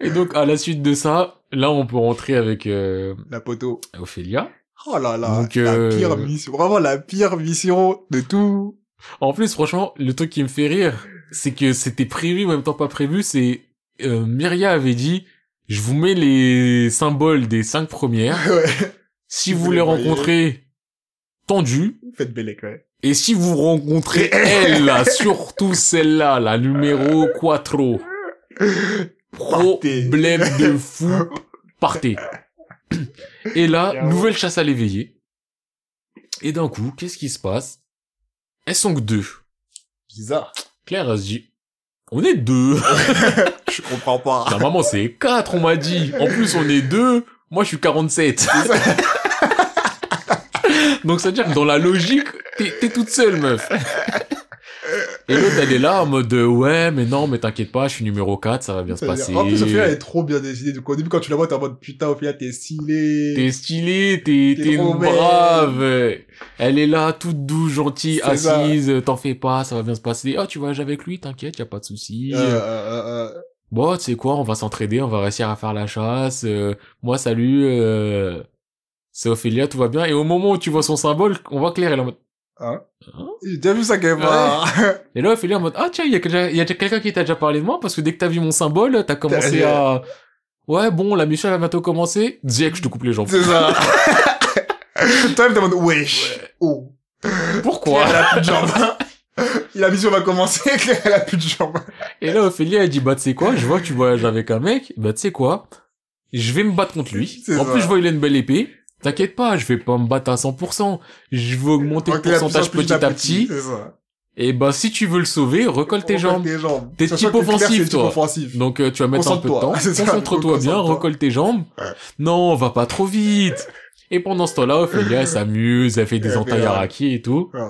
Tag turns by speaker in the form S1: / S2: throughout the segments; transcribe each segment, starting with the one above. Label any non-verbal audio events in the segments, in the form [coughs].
S1: Et donc, à la suite de ça, là, on peut rentrer avec euh,
S2: La poteau.
S1: Ophélia.
S2: Oh là là,
S1: Donc,
S2: la
S1: euh,
S2: pire mission, vraiment la pire mission de tout. [laughs]
S1: En plus, franchement, le truc qui me fait rire, c'est que c'était prévu, en même temps pas prévu, c'est euh, Myria avait dit, je vous mets les symboles des cinq premières.
S2: ouais,
S1: Si
S2: Vous
S1: vous les
S2: les voyez.
S1: rencontrez, tendu.
S2: faites Bellec, ouais.
S1: Et si vous rencontrez elle, là, surtout celle-là, la numéro 4,
S2: Partez.
S1: problème de fou, partez. Et là,
S2: Bravo.
S1: nouvelle chasse à l'éveillé. Et d'un coup, qu'est-ce qui se passe Elles sont que deux.
S2: Bizarre.
S1: Claire, elle se dit, on est deux.
S2: Je comprends pas.
S1: La Bah, maman, c'est quatre, on m'a dit. En plus, on est deux. Moi, je suis 47. [laughs] Donc, ça veut dire que dans la logique, t'es t'es toute seule, meuf. Et l'autre, elle est là en mode, euh, ouais, mais non, mais t'inquiète pas, je suis numéro 4, ça va bien se
S2: C'est-à-dire-
S1: passer.
S2: En plus, Ophélia, elle est trop bien décidée. Donc, au début, quand tu la vois, t'es en mode, putain, Ophélia, t'es Euh, stylée.
S1: T'es stylée, t'es
S2: T'es
S1: t'es
S2: trop
S1: une
S2: belle.
S1: brave. Elle est là, toute douce, gentille,
S2: C'est ça.
S1: assise, t'en fais pas, ça va bien se passer. Ah, tu voyages avec lui, t'inquiète, y a pas de souci.
S2: Euh, euh, euh,
S1: Bon, tu sais quoi, on va s'entraider, on va réussir à faire la chasse. euh, moi, salut, euh, c'est Ophélia, tout va bien. Et au moment où tu vois son symbole, on voit Claire, elle est en mode...
S2: euh. J'ai déjà vu ça quelque part.
S1: Et là, Ophélia est en mode, ah tiens, il y a, déjà- il y a déjà quelqu'un qui t'a déjà parlé de moi, parce que dès que t'as vu mon symbole, t'as commencé à... Ouais, bon, la mission elle va bientôt commencer. Direct, je te coupe les jambes.
S2: [laughs]
S1: [laughs]
S2: C'est ça. Toi-même, t'es en mode, wesh. Oh.
S1: Pourquoi
S2: Claire, elle a plus de jambes. [laughs] la mission va commencer, [laughs] Claire, elle a plus de jambes.
S1: Et là, Ophélia, elle dit, bah, tu sais quoi, je vois que tu voyages avec un mec, bah, tu sais quoi, je vais me battre contre lui.
S2: C'est
S1: En
S2: ça.
S1: plus, je vois, il a une belle épée. T'inquiète pas, je vais pas me battre à 100%. Je vais augmenter le
S2: Claire, elle a plus de
S1: pourcentage
S2: jambes
S1: petit à petit.
S2: C'est ça.
S1: Et bah, si tu veux le sauver, recolle tes
S2: Recolle
S1: jambes.
S2: Tes jambes.
S1: T'es
S2: Sachant
S1: type
S2: que Claire,
S1: offensif,
S2: c'est le type
S1: toi.
S2: offensif.
S1: Donc euh, tu vas mettre un peu de temps.
S2: Concentre-toi. [laughs] C'est ça,
S1: Concentre-toi bien,
S2: concentre-toi.
S1: recolle tes jambes.
S2: Ouais.
S1: Non, va pas trop
S2: [laughs]
S1: vite. Et pendant ce temps-là, Ophélia elle s'amuse, elle fait des
S2: Elle
S1: entailles
S2: fait
S1: à
S2: la-
S1: raki et tout.
S2: Ouais.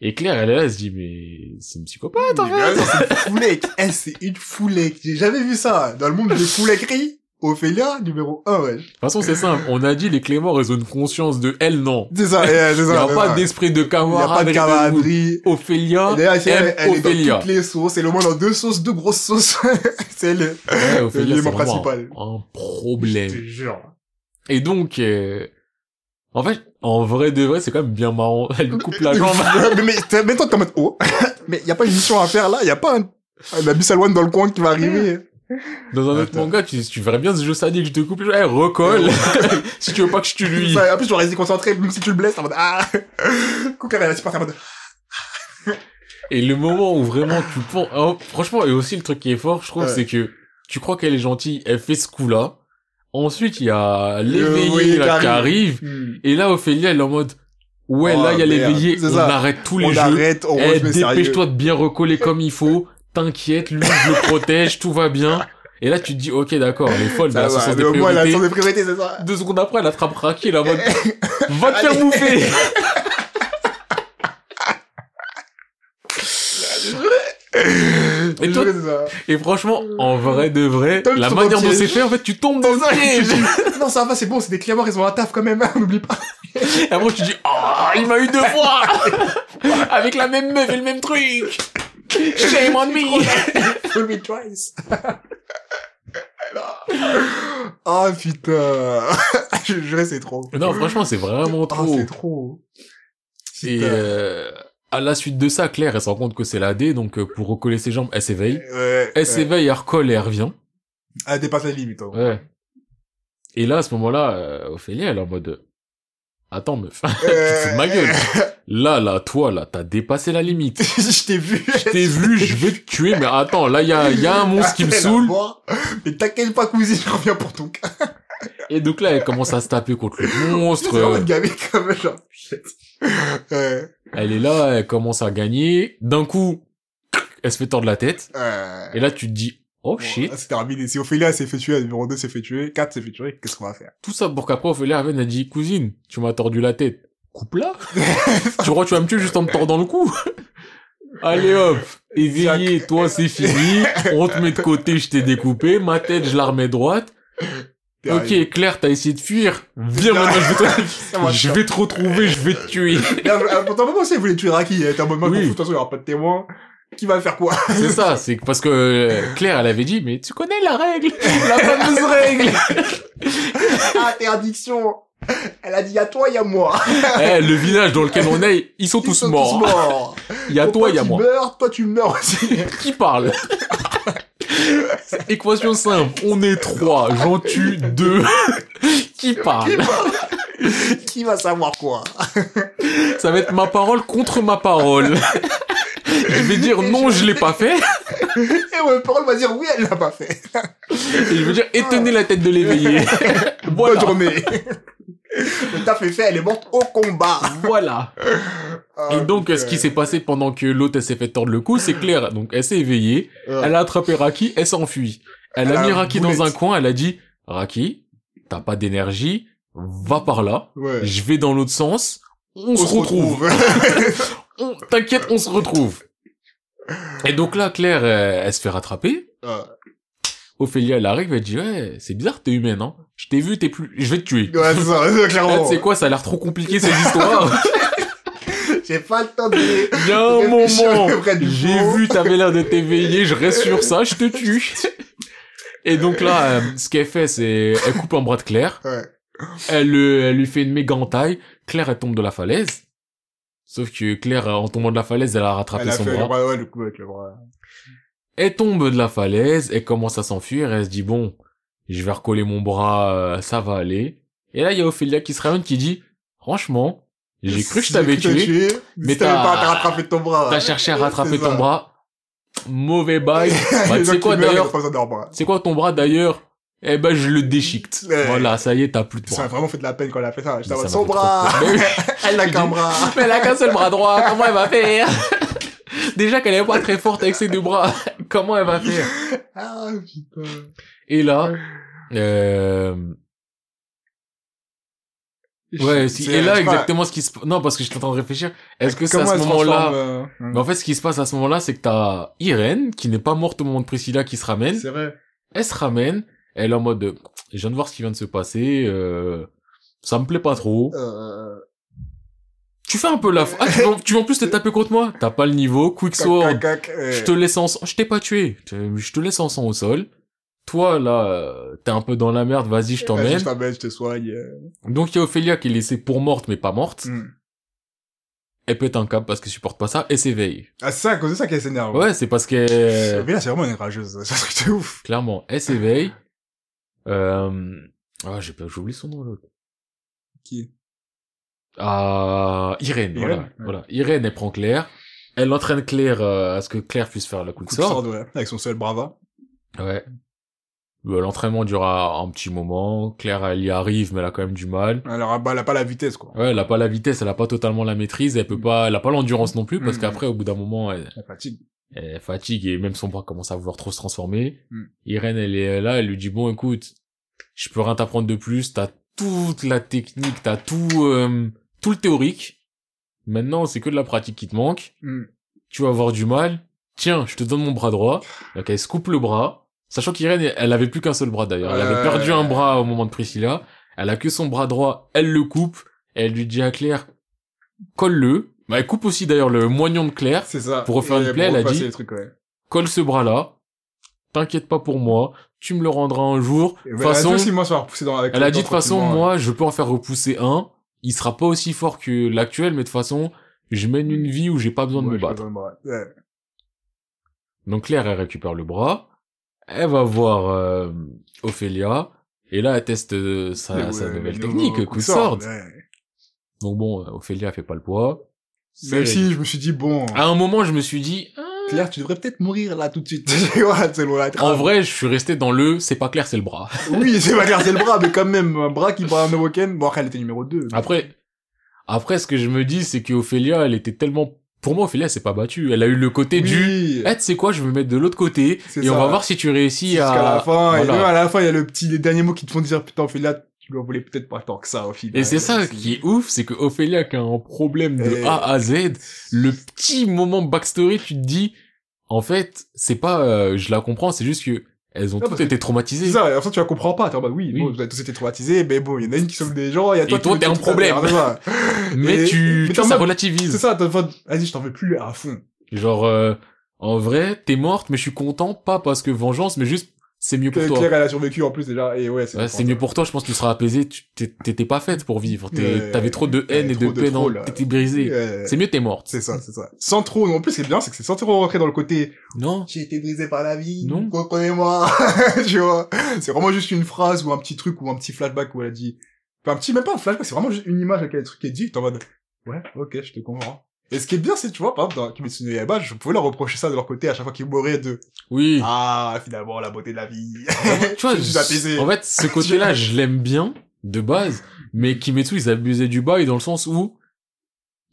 S1: Et Claire, elle est là, elle se dit, mais c'est une psychopathe en fait.
S2: Mais attends, c'est une foulec. Eh, c'est une foulec. J'ai jamais vu ça. Dans le monde des foulequeries, Ophélia, numéro 1, wesh.
S1: De toute façon, c'est simple. On a dit, les Cléments, ils ont une conscience de elle, non.
S2: C'est ça, eh, c'est
S1: Il n'y
S2: ça.
S1: a
S2: c'est
S1: pas
S2: ça.
S1: d'esprit de
S2: Il y a
S1: camaraderie.
S2: pas de
S1: de vous.
S2: camaraderie.
S1: Ophélia.
S2: Et D'ailleurs, elle,
S1: aime
S2: elle, elle est
S1: Hein, Ophélia.
S2: dans toutes les sauces. Elle est au moins dans deux sauces, deux grosses sauces. [laughs] c'est le,
S1: Ouais, Ophélia, c'est
S2: l'élément
S1: vraiment
S2: principal.
S1: un- un
S2: Je
S1: problème.
S2: te jure.
S1: Et donc, euh, en fait, en vrai de vrai, c'est quand même bien marrant. [laughs] Elle lui coupe la jambe.
S2: mais, mais, t'es- mais toi, t'es en mode, oh. [laughs] mais y a pas une mission à faire là. Y a pas un, un Abyss Alwan dans le coin qui va arriver.
S1: Dans un autre
S2: Attends.
S1: manga, tu, tu verrais bien ce jeu sadique, je te coupe, les jambes. Eh, recolle. [laughs] si tu veux pas que je tue lui.
S2: Ça, en plus, tu vas rester concentré, même si tu le blesses, t'es en mode, ah. [laughs] Coucou, elle est super, t'es en mode,
S1: Et le moment où vraiment tu penses, oh, franchement, et aussi le truc qui est fort, je trouve,
S2: Ouais.
S1: c'est que tu crois qu'elle est gentille, elle fait ce coup-là. Ensuite, il y a l'éveillé
S2: Euh, oui,
S1: là,
S2: qui
S1: qui
S2: arrive.
S1: arrive. Et là, Ophélia, elle est en mode, ouais,
S2: Oh,
S1: là, il y a
S2: merde,
S1: l'éveillé,
S2: c'est
S1: on
S2: ça.
S1: arrête tous les
S2: on
S1: jeux.
S2: arrête, on
S1: Eh,
S2: remet sérieux.
S1: dépêche-toi de bien recoller comme il faut. T'inquiète, lui, je le protège, tout va bien. Et là, tu te dis, ok, d'accord, elle est folle, Bah mais elle a
S2: Ça
S1: son
S2: va,
S1: sens
S2: mais
S1: des
S2: au moins, elle a le
S1: priorités.
S2: sens des priorités, c'est ça.
S1: Deux secondes après, elle attrape Raki, elle est en
S2: [laughs]
S1: mode, va te faire
S2: Allez.
S1: bouffer! Et
S2: Je
S1: toi-
S2: jure, c'est ça.
S1: Et franchement, en vrai de vrai,
S2: Tombe
S1: la
S2: sur
S1: manière
S2: ton
S1: dont
S2: piège.
S1: c'est fait, en fait, tu tombes dans le piège!
S2: [laughs] non, ça va, c'est bon, c'est des clémores, ils ont un taf quand même, on [laughs] n'oublie pas.
S1: Et après, tu dis, oh, il m'a eu deux fois!
S2: [laughs]
S1: Avec la même meuf et le même truc! Shame on [laughs]
S2: [laughs]
S1: me!
S2: Full me twice. [laughs] oh putain. [laughs] je jure, c'est trop.
S1: Non, franchement, c'est vraiment
S2: Ah,
S1: trop.
S2: c'est trop.
S1: Et
S2: Putain.
S1: euh, à la suite de ça, Claire, elle se rend compte que c'est la D, donc euh, pour recoller ses jambes, elle s'éveille.
S2: Ouais,
S1: Elle
S2: ouais.
S1: s'éveille, elle recolle et elle revient.
S2: Elle dépasse la
S1: [laughs]
S2: limite. hein.
S1: Ouais. Et là, à ce moment-là, euh, Ophélie, elle est en mode... euh, Attends, meuf, [laughs] tu te
S2: Euh,
S1: fous de ma gueule. Là, là, toi, là, t'as dépassé la limite.
S2: [laughs] je t'ai vu.
S1: Je t'ai vu, je vais te tuer, mais attends, là, euh, il y a, y
S2: [laughs]
S1: a un monstre qui me
S2: Elle a
S1: saoule.
S2: voir. Mais t'inquiète pas, cousine, je reviens pour ton cas.
S1: Et donc là, elle commence à se taper contre le
S2: C'est
S1: monstre.
S2: vraiment
S1: euh,
S2: gavé comme
S1: [laughs]
S2: genre. shit. Ouais.
S1: Elle est là, elle commence à gagner. D'un coup, elle se fait tordre la tête.
S2: Euh,
S1: Et là, tu te dis, oh
S2: bon,
S1: shit.
S2: C'est terminé. Si Ophélia s'est fait tuer, la numéro 2 s'est fait tuer, 4 s'est fait tuer, qu'est-ce qu'on va faire
S1: Tout ça pour qu'après Ophélie Raven a dit cousine, tu m'as tordu la tête. Coupe-la. [laughs] tu crois que tu vas me tuer juste en me tordant le cou [laughs] Allez hop, éveillé, toi c'est fini. On te met de côté, je t'ai découpé. Ma tête, je la remets droite.
S2: Terminé.
S1: Ok, Claire, t'as essayé de fuir. Viens maintenant, je vais
S2: [laughs] Ça va euh,
S1: te, je
S2: faire.
S1: vais te retrouver, je vais te tuer.
S2: Là, Pendant un moment aussi, elle voulait tuer Raki. Elle était en mode, moi, je m'en
S1: Oui.
S2: fous, de toute façon, il n'y aura pas de témoin. qui va faire quoi [laughs]
S1: C'est ça, c'est parce que euh, Claire, elle avait dit, mais tu connais la règle, la fameuse
S2: [laughs]
S1: règle.
S2: Interdiction Ah, Elle a dit, il y a toi, il y a moi.
S1: Eh, le village dans lequel on est, ils sont
S2: Ils
S1: tous
S2: sont
S1: morts. hein.
S2: Tous
S1: [laughs]
S2: morts.
S1: Il y a toi, il y a moi.
S2: Tu meurs, toi tu meurs aussi.
S1: Qui parle C'est Équation simple, on est trois, j'en tue deux. Qui
S2: [laughs]
S1: parle
S2: qui va savoir quoi
S1: Ça va être ma parole contre ma parole. Je vais dire non, je l'ai pas fait.
S2: Et Eh ouais, Pearl va dire, oui, elle l'a pas fait.
S1: Et je vais dire étonnez la tête de l'éveillé. [laughs] Voilà.
S2: Bonne journée. [laughs] Le taf est fait, elle est morte au combat.
S1: Voilà.
S2: Ah,
S1: Et donc, ce qui s'est passé pendant que l'autre elle s'est fait tordre le cou, c'est clair. Donc, elle s'est éveillée, elle a attrapé Raki, elle s'enfuit. Elle,
S2: Ah. Elle
S1: a
S2: a
S1: mis
S2: un
S1: Raki
S2: boulette.
S1: dans un coin, elle a dit, Raki, t'as pas d'énergie, va par là,
S2: Ouais.
S1: je vais dans l'autre sens, on, se retrouve. On- T'inquiète, on se retrouve. Et donc là, Claire, euh, elle se fait rattraper.
S2: [laughs] Ah.
S1: Ophélia, elle arrive, elle dit, ouais, c'est bizarre, t'es humaine, hein. Je t'ai vu, t'es plus, je vais te tuer.
S2: Ouais,
S1: [laughs]
S2: c'est ça, c'est
S1: Ah,
S2: clairement.
S1: tu sais quoi, ça a l'air trop compliqué, [laughs] cette histoire.
S2: J'ai pas le temps de...
S1: Il y a un
S2: Réfléchir
S1: moment,
S2: auprès du
S1: j'ai
S2: mot.
S1: vu, t'avais l'air de t'éveiller, je reste sur ça, je te tue. Et donc là, euh, ce qu'elle fait, c'est, elle coupe un bras de Claire,
S2: Ouais.
S1: elle, euh, elle lui fait une méga entaille, Claire, elle tombe de la falaise. Sauf que Claire, en tombant de la falaise, elle a rattrapé
S2: Elle a
S1: son
S2: fait le
S1: bras.
S2: bras, ouais, le coup avec le bras.
S1: Elle tombe de la falaise, elle commence à s'enfuir, elle se dit, bon, je vais recoller mon bras, euh, ça va aller. Et là, il y a Ophélia qui se réveille, qui dit, franchement, j'ai cru que je t'avais tué. mais
S2: Mais t'avais
S1: t'as-
S2: pas à rattraper ton bras.
S1: T'as cherché à rattraper
S2: C'est ça.
S1: ton
S2: [laughs]
S1: bras. Mauvais bail. Bah, tu
S2: Les gens
S1: sais
S2: qui
S1: quoi
S2: meurent, ils
S1: d'ailleurs
S2: retrouvent ça dans leur bras.
S1: C'est quoi ton bras d'ailleurs Eh ben je le déchiquete.
S2: Ouais.
S1: Voilà, ça y est, t'as plus de
S2: Ça m'a
S1: bras.
S2: vraiment fait de la peine quand elle a fait ça. J'étais en
S1: Ça m'a
S2: mode, son
S1: fait trop
S2: bras.
S1: peur.
S2: [laughs]
S1: Mais oui,
S2: Elle n'a qu'un
S1: Dis-
S2: bras.
S1: mais elle a qu'un seul bras droit, comment elle va faire [laughs] Déjà qu'elle est pas très forte avec ses deux bras, [laughs] comment elle va faire
S2: Ah, putain.
S1: Et là, euh... ouais, si-
S2: C'est-
S1: et
S2: je
S1: là
S2: sais pas,
S1: exactement ce qui se... Non, parce que je suis en train de réfléchir. Est-ce que c'est à
S2: comment
S1: ce
S2: elle se
S1: moment-là... Bah,
S2: transforme, euh,
S1: Mais en fait, ce qui se passe à ce moment-là, c'est que t'as Irène, qui n'est pas morte au moment de Priscilla, qui se ramène.
S2: C'est vrai.
S1: Elle se ramène. Elle est en mode, euh, je viens de voir ce qui vient de se passer. euh, ça me plaît pas trop.
S2: Euh,
S1: Tu fais un peu la... f- Ah, tu veux, tu veux en plus te taper contre moi T'as pas le niveau. Quicksword.
S2: cac, cac, cac,
S1: Je
S2: euh,
S1: te laisse en... Je t'ai pas tué. Je je te laisse en sang au sol. Toi, là, euh, t'es un peu dans la merde. Vas-y, je
S2: vas-y,
S1: t'emmène.
S2: Je t'emmène, je te soigne. euh. hmm.
S1: Donc, il y a Ophélia qui est laissée pour morte, mais pas
S2: Mm.
S1: morte. Elle pète un câble parce qu'elle supporte pas ça et s'éveille.
S2: Ah, c'est ça, à cause de ça qu'elle s'énerve.
S1: Ouais, c'est parce qu'elle...
S2: [laughs] Mais là, c'est vraiment une rageuse. C'est un truc de ouf.
S1: clairement, elle s'éveille. Euh... Ah, j'ai pas- j'ai oublié son nom, l'autre.
S2: Qui
S1: Ah, Irène,
S2: Irène,
S1: voilà.
S2: ouais.
S1: voilà. Irène, elle prend Claire. Elle entraîne Claire euh, à ce que Claire puisse faire le coup de
S2: Coup de
S1: sort.
S2: sort, ouais. Avec son seul brava.
S1: Ouais. Euh, L'entraînement durera un petit moment. Claire, elle y arrive, mais elle a quand même du mal.
S2: Alors, bah, elle a pas la vitesse, quoi.
S1: Ouais, elle a pas la vitesse, elle a pas totalement la maîtrise, elle peut pas, elle a pas l'endurance non plus, parce
S2: Mm.
S1: qu'après, au bout d'un moment, elle,
S2: La fatigue.
S1: elle fatigue et même son bras commence à vouloir trop se transformer.
S2: Mm.
S1: Irène, elle est là, elle lui dit bon, écoute, je peux rien t'apprendre de plus, t'as toute la technique, t'as tout, euh, tout le théorique. Maintenant, c'est que de la pratique qui te manque.
S2: Mm.
S1: Tu vas avoir du mal. Tiens, je te donne mon bras droit. Donc elle se coupe le bras, sachant qu'Irène, elle- elle avait plus qu'un seul bras d'ailleurs. Elle
S2: Ouais.
S1: avait perdu un bras au moment de Priscilla. Elle a que son bras droit, elle le coupe. Elle lui dit à Claire, colle-le. Bah, elle coupe aussi d'ailleurs le moignon de Claire
S2: C'est ça.
S1: Pour refaire
S2: Et
S1: une plaie, elle a
S2: repasser
S1: dit-
S2: les trucs, ouais.
S1: colle ce bras-là, t'inquiète pas pour moi, tu me le rendras un jour.
S2: Et
S1: De
S2: bah, Elle a dit
S1: façon,
S2: aussi, moi, se faire repousser dans, avec
S1: elle
S2: le
S1: a dit de
S2: temps
S1: façon,
S2: tranquillement, hein.
S1: moi, je peux en faire repousser un, il sera pas aussi fort que l'actuel, mais de façon, je mène une vie où j'ai pas
S2: ouais.
S1: besoin de
S2: Ouais,
S1: me
S2: j'ai pas
S1: battre.
S2: besoin de me battre. Ouais.
S1: Donc Claire, elle récupère le bras, elle va voir euh, Ophélia, et là, elle teste euh, sa,
S2: Mais
S1: sa
S2: ouais,
S1: nouvelle
S2: les
S1: technique,
S2: nouveaux
S1: coup de
S2: coups de sorte,
S1: sword.
S2: ouais.
S1: Donc bon, euh, Ophélia fait pas le poids. C'est Ah.
S2: Même
S1: réglé.
S2: si je me suis dit, bon,
S1: À un moment, je me suis dit, ah,
S2: Claire, tu devrais peut-être mourir là tout de suite. [laughs] Tu vois, selon la
S1: en
S2: trame.
S1: vrai, je suis resté dans le, c'est pas clair, c'est le
S2: [laughs]
S1: bras.
S2: Oui, c'est pas Claire, c'est le bras, mais quand même, un bras qui bat un Novoken. Bon, après, elle était numéro 2.
S1: Après, après, ce que je me dis, c'est qu'Ophélia, elle était tellement, pour moi, Ophélia, elle s'est pas battue. Elle a eu le côté du, eh, tu sais quoi, je vais me mettre de l'autre côté,
S2: C'est
S1: et on
S2: ça.
S1: va voir si tu réussis
S2: Jusqu'à la
S1: à...
S2: fin, et
S1: voilà.
S2: même à la fin, il y a le petit, les derniers mots qui te font dire, putain, fais là, tu leur voulais peut-être pas tant que ça, au final.
S1: Et c'est ça qui est ouf, c'est que Ophélia qui a un problème de
S2: Bah, Et-
S1: A à Z, le petit moment backstory, tu te dis, en fait, c'est pas, euh, je la comprends, c'est juste que elles ont
S2: Ah,
S1: toutes
S2: parce que
S1: été
S2: C'est
S1: traumatisées.
S2: ça, et en fait, tu la comprends pas, t'es en mode, oui,
S1: Oui.
S2: bon, vous avez tous été traumatisés, mais bon, il y en a une qui sauve des gens, il y a toi
S1: Et toi,
S2: qui-
S1: t'es un
S2: qui-
S1: problème. [laughs]
S2: C'est ça.
S1: Mais
S2: Et-
S1: tu,
S2: mais
S1: tu
S2: t'es en
S1: ça
S2: mode- C'est
S1: relativise.
S2: ça, t'es en mode, vas-y, je t'en veux plus à fond.
S1: Genre, euh, En vrai, t'es morte, mais je suis content, pas parce que vengeance, mais juste, c'est mieux
S2: Euh,
S1: pour
S3: Claire,
S1: toi.
S3: Claire, elle a survécu en plus déjà. Et ouais,
S1: Ouais, c'est mieux pour toi, je pense que tu seras apaisé, tu- t'es- t'étais pas faite pour vivre, t'es-
S2: Ouais,
S1: t'avais trop de haine
S2: ouais,
S1: et de
S2: trop de
S1: peine, en-
S2: trolls.
S1: t'étais brisé.
S2: Euh,
S1: C'est mieux t'es morte.
S2: C'est ça, c'est ça.
S3: Sans trop, en plus, c'est bien, c'est que c'est sans trop rentrer dans le côté
S1: Non
S2: J'ai été brisé par la vie.
S1: Non.
S2: Comprenez-moi. [laughs] tu vois. C'est vraiment juste une phrase ou un petit truc ou un petit flashback où elle a dit, enfin, un petit, même pas un flashback, c'est vraiment juste une image avec un truc qui est dit, t'es en mode, ouais, ok, je te comprends. Et ce qui est bien, c'est, tu vois, par exemple, dans Kimetsu no Yaiba, je pouvais leur reprocher ça de leur côté à chaque fois qu'ils mouraient de,
S1: Oui.
S2: ah, finalement, la beauté de la vie.
S3: [laughs]
S1: [laughs] tu vois,
S2: je suis
S1: je-
S2: apaisé.
S1: en fait, ce côté-là, je l'aime bien, de base, mais Kimetsu, ils abusaient du bail dans le sens où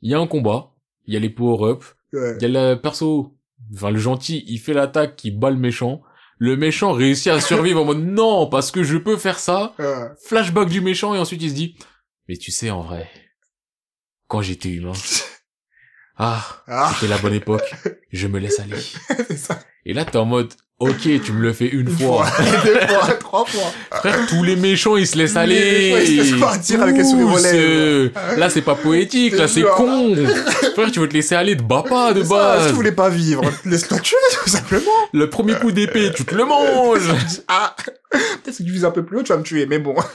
S1: il y a un combat, il y a les power-up,
S2: Ouais.
S1: il y a le perso, enfin le gentil, il fait l'attaque, qui bat le méchant, le méchant réussit à survivre en mode [laughs] non, parce que je peux faire ça,
S3: Ah,
S2: Euh,
S1: flashback du méchant, et ensuite il se dit, mais tu sais, en vrai, quand j'étais humain, [laughs] ah,
S2: ah,
S1: c'était la bonne époque, je me laisse aller.
S2: c'est ça.
S1: Et là, t'es en mode, ok, tu me le fais une fois.
S3: [laughs]
S2: deux fois, trois fois.
S1: Frère, tous les méchants, ils se laissent
S2: Tous les
S1: aller.
S2: méchants, ils se laissent partir avec un sourire aux
S1: Tous,
S2: lèvres.
S1: euh, Là, c'est pas poétique, là, c'est
S2: C'est
S1: con. Frère, tu veux te laisser aller de bas pas, de
S2: C'est ça, Si
S1: base.
S2: tu voulais pas vivre, laisse-toi tuer, tout simplement.
S1: Le premier coup d'épée, tu te le manges.
S2: Ah, peut-être que tu vises un peu plus haut, tu vas me tuer, mais bon.
S3: [laughs]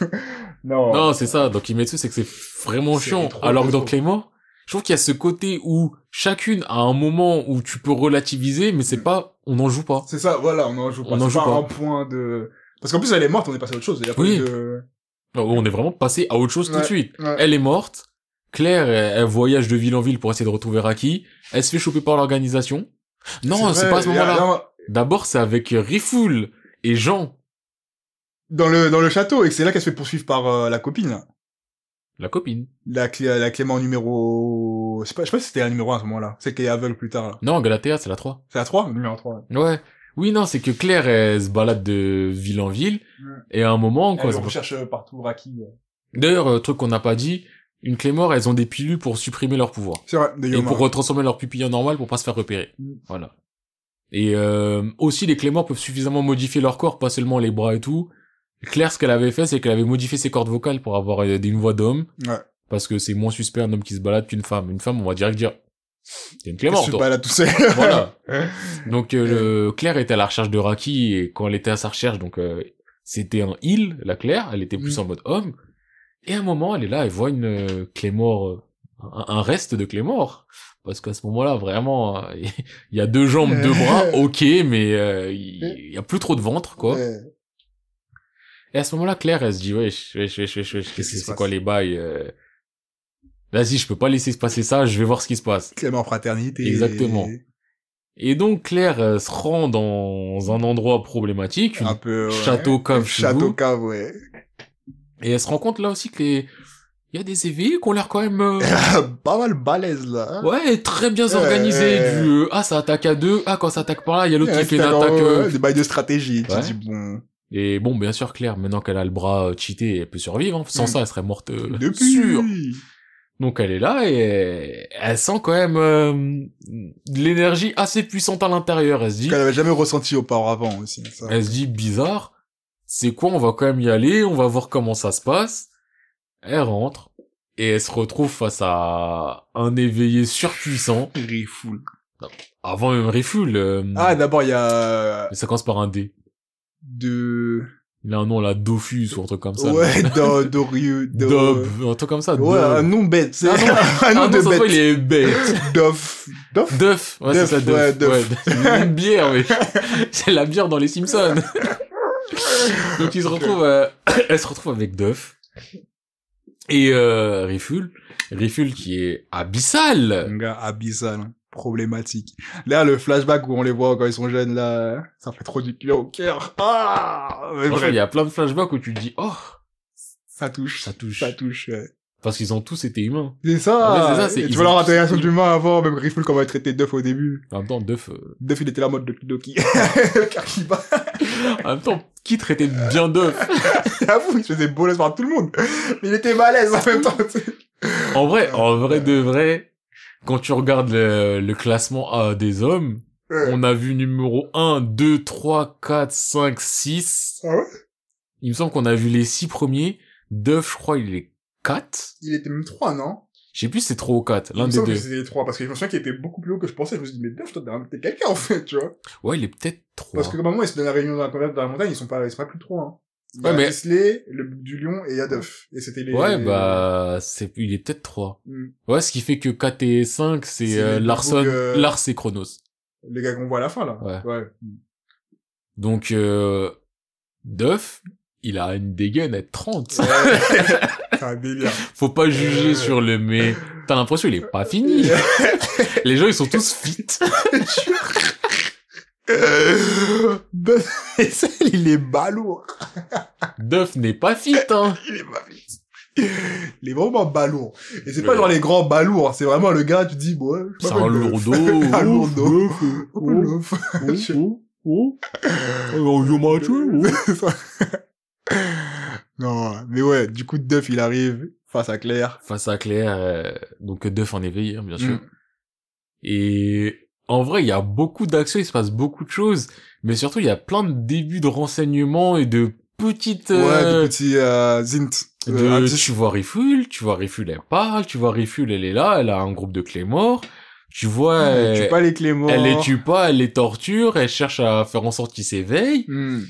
S3: Non.
S1: Non, c'est ça. Donc, Kimetsu, c'est que c'est vraiment
S2: C'est
S1: chiant.
S2: trop,
S1: Alors que
S2: trop.
S1: dans Claymore, je trouve qu'il y a ce côté où chacune a un moment où tu peux relativiser, mais c'est pas, on n'en joue pas.
S3: C'est ça, voilà, on en joue pas.
S1: On en
S3: C'est
S1: joue
S3: pas
S1: pas.
S3: un point de... Parce qu'en plus, elle est morte, on est passé à autre chose. Il y a pas
S1: Oui.
S3: eu de...
S1: On est vraiment passé à autre chose tout de
S2: Ouais,
S1: suite.
S2: ouais.
S1: Elle est morte. Claire, elle, elle voyage de ville en ville pour essayer de retrouver Raki. Elle se fait choper par l'organisation. Non, c'est
S3: vrai,
S1: pas à ce
S3: il y a-
S1: moment-là.
S3: non,
S1: D'abord, c'est avec Rifoul et Jean,
S3: Dans le, dans le château, et que c'est là qu'elle se fait poursuivre par euh, la copine, là.
S1: la copine. la
S3: La, Clé- la Clément numéro... Je sais pas, je sais pas si c'était la numéro 1 à ce moment-là. C'est qu'elle est aveugle plus tard, là.
S1: Non, Galatea, c'est la 3.
S3: C'est la 3 Numéro 3.
S1: Ouais. Oui, non, c'est que Claire, elle se balade de ville en ville.
S3: Ouais.
S1: Et à un moment, quoi.
S3: Elle
S1: c'est pas-
S3: recherche euh, partout Raki. euh.
S1: D'ailleurs, euh, truc qu'on n'a pas dit, une Claymore, elles ont des pilules pour supprimer leur pouvoir.
S3: C'est vrai, de
S1: Et
S3: Yoma.
S1: pour retransformer leur pupille en normal pour pas se faire repérer.
S3: Mm.
S1: Voilà. Et euh, aussi, les clémores peuvent suffisamment modifier leur corps, pas seulement les bras et tout. Claire, ce qu'elle avait fait, c'est qu'elle avait modifié ses cordes vocales pour avoir euh, des- une voix d'homme,
S3: Ouais.
S1: parce que c'est moins suspect un homme qui se balade qu'une femme. Une femme, on va direct dire, t'es une
S3: Elle
S1: Clémore,
S3: se
S1: toi.
S3: balade tout seul. [laughs]
S1: Voilà. Donc, euh, le- Claire était à la recherche de Raki, et quand elle était à sa recherche, donc euh, c'était un il, la Claire, elle était plus
S3: Mm.
S1: en mode homme. Et à un moment, elle est là, elle voit une euh, Clémore, euh, un, un reste de Clémore. Parce qu'à ce moment-là, vraiment, euh, [laughs] il y a deux jambes, deux
S3: [laughs]
S1: bras, ok, mais euh, il il y a plus trop de ventre, quoi.
S2: Ouais.
S1: Et à ce moment-là, Claire, elle se dit, wesh, wesh, wesh, wesh, wesh, qu'est-ce
S3: qui
S1: que
S3: se
S1: c'est
S3: passe
S1: quoi les bails euh, Vas-y, je peux pas laisser se passer ça, je vais voir ce qui se passe.
S3: Clément Fraternité.
S1: Exactement. Et donc, Claire euh, se rend dans un endroit problématique,
S2: Ah.
S1: une
S3: Un peu... ouais.
S1: château cave chez
S2: Château
S1: vous.
S2: cave, ouais.
S1: Et elle se rend compte là aussi que les... Il y a des éveillés qui ont l'air quand même...
S2: [laughs]
S1: euh,
S2: [coughs] pas mal balèze, là. hein.
S1: Ouais, très bien
S2: Ouais,
S1: organisé.
S2: ouais,
S1: Du euh, ah, ça attaque à deux. Ah, quand ça attaque par là, il y a l'autre
S2: Ouais,
S1: qui fait une
S2: t'as
S1: attaque.
S2: leur-
S1: euh.
S2: Des bails de stratégie.
S1: Ouais.
S2: Tu dis, bon...
S1: Et bon, bien sûr, Claire, maintenant qu'elle a le bras euh, cheaté, elle peut survivre. hein. Sans
S3: Mm.
S1: ça, elle serait morte. euh,
S3: Depuis.
S1: sûre. Donc elle est là et elle sent quand même euh, de l'énergie assez puissante à l'intérieur. Elle se dit,
S3: Qu'elle avait jamais ressenti auparavant, aussi. Ça.
S1: elle se dit bizarre. C'est quoi On va quand même y aller. On va voir comment ça se passe. Elle rentre et elle se retrouve face à un éveillé surpuissant.
S3: Rifoul.
S1: Avant même Riful. euh,
S3: Ah, d'abord, il y a...
S1: ça commence par un D.
S3: De...
S1: Il a un nom là, Dofus ou un truc comme ça. là.
S3: Ouais, Do- Doriu... Do-
S1: Dob, un truc comme ça.
S3: Ouais, un
S1: Dob.
S3: nom bête. C'est
S1: Ah
S3: un
S1: non,
S3: nom, [laughs] un nom
S1: Ah
S3: de
S1: non, ça se voit,
S3: bête.
S1: il est bête.
S3: Dof. Dof
S1: Duff, ouais, c'est
S3: Duff,
S1: ça, Duff.
S3: ouais,
S1: Ouais,
S3: Duff.
S1: C'est une bière,
S3: [laughs]
S1: mais c'est la bière dans les Simpsons. Donc il se retrouve, euh, [coughs] elle se retrouve avec Duff et euh, Riful, Riful qui est abyssal.
S3: Un gars abyssal, hein. problématique. Là, le flashback où on les voit quand ils sont jeunes, là, ça fait trop du cuir au cœur. Ah Mais
S1: Franchement,
S3: vrai,
S1: il y a plein de flashbacks où tu te dis, oh,
S3: ça touche.
S1: ça
S3: Ça
S1: touche,
S3: touche. ouais.
S1: parce qu'ils ont tous été humains.
S3: C'est ça,
S1: Ouais, c'est ça, c'est-
S3: Et
S1: ils
S3: Tu vois leur
S1: ont-
S3: intégration d'humain avant, même Riffle quand on va traiter Duff au début.
S1: En même temps, Duff, euh,
S3: Duff, il était là en mode Doki Doki. [laughs] le cœur qui bat.
S1: en même temps, qui traitait bien Duff
S3: J'avoue, il se faisait bolesse par tout le monde. Mais il était malaise en même temps. tu sais.
S1: En vrai, en vrai de vrai, quand tu regardes le, le classement ah, des hommes,
S3: Ouais.
S1: on a vu numéro 1, 2, 3, 4, 5, 6.
S3: Ah ouais
S1: Il me semble qu'on a vu les 6 premiers. Duff, je crois, il est 4.
S2: Il était même trois, non
S1: Je sais plus si c'est 3 ou 4, l'un
S2: Il me
S1: des
S2: semble que
S1: deux.
S2: c'était les trois, parce que je me souviens qu'il était beaucoup plus haut que je pensais. Je me suis dit, mais bien, je dois inviter quelqu'un, en fait, tu vois.
S1: Ouais, il est peut-être 3.
S2: Parce que, normalement, ils se donnent la réunion dans la, converte dans la montagne, ils sont pas, ils sont pas plus que trois, hein. Il y a
S1: Ouais, mais-
S2: Islay, le Bouc du lion et Yadoff. Et c'était les...
S1: Ouais, bah, c'est, il est peut-être 3.
S2: Hmm.
S1: Ouais, ce qui fait que 4 et 5, c'est
S2: C'est
S1: euh,
S2: les deux
S1: Larson,
S2: boucs, euh,
S1: Lars et Chronos.
S2: Les gars qu'on voit à la fin, là.
S1: Ouais. [laughs]
S2: Ouais. [laughs]
S1: Donc, euh, Duff, il a une dégaine à 30.
S2: C'est un délire.
S1: Faut pas juger
S2: Euh.
S1: sur le mais. T'as l'impression il est pas
S2: [laughs]
S1: fini. Les gens, ils sont tous fit. Euh,
S2: Ben, il est balourd.
S1: Duff n'est pas fit, hein.
S2: Il est pas vite. Il est vraiment balourd. Et c'est
S1: Le-
S2: pas genre les grands balourds, c'est vraiment le gars, tu dis, bon, ouais, je
S1: C'est
S2: m'appelle
S1: un
S2: Duff.
S1: lourdeau.
S2: [laughs] Un
S1: Ouf,
S2: lourdeau.
S1: Duff, euh,
S2: Oh, Duff.
S1: oh, oh, oh. Alors, il m'a tué, oh.
S2: [laughs] Non, mais ouais, du coup, Duff, il arrive face à Claire.
S1: Face à Claire, euh, donc Duff en éveillé, hein, bien sûr.
S2: Mm.
S1: Et en vrai, il y a beaucoup d'actions, il se passe beaucoup de choses, mais surtout, il y a plein de débuts de renseignements et de petites...
S2: Ouais,
S1: euh,
S2: des petits euh, zint.
S1: de-
S2: Euh, indices.
S1: tu vois Riful, tu vois Riful, elle parle, tu vois Riful, elle est là, elle a un groupe de clés morts, tu vois...
S2: Elle
S1: Elle,
S2: tue pas hein. les Cléments.
S1: elle les tue pas, elle les torture, elle cherche à faire en sorte qu'ils s'éveillent.
S2: Hmm.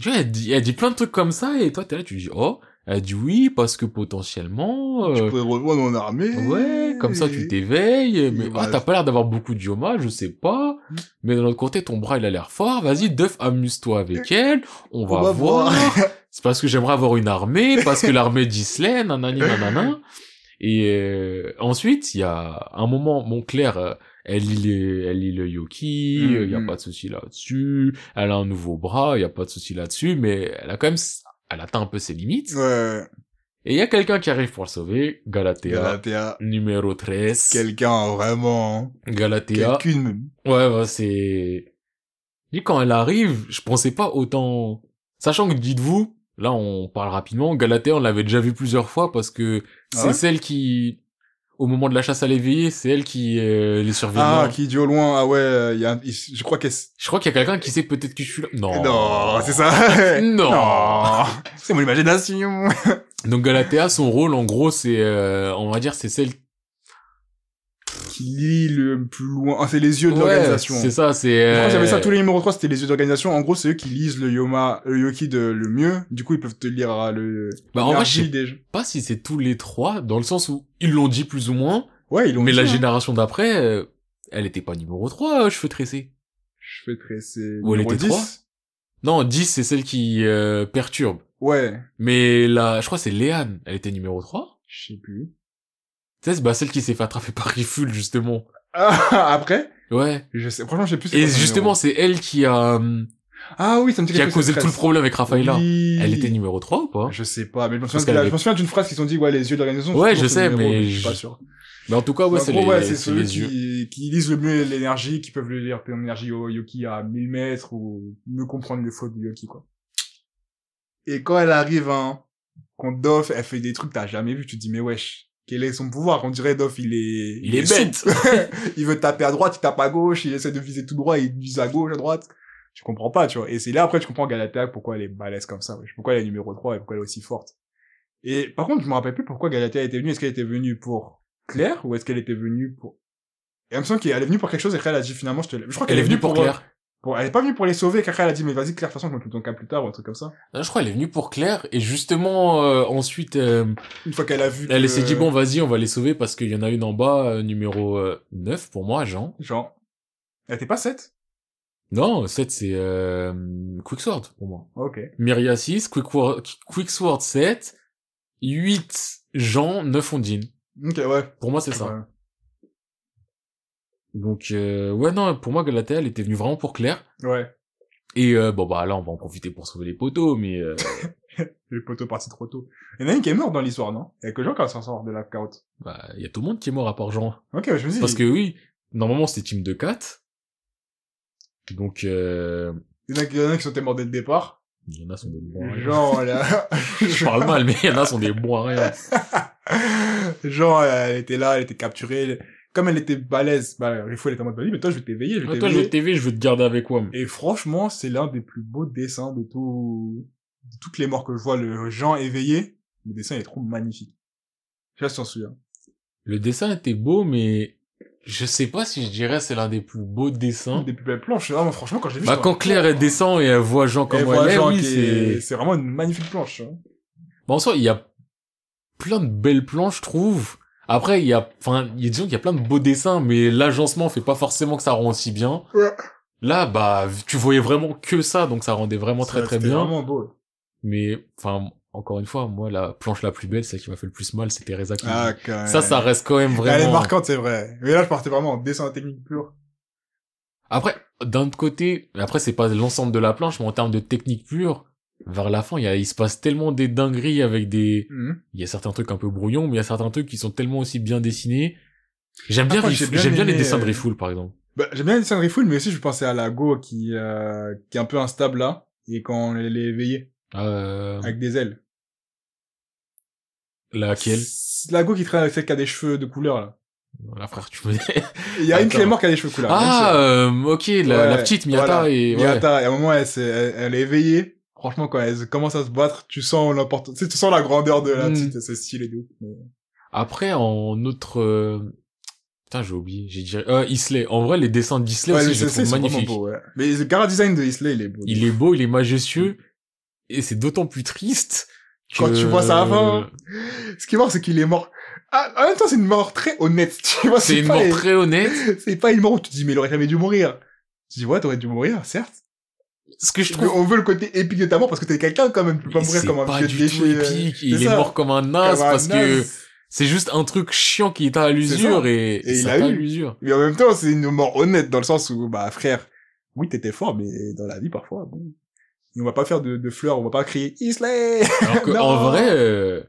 S1: Tu vois, elle dit, elle dit plein de trucs comme ça, et toi, t'es là, tu dis, oh, elle dit oui, parce que potentiellement,
S2: Tu
S1: euh,
S2: pourrais rejoindre mon armée.
S1: Ouais, comme ça tu t'éveilles, mais ah,
S2: ouais.
S1: t'as pas l'air d'avoir beaucoup d'ioma, je sais pas. Mais d'un autre côté, ton bras il a l'air fort, vas-y, Duff, amuse-toi avec elle, on va,
S2: Euh, va
S1: voir.
S2: voir.
S1: [laughs] C'est parce que j'aimerais avoir une armée, parce que l'armée d'Islay, nanani,
S2: Euh.
S1: nanana. Et euh, ensuite, il y a un moment, mon Claire, euh, elle lit, les- elle lit le Yoki, il y a
S2: Mhm.
S1: pas de souci là-dessus, elle a un nouveau bras, il y a pas de souci là-dessus, mais elle a quand même, s- elle atteint un peu ses limites.
S2: Ouais.
S1: Et il y a quelqu'un qui arrive pour le sauver, Galatea.
S2: Galatea.
S1: Numéro 13.
S2: Quelqu'un, vraiment. hein.
S1: Galatea.
S2: Quelqu'une, même.
S1: Ouais, bah, c'est... Lui, quand elle arrive, je pensais pas autant... Sachant que, dites-vous, là, on parle rapidement, Galatea, on l'avait déjà vu plusieurs fois parce que
S2: Ah
S1: c'est
S2: ouais
S1: celle qui, au moment de la chasse à l'éveillé, c'est elle qui euh, les surveillants.
S2: Ah, qui dit au loin, ah ouais, euh, y a un- il- je crois qu'elle... s-
S1: Je crois qu'il y a quelqu'un qui sait peut-être que je suis là. Non.
S2: Non, c'est
S1: [laughs]
S2: ça.
S1: Non.
S2: Non. C'est mon imagination.
S1: Donc Galatea, son rôle, en gros, c'est, euh, on va dire, c'est celle
S2: Qui lit le plus loin. Ah, c'est les yeux de
S1: Ouais,
S2: l'organisation.
S1: C'est ça, c'est.
S2: Je crois
S1: euh,
S2: que j'avais ça tous les numéros 3, c'était les yeux d'organisation. En gros, c'est eux qui lisent le Yoma, le Yoki de le mieux. Du coup, ils peuvent te lire euh, le.
S1: Bah, en vrai, je
S2: l'énergie
S1: sais
S2: des gens.
S1: pas si c'est tous les trois, dans le sens où ils l'ont dit plus ou moins,
S2: Ouais, ils l'ont
S1: Mais
S2: dit,
S1: la
S2: hein.
S1: génération d'après, euh, elle était pas numéro 3, euh, cheveux tressés.
S2: Je fais tresser.
S1: Ou elle
S2: numéro
S1: était
S2: 10.
S1: trois Non, 10, c'est celle qui euh, perturbe.
S2: Ouais.
S1: Mais là, je crois que c'est Léane, elle était numéro 3.
S2: Je sais plus.
S1: Tu sais, c'est, bah, celle qui s'est fait attraper par Riful, justement.
S2: Ah, [laughs] après?
S1: Ouais.
S2: Je sais, franchement, je sais plus. c'est
S1: Et
S2: quoi son
S1: justement,
S2: numéro.
S1: c'est elle qui a, euh,
S2: Ah oui, ça me dit
S1: qui a
S2: quelque chose,
S1: causé
S2: cette
S1: tout le
S2: phrase.
S1: problème avec Raphaël.
S2: Oui.
S1: Elle était numéro 3 ou pas
S2: Je sais pas, mais je me
S1: Parce
S2: souviens, de
S1: qu'elle
S2: la-
S1: avait-
S2: je me souviens d'une phrase qu'ils ont dit, ouais, les yeux de l'organisation.
S1: Ouais,
S2: je
S1: je
S2: pense que
S1: sais,
S2: le numéro,
S1: mais
S2: je suis
S1: je-
S2: pas sûr.
S1: Mais en tout cas, ouais,
S2: En
S1: c'est,
S2: Bah, gros,
S1: les,
S2: ouais, c'est
S1: c'est
S2: ceux
S1: les yeux.
S2: qui, qui lisent le mieux l'énergie, qui peuvent le lire ton énergie au Yoki à 1000 mètres ou mieux comprendre les fautes du Yoki, quoi. Et quand elle arrive, hein, quand Doff, elle fait des trucs que t'as jamais vu, tu te dis, mais wesh, quel est son pouvoir? On dirait Doff, il est...
S1: Il est bête.
S2: souple. il veut taper à droite, il tape à gauche, il essaie de viser tout droit, il vise à gauche, à droite. Tu comprends pas, tu vois. Et c'est là, après, tu comprends Galatea, pourquoi elle est balèze comme ça, wesh. Pourquoi elle est numéro 3 et pourquoi elle est aussi forte. Et par contre, je me rappelle plus pourquoi Galatea était venue. Est-ce qu'elle était venue pour Claire ou est-ce qu'elle était venue pour... Et il me semble qu'elle est venue pour quelque chose et qu'elle a dit finalement, je te... la- Je crois
S1: Elle est venue pour Claire.
S2: pour- Elle est pas venue pour les sauver et qu'après elle a dit, mais vas-y Claire, de toute façon, je m'occupe de ton cas plus tard ou un truc comme ça.
S1: Non, Hein, Je crois qu'elle est venue pour Claire, et justement, euh, ensuite, euh,
S2: Une fois qu'elle a vu
S1: elle
S2: que-
S1: s'est dit, bon, vas-y, on va les sauver parce qu'il y en a une en bas, euh, numéro 9 pour moi, Jean.
S2: Genre... Elle était pas 7
S1: Non, 7 c'est euh, Quicksword pour moi.
S2: Ok.
S1: Myria 6, Quickwor- Quicksword 7, 8 Jean, 9 Ondine.
S2: Ok, ouais.
S1: Pour moi c'est ça.
S2: Ouais.
S1: Donc euh, ouais non, pour moi Galatea elle était venue vraiment pour Claire.
S2: Ouais.
S1: Et euh, bon bah là on va en profiter pour sauver les poteaux, mais euh,
S2: Le poteau parti trop tôt. Il y en a une qui est morte dans l'histoire, non Il y a que Jean qui s'en sort de la carotte.
S1: bah il y a tout le monde qui est mort à part Jean.
S2: Ok, ouais, je me dis.
S1: Parce que oui, normalement c'était team de 4. Donc euh,
S2: Il y en a, il y en a qui sont morts dès le départ.
S1: il y en a sont des bons à rien.
S2: Jean, [laughs] là.
S1: Je parle mal, mais il y en a sont des bons à rien.
S2: Genre, euh, elle était là, elle était capturée. elle- Comme elle était balèze, bah, les fois, elle était en mode, vas-y, mais toi, je vais t'éveiller, je vais
S1: Ouais, toi je veux TV,
S2: t'éveiller.
S1: je veux te garder avec moi.
S2: Et franchement, c'est l'un des plus beaux dessins de tout, de toutes les morts que je vois, le Jean éveillé. Le dessin, il est trop magnifique. Je sais pas si t'en souviens.
S1: Le dessin était beau, mais je sais pas si je dirais c'est l'un des plus beaux dessins.
S2: Des plus belles planches. Ah, moi, franchement, quand j'ai vu
S1: Hein Bah, quand Claire, elle descend et elle voit Jean comme
S2: elle
S1: elle est,
S2: voit Jean
S1: oui,
S2: qui est-
S1: c'est...
S2: c'est vraiment une magnifique planche. hein.
S1: Bon, en soi, il y a plein de belles planches, je trouve. Après, il y a, enfin, il y a- disons qu'il y a plein de beaux dessins, mais l'agencement fait pas forcément que ça rend aussi bien.
S2: Ouais.
S1: Là, bah, tu voyais vraiment que ça, donc ça rendait vraiment très
S2: Ça,
S1: très
S2: c'était
S1: bien.
S2: vraiment beau.
S1: Mais, enfin, encore une fois, moi, la planche la plus belle, celle qui m'a fait le plus mal, c'était Teresa qui-
S2: Ah,
S1: Ça, ça reste quand même
S2: Elle est
S1: vraiment.
S2: marquante, c'est vrai. Mais là, je partais vraiment en dessin technique pur.
S1: Après, d'un autre côté, après, c'est pas l'ensemble de la planche, mais en termes de technique pure, vers la fin, il, y a, il se passe tellement des dingueries avec des,
S2: Mhm.
S1: il y a certains trucs un peu brouillons, mais il y a certains trucs qui sont tellement aussi bien dessinés. J'aime
S2: Ah,
S1: bien,
S2: moi,
S1: Rif-
S2: j'ai bien
S1: j'aime bien les
S2: aimé,
S1: dessins de
S2: euh,
S1: Rifoul, par exemple.
S2: Bah, j'aime bien les dessins de Rifoul, mais aussi je pensais à la Go qui, euh, qui est un peu instable là, et quand elle est éveillée,
S1: Euh,
S2: avec des ailes.
S1: laquelle?
S2: C'est La Go qui traîne avec celle qui a des cheveux de couleur là.
S1: Voilà, frère, tu me dis.
S2: Et Il y a une
S1: Attends.
S2: Clémore qui a des cheveux de couleur.
S1: Ah,
S2: même si-
S1: euh, ok, la, la
S2: Ouais,
S1: petite Miata
S2: voilà.
S1: et, ouais.
S2: Miata, et à un moment elle, s'est- elle, elle est éveillée. Franchement, quand elle commence à se battre, tu sens l'importance, tu sais, tu sens la grandeur de la
S1: Mm.
S2: petite, c'est stylé de ouf. mais-
S1: Après, en autre, euh, putain, j'ai oublié, j'ai dit, euh, Isley. En vrai, les dessins d'Isley
S2: Ouais,
S1: aussi,
S2: les
S1: je les
S2: essais
S1: trouve
S2: sont vraiment
S1: magnifiques.
S2: beaux, ouais. Mais le cara design de Isley, il est beau.
S1: Il est beau, il est majestueux, et c'est d'autant plus triste que...
S2: Quand tu vois ça avant, Ce qui est mort, c'est qu'il est mort. Ah, en même temps, c'est une mort très honnête. Tu vois, [laughs]
S1: C'est une
S2: pas
S1: mort
S2: les-
S1: très honnête.
S2: C'est pas une mort où tu te dis, mais il aurait jamais dû mourir. Tu dis, ouais, t'aurais dû mourir, certes.
S1: Ce que je
S2: Mais
S1: trouve,
S2: on veut le côté épique de ta mort parce que t'es quelqu'un quand même. Tu peux pas mourir
S1: c'est
S2: comme un
S1: pas
S2: vieux
S1: du
S2: déchet,
S1: tout
S2: euh,
S1: épique. Il
S2: c'est
S1: est
S2: ça.
S1: mort comme un
S2: comme
S1: naze
S2: un
S1: parce que
S2: naze.
S1: c'est juste un truc chiant qui est à
S2: C'est
S1: l'usure
S2: ça.
S1: et,
S2: Et il
S1: ça
S2: a
S1: t'a à
S2: eu.
S1: l'usure.
S2: Mais en même temps, c'est une mort honnête dans le sens où, bah, frère, oui, t'étais fort, mais dans la vie, parfois, bon. Et On va pas faire de, de fleurs, on va pas crier Isley! [laughs]
S1: Alors que, en
S2: Non.
S1: vrai, euh,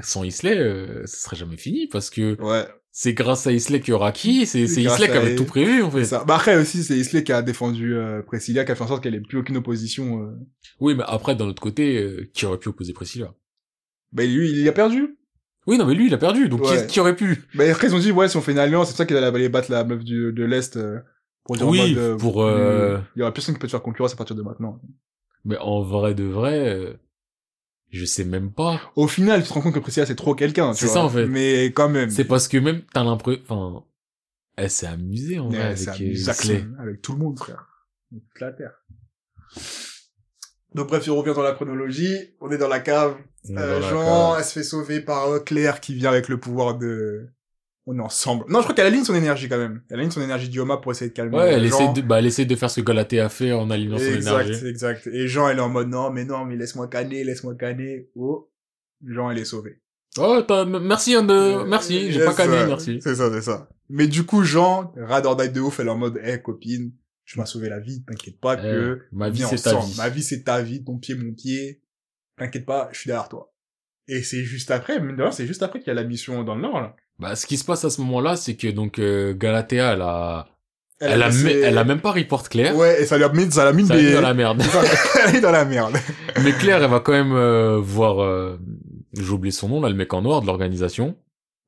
S1: sans Isley, euh, ce serait jamais fini parce que
S2: Ouais,
S1: c'est grâce à Isley qu'il y aura qui, c'est
S2: C'est
S1: c'est
S2: grâce
S1: Isley qui
S2: à
S1: avait
S2: elle.
S1: tout prévu, en fait.
S2: c'est ça. Bah après aussi, c'est Isley qui a défendu euh, Priscilla, qui a fait en sorte qu'elle ait plus aucune opposition. euh.
S1: Oui, mais après, d'un autre côté, euh, qui aurait pu opposer Priscilla?
S2: Bah lui, il a perdu.
S1: Oui, non, mais lui, il a perdu, donc qui-
S2: Ouais.
S1: qui aurait pu?
S2: Bah après, ils ont dit, ouais, si on fait une alliance, c'est pour ça qu'il allait aller battre la meuf du, de l'Est. euh, pour dire en
S1: Oui,
S2: mode, euh,
S1: pour, euh,
S2: Il y aura personne qui peut te faire concurrence à partir de maintenant.
S1: Mais en vrai de vrai, euh, je sais même pas.
S2: [laughs] Au final, tu te rends compte que Priscilla, c'est trop quelqu'un. tu
S1: C'est ça,
S2: vois.
S1: en fait.
S2: Mais quand même.
S1: C'est parce que même t'as l'impression, enfin, elle s'est amusée en
S2: Ouais,
S1: vrai
S2: c'est
S1: avec euh,
S2: amusant,
S1: Huxley.
S2: avec tout le monde, frère. Avec toute la terre. Donc bref, si on revient dans la chronologie, on est dans la cave.
S1: On est dans
S2: Euh,
S1: la
S2: Jean,
S1: cave.
S2: elle se fait sauver par euh, Claire qui vient avec le pouvoir de... On est ensemble. Non, je crois qu'elle aligne son énergie quand même. Elle aligne son énergie d'Ioma pour essayer de calmer euh,
S1: Ouais, elle
S2: Jean.
S1: essaie de, bah, elle essaie de faire ce que Galaté a fait en alignant son
S2: Exact,
S1: énergie.
S2: exact. Et Jean, elle est en mode, non, mais non, mais laisse-moi canner, laisse-moi canner. Oh, Jean, elle est sauvée.
S1: Oh, t'as- m- merci, hein, de, merci, j'ai
S2: Euh, Yes,
S1: pas calmé,
S2: ouais.
S1: merci.
S2: C'est ça, c'est ça. Mais du coup, Jean, radordaille de ouf, elle est en mode, hé, copine, tu m'as sauvé la vie, t'inquiète pas
S1: Euh,
S2: que...
S1: ma
S2: on
S1: vie,
S2: est
S1: c'est ta
S2: ensemble.
S1: vie.
S2: Ma vie, c'est ta vie, ton pied, mon pied. T'inquiète pas, je suis derrière toi. Et c'est juste après, mine de rien, c'est juste après qu'il y a la mission dans le Nord, là.
S1: Bah, ce qui se passe à ce moment-là, c'est que donc, euh, Galatea, elle a, elle, a,
S2: laissé-
S1: me- elle a même pas report Claire.
S2: Ouais, et ça lui a mis, ça l'a mis
S1: Ça a
S2: des-
S1: mis dans la merde.
S2: [laughs]
S1: [laughs]
S2: Elle est dans la merde.
S1: Mais Claire, elle va quand même euh, voir, euh, j'ai oublié son nom, là, le mec en noir de l'organisation.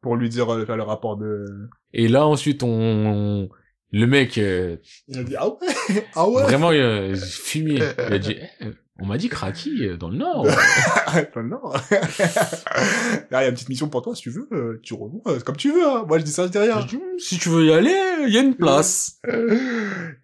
S2: Pour lui dire, euh, faire le rapport de...
S1: Et là, ensuite, on... Le mec, euh,
S2: Il a dit, ah ouais, [laughs] ah ouais.
S1: vraiment euh, fumé, il
S2: [laughs]
S1: a dit, Eh, on m'a dit Kraki euh, dans le Nord.
S2: Arrête maintenant. [laughs] Là, il y a une petite mission pour toi, si tu veux, euh, tu reviens, euh, c'est comme tu veux, hein. Moi, je dis ça, je dis
S1: [laughs]
S2: rien.
S1: Je dis, Hum, si tu veux y aller, il y a une place.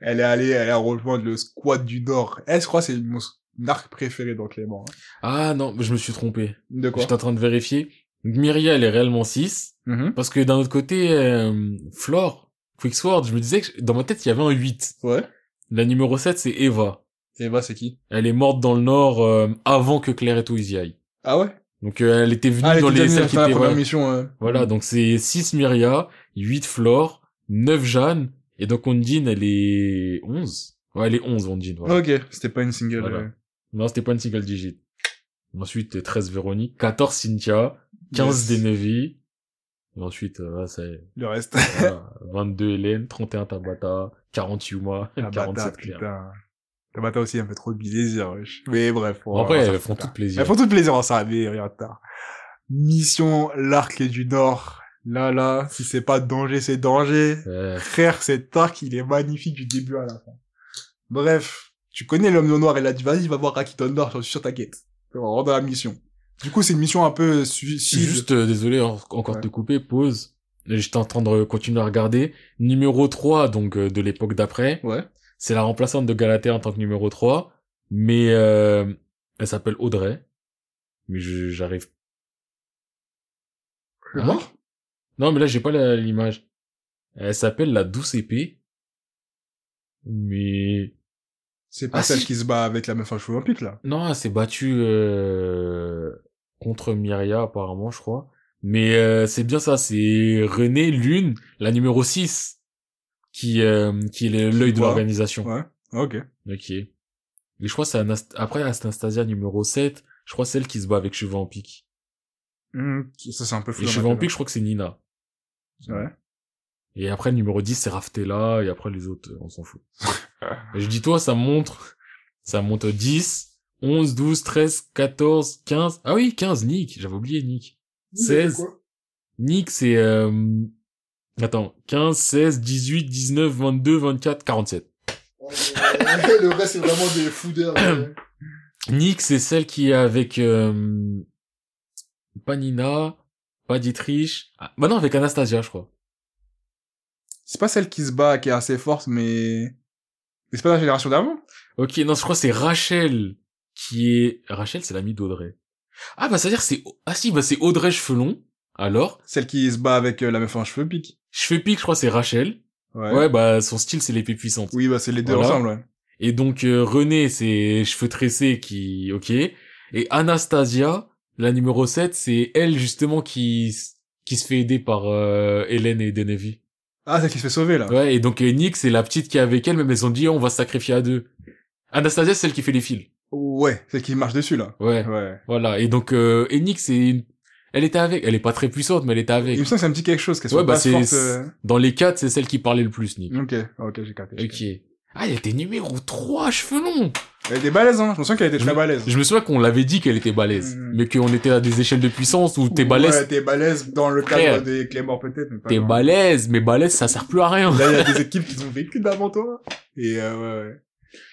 S2: Elle est allée, elle a rejoint le squad du Nord. Elle, je crois, c'est mon s- mon arc préféré dans Clément. hein.
S1: Ah non, je me suis trompé.
S2: De quoi?
S1: J'étais en train de vérifier. Myria, elle est réellement 6.
S2: Mhm.
S1: Parce que d'un autre côté, euh, Flore, Quicksword, je me disais que dans ma tête, il y avait un 8.
S2: Ouais.
S1: La numéro 7, c'est Eva.
S2: Et bah, c'est qui?
S1: Elle est morte dans le Nord euh, avant que Claire et Toys y aillent.
S2: Ah ouais? Ah,
S1: Donc euh, elle était venue
S2: elle
S1: dans
S2: était
S1: les
S2: déjà
S1: celles
S2: venue
S1: qui
S2: dans la
S1: étaient...
S2: première
S1: ouais.
S2: mission, euh.
S1: Voilà, donc c'est 6 Myria, 8 Flore, 9 Jeanne, et donc Ondine, elle est 11. Ouais, elle est 11, Ondine. Voilà.
S2: Ok, c'était pas une single.
S1: Voilà.
S2: euh.
S1: Non, c'était pas une single digit. Ensuite, 13 Véronique, 14 Cynthia, 15
S2: Yes.
S1: Denevi, et ensuite, euh, ça y est,
S2: Le reste.
S1: [laughs] voilà, 22 Hélène, 31 Tabata, 40 Yuma,
S2: La
S1: 47
S2: bata,
S1: Claire.
S2: Ah, putain. La bata aussi, elle me fait trop de plaisir, wesh. Mais bref. on
S1: Bon, après,
S2: va voir
S1: elles
S2: Oh, ça
S1: font
S2: plus tard.
S1: tout plaisir.
S2: Elles font tout plaisir en ça, mais regarde tard. Mission, l'arc du Nord. Là, là, si c'est pas danger, c'est danger.
S1: Ouais.
S2: Frère, cet arc, il est magnifique du début à la fin. Bref, tu connais l'homme noir, il a dit, vas-y, va voir Rakiton Nord, je suis sûr, t'inquiète. On rentre dans la mission. Du coup, c'est une mission un peu suicide.
S1: Juste, euh, désolé en- encore de
S2: Ouais.
S1: te couper, pause. J'étais en train de continuer à regarder. Numéro 3, donc euh, de l'époque d'après.
S2: Ouais.
S1: C'est la remplaçante de Galatea en tant que numéro 3. Mais euh, elle s'appelle Audrey. Mais je- j'arrive.
S2: Le
S1: Hein
S2: mort
S1: Non, mais là, j'ai pas la- l'image. Elle s'appelle la douce épée. Mais...
S2: C'est pas
S1: Ah,
S2: celle
S1: si.
S2: qui se bat avec la meuf à cheveux olympiques, là.
S1: Non, elle s'est battue euh, contre Myria, apparemment, je crois. Mais euh, c'est bien ça, c'est René Lune, la numéro 6, qui, euh, qui est le- l'œil de
S2: voit.
S1: l'organisation.
S2: Ouais. Ah, Ok.
S1: Ok. Et je crois que c'est Anast- après Anastasia numéro 7, je crois celle qui se bat avec Cheveux en pique.
S2: Hmm, ça, c'est un peu fou.
S1: Et
S2: dans ma
S1: Cheveux en
S2: tête,
S1: pique, je crois que c'est Nina.
S2: Ouais.
S1: Et après, le numéro 10, c'est Raftella, et après les autres, euh, on s'en [laughs] fout. et je dis, toi, ça montre, ça monte 10, 11, 12, 13, 14, 15. Ah oui, 15, Nick. J'avais oublié Nick. 16. Nick, c'est, euh, attends, 15, 16, 18, 19, 22, 24, 47.
S2: Euh, [laughs]
S3: le reste, c'est vraiment des foudeurs.
S2: [coughs]
S3: euh.
S1: Nick, c'est celle qui est avec, euh, pas Nina, pas Dietrich. Ah, bah non, avec Anastasia, je crois.
S2: C'est pas celle qui se bat, qui est assez forte, mais... Mais c'est pas la génération d'avant
S1: Ok, non, je crois que c'est Rachel qui est... Rachel, c'est l'amie d'Audrey. Ah, bah, c'est-à-dire que c'est... Ah si, bah, c'est Audrey Chevelon. Alors,
S2: Celle qui se bat avec euh, la meuf en cheveux pique.
S1: Cheveux Pique, je crois que c'est Rachel. Ouais. bah, son style, c'est l'épée puissante.
S2: Oui, bah c'est les deux
S1: Voilà.
S2: ensemble, ouais.
S1: Et donc, euh, René, c'est Cheveux Tressés qui... Ok. Et Anastasia, la numéro 7, c'est elle, justement, qui... s- qui se fait aider par euh, Hélène et Denevi.
S2: Ah, celle qui se fait sauver, là.
S1: Ouais, et donc, euh, Nick, c'est la petite qui est avec elle, mais elles ont dit, on va se sacrifier à deux. Anastasia, c'est celle qui fait les fils.
S2: Ouais, celle qui marche dessus, là.
S1: Ouais.
S2: Ouais.
S1: Voilà. Et donc, euh, Enix, c'est une- elle était avec. Elle est pas très puissante, mais elle était avec.
S2: Il me semble que ça me dit quelque chose, qu'elle
S1: Ouais,
S2: soit
S1: bah,
S2: pas
S1: c'est-
S2: forte... euh,
S1: Dans les quatre, c'est celle qui parlait le plus, Nick.
S2: Ok, ok, j'ai capté.
S1: Ok. Ah, elle était numéro 3, cheveux longs.
S2: Elle était balèze, hein. Je me souviens qu'elle était très balèze.
S1: Je me souviens qu'on l'avait dit qu'elle était balèze,
S2: Mm.
S1: mais qu'on était à des échelles de puissance où t'es
S2: Ouais,
S1: balèze,
S2: t'es balèze dans le cadre
S1: Frère.
S2: des Claymore, peut-être, mais pas Mm.
S1: t'es
S2: dans-
S1: balèze, mais balèze, ça sert plus à rien.
S2: Là, il y a des équipes qui ont vécu d'avant toi. Et euh, ouais, ouais.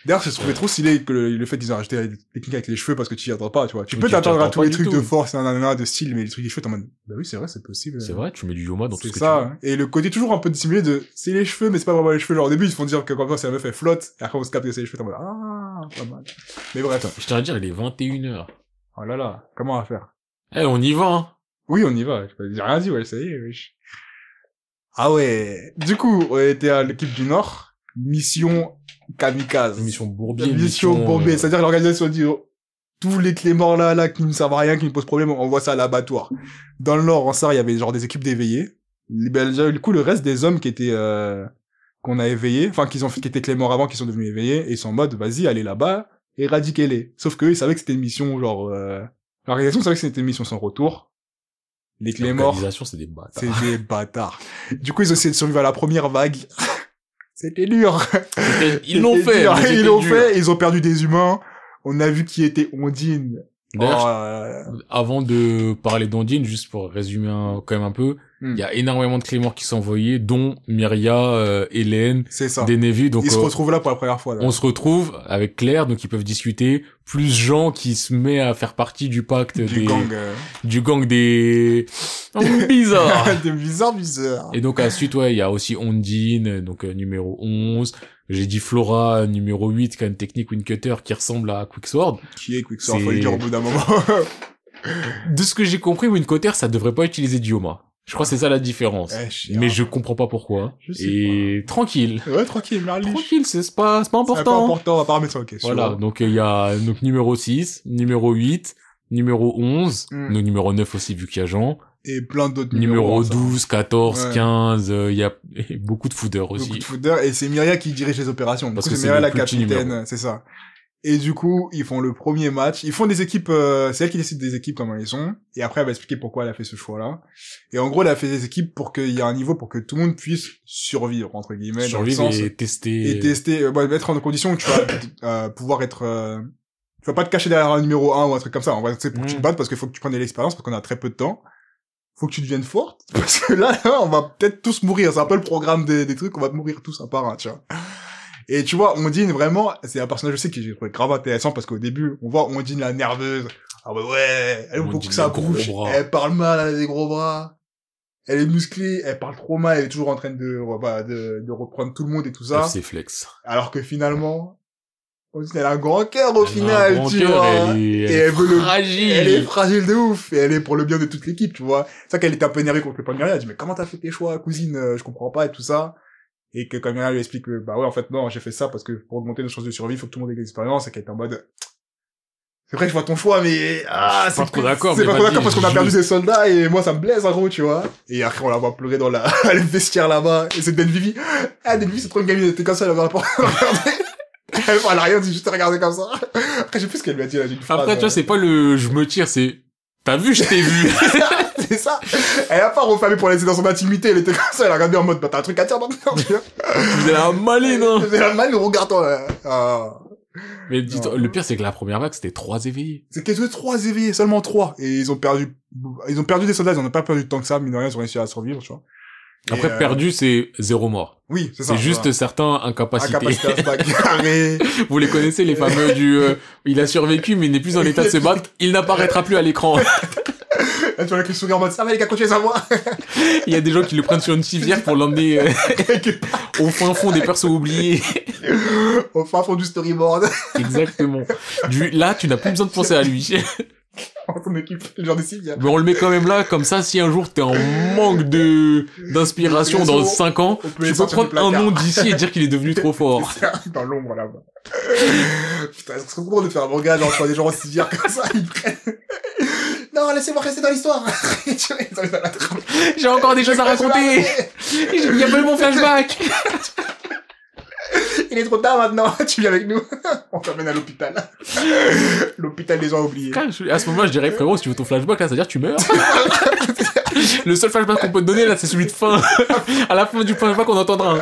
S2: D'ailleurs, je trouvais trop stylé que le, le fait qu'ils ont rajouté la technique avec les cheveux parce que tu y attends pas, tu vois. Tu
S1: Oui,
S2: peux
S1: tu
S2: t'attendre
S1: t'attends
S2: à tous
S1: pas
S2: les
S1: du
S2: trucs
S1: tout.
S2: de force, nanana, de style, mais les trucs des cheveux, t'es en mode, bah oui, c'est vrai, c'est possible.
S1: C'est vrai, tu mets du Yoma Ah, dans tout
S2: C'est
S1: ce que
S2: ça. hein. Et le côté toujours un peu dissimulé de, c'est les cheveux, mais c'est pas vraiment les cheveux. Genre, au début, ils te font dire que quand même, c'est la meuf, elle flotte, et après, on se capte que c'est les cheveux, t'es en mode, ah, pas mal. Mais bref.
S1: tu. Je tiens à dire, il est 21h.
S2: Oh là là. Comment on va faire?
S1: Eh, on y va, hein.
S2: Oui, on y va. J'ai rien dit, ouais, ça y est, wesh. Ah ouais. Du coup, on était à l'équipe du Nord. Mission kamikaze.
S1: Mission Bourbier.
S2: mission bombée.
S1: euh,
S2: C'est-à-dire, l'organisation dit, oh, tous les clés morts là, là, qui ne servent à rien, qui nous posent problème, on voit ça à l'abattoir. Dans le Nord, en ça, il y avait genre des équipes d'éveillés. Les- ben, déjà, Du coup, le reste des hommes qui étaient, euh, qu'on a éveillés, enfin, qu'ils ont fait, qui étaient clés morts avant, qui sont devenus éveillés, et ils sont en mode, vas-y, allez là-bas, éradiquez-les. Sauf qu'eux, ils savaient que c'était une mission, genre, euh, l'organisation savait que c'était une mission sans retour. Les clés morts,
S1: L'organisation, c'est des bâtards.
S2: c'est des bâtards. Du coup, ils ont essayé de survivre à la première vague. [laughs] C'était dur.
S1: C'était- Ils l'ont
S2: C'était
S1: fait.
S2: dur.
S1: mais c'était
S2: [laughs] Ils l'ont
S1: dur.
S2: fait. Ils ont perdu des humains. On a vu qui était Ondine.
S1: D'ailleurs,
S2: Oh, euh,
S1: Avant de parler d'Ondine, juste pour résumer un- quand même un peu, il
S2: Hmm.
S1: y a énormément de clés morts qui sont envoyés, dont Myria, euh, Hélène,
S2: c'est ça.
S1: Denevi. Donc
S2: ils se
S1: euh,
S2: retrouvent là pour la première fois. là.
S1: on se retrouve avec Claire, donc ils peuvent discuter. Plus Jean qui se met à faire partie du pacte
S2: Du
S1: des,
S2: gang. euh,
S1: du gang [laughs] des bizarres.
S2: [laughs] des bizarres, bizarres.
S1: Et donc ensuite, ouais, il y a aussi Ondine, donc euh, numéro 11. J'ai dit Flora, euh, numéro 8, qui a une technique Wincutter qui ressemble à Quicksword.
S2: Qui est Quicksort? Faut
S1: C'est-
S2: le dire au bout d'un moment.
S1: [laughs] De ce que j'ai compris, Wincutter, ça devrait pas utiliser Dioma. Je crois que c'est ça la différence.
S2: Eh, chien.
S1: Mais je comprends pas pourquoi.
S2: Je sais
S1: et tranquille.
S2: Ouais, tranquille, Merlich.
S1: Tranquille, c'est c'est pas, c'est pas
S2: C'est pas
S1: important.
S2: important, on va pas remettre ça en question.
S1: Voilà, donc euh, il y a donc, numéro 6, numéro 8, numéro 11,
S2: Mm.
S1: donc numéro 9 aussi vu qu'il y a Jean,
S2: Et plein d'autres
S1: numéro
S2: numéros. ça.
S1: 12, 14,
S2: hein. Ouais.
S1: 15, euh, il y a [laughs] beaucoup de foudeurs aussi.
S2: Beaucoup de football, et c'est Myria qui dirige les opérations. Du
S1: Parce
S2: coup,
S1: que c'est
S2: c'est Myria
S1: le
S2: la
S1: plus petit
S2: capitaine, euh,
S1: numéro.
S2: c'est ça. Et du coup, ils font le premier match. Ils font des équipes, euh, c'est elle qui décide des équipes comment ils sont. Et après, elle va expliquer pourquoi elle a fait ce choix-là. Et en gros, elle a fait des équipes pour qu'il y ait un niveau pour que tout le monde puisse survivre, entre guillemets,
S1: Survivre
S2: dans le sens.
S1: et tester.
S2: Et, tester, euh, ouais, mettre en condition où tu vas euh, pouvoir être, euh, tu vas pas te cacher derrière un numéro 1 ou un truc comme ça. En vrai, c'est pour que tu te
S1: Mm.
S2: battes parce qu'il faut que tu prennes de l'expérience parce qu'on a très peu de temps. Faut que tu deviennes forte [laughs] parce que là, là, on va peut-être tous mourir. C'est un peu le programme des, des trucs. On va mourir tous un par un, tu vois. Et tu vois, Ondine, vraiment, c'est un personnage aussi que j'ai trouvé grave intéressant parce qu'au début, on voit Ondine la nerveuse. Ah bah ouais,
S1: On
S2: elle veut
S1: dit
S2: beaucoup que ça
S1: les gros
S2: bouge.
S1: bras.
S2: Elle parle mal, elle a des gros bras. Elle est musclée, elle parle trop mal, elle est toujours en train de, bah, de, de reprendre tout le monde et tout ça.
S1: C'est flex.
S2: Alors que finalement, on dit, elle a un grand cœur au
S1: Elle a un
S2: final,
S1: grand
S2: tu
S1: cœur,
S2: vois.
S1: elle est-
S2: et
S1: elle est
S2: elle veut le,
S1: Fragile.
S2: elle est fragile de ouf. Et elle est pour le bien de toute l'équipe, tu vois. C'est ça qu'elle était un peu énervée contre le Palmieri. Elle a dit, mais comment t'as fait tes choix, cousine? euh, Je comprends pas et tout ça. Et que Palmieri lui explique que, bah ouais, en fait, non, j'ai fait ça parce que pour augmenter nos chances de survie, faut que tout le monde ait de l'expérience et qu'elle est en mode, c'est vrai, je vois ton choix, mais, ah,
S1: Je suis
S2: c'est
S1: pas trop d'accord,
S2: C'est
S1: mais
S2: pas trop
S1: vas-y,
S2: d'accord parce qu'on a perdu
S1: juste-
S2: des soldats et moi, ça me blesse, en gros, tu vois. Et après, on la voit pleurer dans la, [laughs] le vestiaire là-bas. Et c'est Denvivi. Ah, Denvivi, c'est trop une gamine. Elle était comme ça, elle avait la porte. [laughs] Elle elle a rien dit, juste regardé comme ça. Après, je sais plus ce qu'elle lui a dit, là, j'ai une phrase,
S1: Après, tu
S2: euh,
S1: vois, c'est pas le je me tire, c'est t'as vu, je t'ai
S2: [laughs]
S1: vu.
S2: C'est ça. Elle a pas refermé pour laisser dans son intimité. Elle était comme ça. Elle a regardé en mode, bah, t'as un truc à dire maintenant, tu vois.
S1: Vous êtes un malin,
S2: [laughs]
S1: hein.
S2: C'est la man, nous regardons, là. Ah.
S1: Mais dis le pire, c'est que la première vague, c'était trois éveillés.
S2: C'est que trois éveillés, seulement trois. Et ils ont perdu, ils ont perdu des soldats. Ils en ont pas perdu tant que ça. Mine de rien, ils ont réussi à survivre, tu vois. Et,
S1: Après,
S2: euh,
S1: perdu, c'est zéro mort.
S2: Oui, c'est ça.
S1: C'est juste certains incapacités.
S2: Incapacité à se battre. Carré.
S1: [laughs] Vous les connaissez, les fameux du, euh, il a survécu, mais il n'est plus en état
S2: [laughs]
S1: de se battre. Il n'apparaîtra plus à l'écran. [laughs]
S2: Là, tu vois, avec le sourire en mode, ça va, les gars, continuez à voir. [laughs]
S1: Il y a des gens qui le prennent sur une civière pour l'emmener euh, [laughs] au fin fond des persos oubliés. [laughs]
S2: Au fin fond du storyboard. [laughs]
S1: Exactement. Du, là, tu n'as plus besoin de penser à lui. [laughs]
S2: Ton équipe, le genre de signe.
S1: Mais on le met quand même là, comme ça, si un jour t'es en manque de d'inspiration dans
S2: D'inspiration,
S1: 5 ans,
S2: on peut les
S1: tu peux
S2: sortir du
S1: prendre un
S2: placard.
S1: nom d'ici et dire qu'il est devenu trop
S2: [laughs]
S1: fort.
S2: dans l'ombre là-bas. Putain, ce serait trop drôle de faire un manga genre sur des gens en civière comme ça, ils prennent. [laughs] Non, laissez-moi rester dans l'histoire. [laughs] Ils arrivent à l'attraper.
S1: J'ai encore des choses à raconter [laughs] Il y a pas eu mon flashback
S2: Il est trop tard maintenant. [laughs] Tu viens avec nous. On t'emmène à l'hôpital. [laughs] L'hôpital des gens
S1: [laughs]
S2: oubliés.
S1: Putain, je- [laughs] À ce moment-là, je dirais, frérot, si tu veux ton flashback, là, c'est-à-dire tu meurs. [laughs] Le seul flashback qu'on peut te donner, là, c'est celui de fin. [laughs] À la fin du flashback, on entendra un...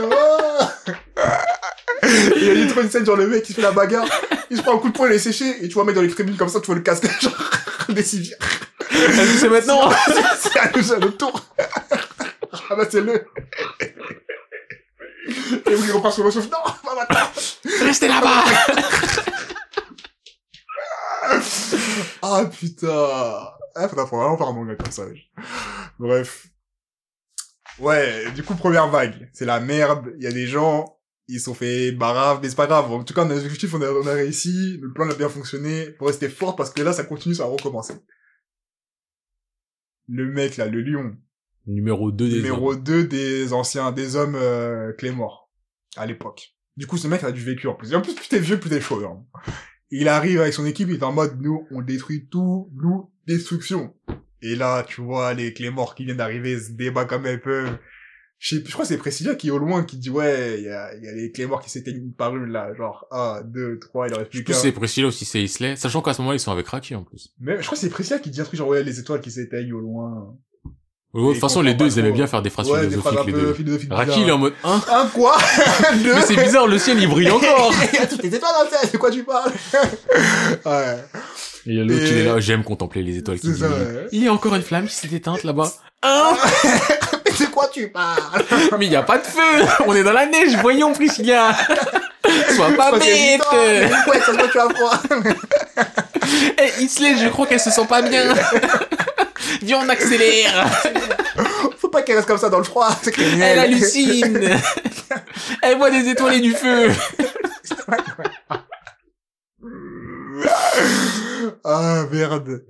S2: Non. [laughs] Il y a eu trop une scène genre le mec qui se fait la bagarre, il se prend un coup de poing, il est séché et tu vois mec dans les tribunes comme ça, tu vois le casque [laughs] genre des civières.
S1: Ah, C'est maintenant
S2: C'est à nous à notre tour. Ramassez-le. Et vous, il repart sur le souffle. Non, pas maintenant.
S1: [laughs] Restez là-bas
S2: Ah, putain. Ah, faudra faudra vraiment faire un manga comme ça. wesh. Bref. Ouais, du coup, première vague. C'est la merde. Il y a des gens, ils se sont fait barrave, mais c'est pas grave. En tout cas, on a des objectifs, on a, on a réussi. Le plan a bien fonctionné. Faut rester fort parce que là, ça continue, ça va recommencer. Le mec, là, le lion.
S1: Numéro 2 des hommes.
S2: numéro 2 des anciens, des hommes euh, Clémor, à l'époque. Du coup, ce mec a du vécu en plus. Et en plus, plus t'es vieux, plus t'es chaud. hein. Il arrive avec son équipe, il est en mode, nous, on détruit tout, nous, destruction. Et là, tu vois, les Clémor qui viennent d'arriver se débattent comme elles peuvent. Je, sais plus, je crois que c'est Priscilla qui est au loin, qui dit, ouais, il y a, il y a les Clémor qui s'éteignent une par une, là, genre, 1, 2, 3, il en reste
S1: Je sais plus
S2: plus qu'un.
S1: si c'est Priscilla ou si c'est Isley, sachant qu'à ce moment-là, ils sont avec Raki, en plus.
S2: Mais je crois que c'est Priscilla qui dit un truc genre, ouais, les étoiles qui s'éteignent au loin.
S1: De toute
S2: Et
S1: façon,
S2: comprends
S1: les deux,
S2: pas
S1: ils aimaient
S2: trop.
S1: bien faire des phrases
S2: Ouais, des phrases
S1: philosophiques, Ah,
S2: un
S1: les
S2: peu
S1: deux.
S2: philosophiques.
S1: Raki, il est
S2: bizarres.
S1: en mode,
S2: [laughs]
S1: hein?
S2: Un quoi? Deux
S1: Mais c'est bizarre, le ciel, il
S2: [laughs]
S1: brille encore!
S2: Il y a toutes les étoiles dans le ciel, de quoi tu parles [laughs] Ouais,
S1: Et l'autre,
S2: Et-
S1: il est là, j'aime contempler les étoiles qui
S2: c'est ça.
S1: brillent.
S2: ouais. Ah,
S1: Il y a encore une flamme qui s'est éteinte là-bas. Hein?
S2: Mais de quoi tu parles
S1: Mais il y a pas de feu! [laughs] On est dans la neige, voyons,
S2: [laughs]
S1: Priscilla! Sois pas
S2: Parce que
S1: bête!
S2: résistant, mais Ouais, ça se [coughs] voit que tu as froid.
S1: Eh, Isley, je crois qu'elle se sent pas
S2: [laughs]
S1: bien! Viens, on accélère!
S2: Faut pas qu'elle reste comme ça dans le froid, c'est criminel.
S1: Elle hallucine! [laughs] Elle voit des étoiles et du feu!
S2: [laughs] Ah, merde.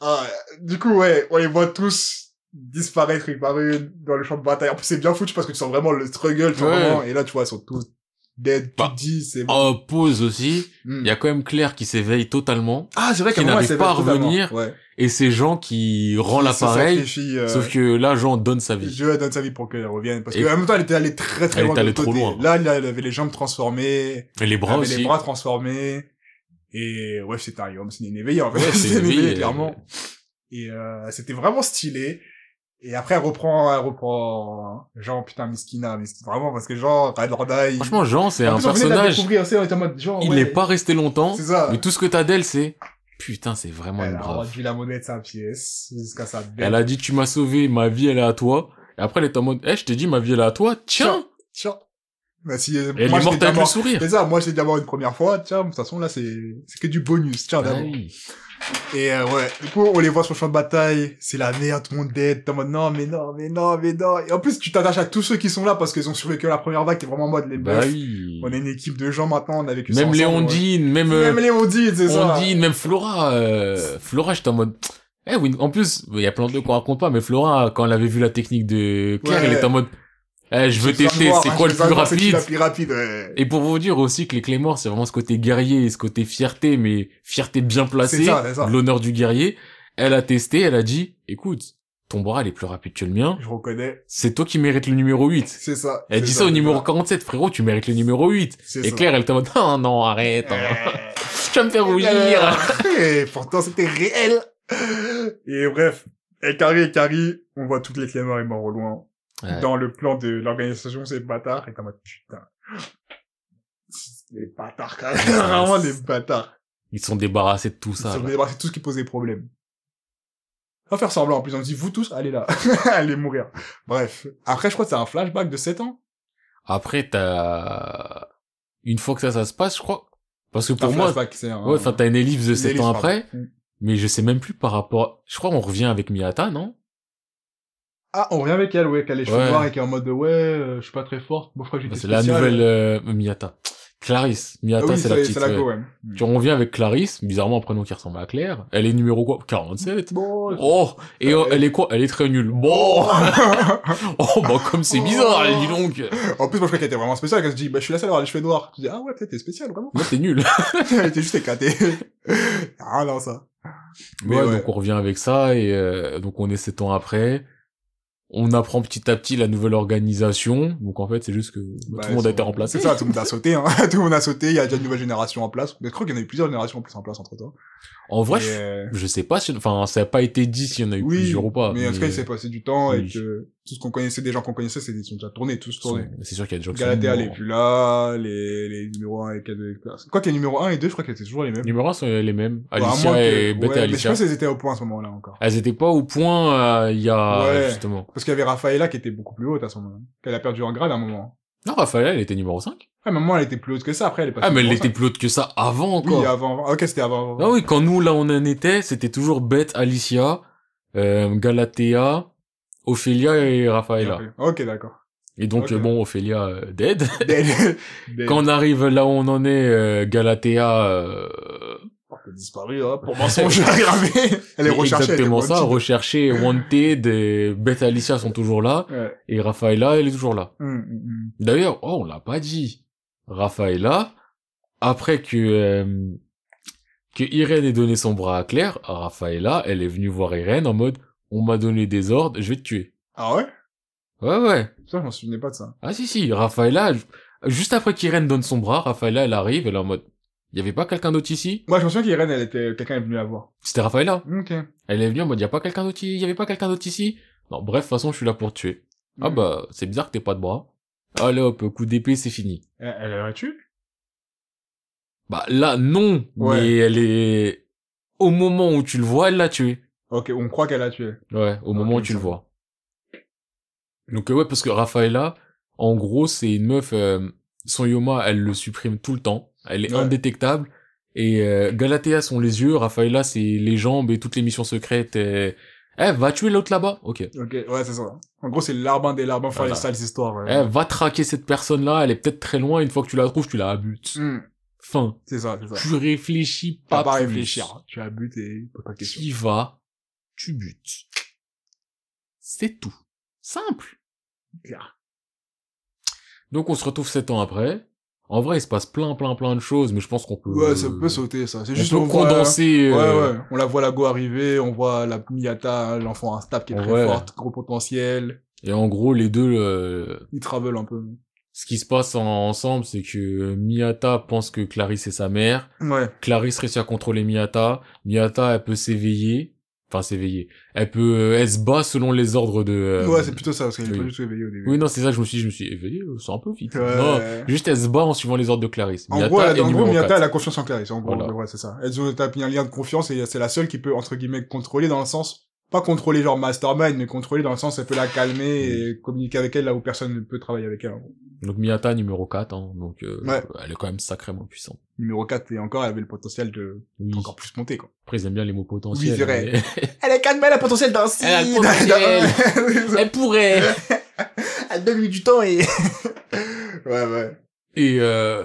S2: Ah, du coup, ouais, on les voit tous disparaître une par une dans le champ de bataille. En plus, c'est bien foutu parce que tu sens vraiment le struggle, tu vois,
S1: Ouais.
S2: vraiment. Et là, tu vois, ils sont tous dead, tout
S1: Bah.
S2: dit, c'est bon.
S1: Oh, pause aussi.
S2: Hmm.
S1: Il y a quand même Claire qui s'éveille totalement.
S2: Ah, c'est vrai
S1: qui
S2: qu'à un moment,
S1: n'arrive
S2: elle
S1: pas à
S2: s'éveille totalement.
S1: revenir.
S2: Ouais.
S1: Et c'est Jean qui rend
S2: Qui se
S1: l'appareil.
S2: sacrifie, euh,
S1: Sauf que là, Jean donne sa vie.
S2: Dieu donne sa vie pour qu'elle revienne. Parce
S1: Et-
S2: qu'en même temps, elle était allée très très
S1: Elle
S2: loin.
S1: était allée
S2: de l'autre
S1: trop
S2: côté.
S1: loin.
S2: Là, elle elle avait les jambes transformées.
S1: Et les
S2: Elle
S1: bras
S2: avait
S1: aussi.
S2: Ah, les bras transformés. Et ouais, c'était un homme, c'est une éveillée en fait.
S1: Ouais, c'est
S2: [laughs] C'était une
S1: une
S2: éveillée,
S1: éveillée,
S2: clairement. Et euh, c'était vraiment stylé. Et après, elle reprend, elle reprend Jean, putain, Miskina, mais c'est vraiment parce que Jean, Radorda, il...
S1: Franchement, Jean, c'est
S2: En
S1: un
S2: plus, on venait de la
S1: personnage.
S2: découvrir, c'est- on était en mode, Jean,
S1: Il
S2: ouais,
S1: n'est pas resté longtemps.
S2: C'est ça.
S1: Mais tout ce que t'as d'elle, c'est putain, c'est vraiment
S2: Elle
S1: une
S2: a
S1: brave.
S2: rendu la monnaie de sa pièce jusqu'à sa bête.
S1: Elle a dit tu m'as sauvé, ma vie elle est à toi. Et après elle est en mode, eh je t'ai dit ma vie elle est à toi. Tiens,
S2: Tiens. Bah, si, euh,
S1: Et elle
S2: moi,
S1: est morte
S2: je l'ai
S1: avec le
S2: d'abord-
S1: sourire.
S2: C'est ça, moi, je l'ai d'abord une première fois. Tiens, de toute façon, là, c'est, c'est que du bonus. Tiens,
S1: Ah
S2: d'abord.
S1: oui.
S2: Et euh, ouais, du coup, on les voit sur le champ de bataille, c'est la merde, tout le monde dead, t'es en mode non, mais non, mais non, mais non. Et en plus, tu t'attaches à tous ceux qui sont là parce qu'ils ont survécu à la première vague, t'es vraiment en mode les
S1: Bah
S2: meufs.
S1: oui.
S2: On est une équipe de gens maintenant, on a vécu ça
S1: Même
S2: ensemble,
S1: Léondine, même,
S2: ouais.
S1: euh,
S2: Même les Ondines, c'est ça.
S1: Ondine, même Flora. euh, Flora, j'étais en mode. Eh oui, en plus, il y a plein de trucs qu'on raconte pas, mais Flora, quand elle avait vu la technique de Claire,
S2: Ouais.
S1: elle était en mode. Eh, je veux
S2: J'ai besoin de
S1: tester,
S2: voir,
S1: c'est
S2: hein,
S1: quoi le
S2: j'ai besoin
S1: plus
S2: de voir c'est qui
S1: rapide
S2: la plus rapide, ouais.
S1: Et pour vous dire aussi que les Clémors, c'est vraiment ce côté guerrier et ce côté fierté, mais fierté bien placée,
S2: C'est ça, c'est ça.
S1: de l'honneur du guerrier. Elle a testé, elle a dit, écoute, ton bras, il est plus rapide que le mien.
S2: Je reconnais,
S1: C'est toi qui mérites le numéro 8.
S2: c'est ça.
S1: Elle
S2: c'est
S1: dit ça au
S2: c'est
S1: numéro 47, frérot, tu mérites le numéro 8.
S2: C'est
S1: Et
S2: ça.
S1: Claire, elle était en mode, non, non, arrête, hein.
S2: Euh,
S1: tu vas me faire rougir.
S2: Et pourtant, c'était réel. Et bref, et Carrie et Carrie, on voit toutes les Clémores et morts au loin.
S1: Ouais.
S2: Dans le plan de l'organisation, c'est bâtard. Et t'es en mode, putain. Les bâtards, quand même. Vraiment les bâtards.
S1: Ils sont débarrassés de tout
S2: Ça,
S1: ça.
S2: ça
S1: là.
S2: c'est tout ce qui posait problème. On va faire semblant, en plus, on dit, vous tous, allez là. [laughs] allez mourir. Bref. Après, je crois que c'est un flashback de 7 ans.
S1: Après, t'as, une fois que ça, ça se passe, je crois, parce que
S2: Un
S1: pour moi,
S2: flashback, c'est un...
S1: ouais, enfin, t'as une ellipse de
S2: hein. une
S1: 7
S2: ellipse,
S1: ans
S2: pardon. Mm.
S1: après, mais je sais même plus par rapport, je crois on revient avec Miata, non?
S2: Ah, on revient avec elle, ouais, qui a les cheveux
S1: Ouais.
S2: noirs et qui est en mode, ouais, euh, je suis pas très forte. Moi, je crois que
S1: Bah,
S2: j'étais
S1: C'est la
S2: spéciale.
S1: nouvelle euh, Miata. Clarisse.
S2: Ah
S1: Miata,
S2: oui,
S1: c'est la petite. ouais.
S2: go, ouais. Hmm.
S1: Tu reviens avec Clarisse, bizarrement un prénom qui ressemble à Claire. Elle est numéro quoi 47
S2: [laughs]
S1: Oh Et euh, elle est quoi Elle est très nulle. Bon [laughs] Oh, bah comme c'est bizarre, elle dit donc
S2: En plus, moi, je crois qu'elle était vraiment spéciale. Quand je dis, bah, je suis la seule à avoir les cheveux noirs. Tu dis, ah ouais, peut-être t'es spéciale, vraiment. [laughs]
S1: Moi, t'es nulle.
S2: Elle était juste éclatée. [laughs] ah non, ça. Mais
S1: ouais,
S2: ouais.
S1: donc on revient avec ça, et euh, donc on est sept ans après. On apprend petit à petit la nouvelle organisation. Donc en fait, c'est juste que
S2: Bah,
S1: tout le monde a
S2: ils
S1: été
S2: sont-
S1: remplacé.
S2: C'est ça, tout le monde a sauté, hein. [laughs] Tout le monde a sauté, il y a déjà une nouvelle génération en place. Mais je crois qu'il y en a eu plusieurs générations en plus en place entre temps.
S1: En vrai,
S2: Et,
S1: je-
S2: euh,
S1: je, sais pas si... Enfin, ça a pas été dit s'il y en a eu
S2: oui,
S1: plusieurs ou pas.
S2: mais en tout cas, il s'est passé du temps
S1: Oui.
S2: et que tout ce qu'on connaissait, des gens qu'on connaissait, c'est, ils sont déjà tournés, tous tournés.
S1: C'est sûr qu'il y a des gens qui sont
S2: Galatea, elle
S1: morts.
S2: est plus là, les, les numéros 1 et 4 de Quoi que les numéros 1 et 2, je crois qu'elles étaient toujours les mêmes.
S1: Numéro 1 sont les mêmes.
S2: Bah, à
S1: Alicia
S2: moins que-
S1: et Beth
S2: ouais,
S1: et
S2: Mais je
S1: Alicia.
S2: pense qu'elles étaient au point à ce moment-là encore.
S1: Elles étaient pas au point euh, il y a
S2: Ouais.
S1: justement.
S2: Parce qu'il y avait Raffaella qui était beaucoup plus haute à ce moment-là. Qu'elle a perdu en grade à un moment.
S1: Non, Raphaël, elle était numéro 5.
S2: Ouais, maman, elle était plus haute que ça, après elle est passée.
S1: ah, mais elle
S2: numéro
S1: était plus haute que ça avant
S2: cinq. Oui,
S1: encore.
S2: avant, avant. Ok, c'était avant. avant.
S1: Ah oui, quand nous là on en était, c'était toujours Beth, Alicia, euh, Galatea, Ophélia et Raphaël.
S2: Ok,
S1: [laughs]
S2: d'accord.
S1: Et donc
S2: Ok.
S1: euh, bon, Ophélia euh, dead.
S2: Dead. Dead.
S1: quand on arrive là où on en est, euh, Galatea. euh,
S2: T'as disparu, hein, [laughs] pour mensonge aggravé. Elle
S1: mais
S2: est recherchée. elle est
S1: Exactement ça,
S2: petite.
S1: recherchée, wanted. Et Beth, et Alicia sont toujours là
S2: Ouais.
S1: et Raphaël, elle est toujours là.
S2: Hum, hum, hum.
S1: D'ailleurs, oh, on l'a pas dit. Raphaëla, après que, euh, que Irène ait donné son bras à Claire, Raphaëla, elle est venue voir Irène en mode, on m'a donné des ordres, je vais te tuer.
S2: Ah ouais?
S1: Ouais, ouais.
S2: Putain, je m'en souvenais pas de ça.
S1: Ah si, si, Raphaëla, elle- juste après qu'Irène donne son bras, Raphaëla, elle arrive, elle est en mode, y avait pas quelqu'un d'autre ici?
S2: Moi, je me souviens qu'Irène, elle était, quelqu'un est venu la voir.
S1: C'était Raphaëla.
S2: Ok.
S1: Elle est venue en mode, y a pas quelqu'un d'autre, i- y avait pas quelqu'un d'autre ici? Non, bref, de toute façon, je suis là pour te tuer. Ah
S2: Mm.
S1: bah, c'est bizarre que t'aies pas de bras. Allez hop, coup d'épée, c'est fini.
S2: Elle, elle l'aurait tué?
S1: Bah là, non.
S2: Ouais.
S1: Mais elle est... Au moment où tu le vois, elle l'a tué.
S2: Ok, on croit qu'elle l'a tué.
S1: Ouais, au moment où
S2: comme
S1: tu le
S2: ça.
S1: vois. Donc euh, ouais, parce que Rafaela, en gros, c'est une meuf... euh, son Yoma, elle le supprime tout le temps. Elle est
S2: Ouais.
S1: indétectable. Et euh, Galatea sont les yeux, Rafaela, c'est les jambes et toutes les missions secrètes. euh, Eh, va tuer l'autre là-bas. Ok.
S2: Ok, ouais, c'est ça. En gros, c'est le larbin des larbins, faire
S1: Voilà.
S2: les sales histoires. ouais.
S1: Eh, va traquer cette personne-là, elle est peut-être très loin. Une fois que tu la trouves, tu la butes.
S2: Hum,
S1: Fin.
S2: C'est ça, c'est ça.
S1: Tu réfléchis
S2: T'as
S1: pas
S2: pas à
S1: plus.
S2: réfléchir. Tu as buté, et pose pas de questions.
S1: Tu vas, tu butes. C'est tout. Simple.
S2: Clair.
S1: Donc on se retrouve sept ans après. En vrai, il se passe plein, plein, plein de choses, mais je pense qu'on peut.
S2: Ouais, ça peut sauter, ça. C'est
S1: on
S2: juste
S1: peut
S2: on voit-
S1: condenser. euh,
S2: Ouais, ouais. On la voit la go arriver, on voit la Miata, hein, l'enfant instable qui est très
S1: Ouais.
S2: forte, gros potentiel.
S1: Et en gros, les deux, euh,
S2: Il travel un peu.
S1: ce qui se passe en- ensemble, c'est que Miata pense que Clarisse est sa mère.
S2: Ouais.
S1: Clarisse réussit à contrôler Miata. Miata, elle peut s'éveiller. Enfin, s'éveiller. Elle peut, euh, elle se bat selon les ordres de. euh,
S2: ouais, c'est plutôt ça, parce qu'elle est
S1: oui.
S2: pas du tout éveillée au début.
S1: Oui, non, c'est ça que je me suis dit, je me suis éveillé, euh, c'est un peu vite.
S2: Ouais.
S1: Non, juste elle se bat en suivant les ordres de Clarisse.
S2: En
S1: Miata
S2: gros, elle
S1: est
S2: a, en gros,
S1: numéro
S2: Miata,
S1: quatre.
S2: elle a confiance en Clarisse. En gros,
S1: Voilà.
S2: ouais, c'est ça. Elles ont établi un lien de confiance et c'est la seule qui peut, entre guillemets, contrôler dans le sens, pas contrôler genre mastermind, mais contrôler dans le sens, elle peut la calmer et communiquer avec elle là où personne ne peut travailler avec elle. en gros.
S1: Donc Miyata numéro 4, hein, donc euh,
S2: Ouais.
S1: elle est quand même sacrément puissante.
S2: Numéro 4, et encore, elle avait le potentiel de
S1: Oui.
S2: encore plus monter, quoi.
S1: Après, ils aiment bien les mots
S2: Oui,
S1: potentiels.
S2: c'est vrai.
S1: mais- [laughs]
S2: Elle a calme, elle a le potentiel d'un si.
S1: Elle a le
S2: [laughs]
S1: potentiel. elle pourrait
S2: Elle donne-lui du temps et... [laughs] ouais, ouais.
S1: Et euh,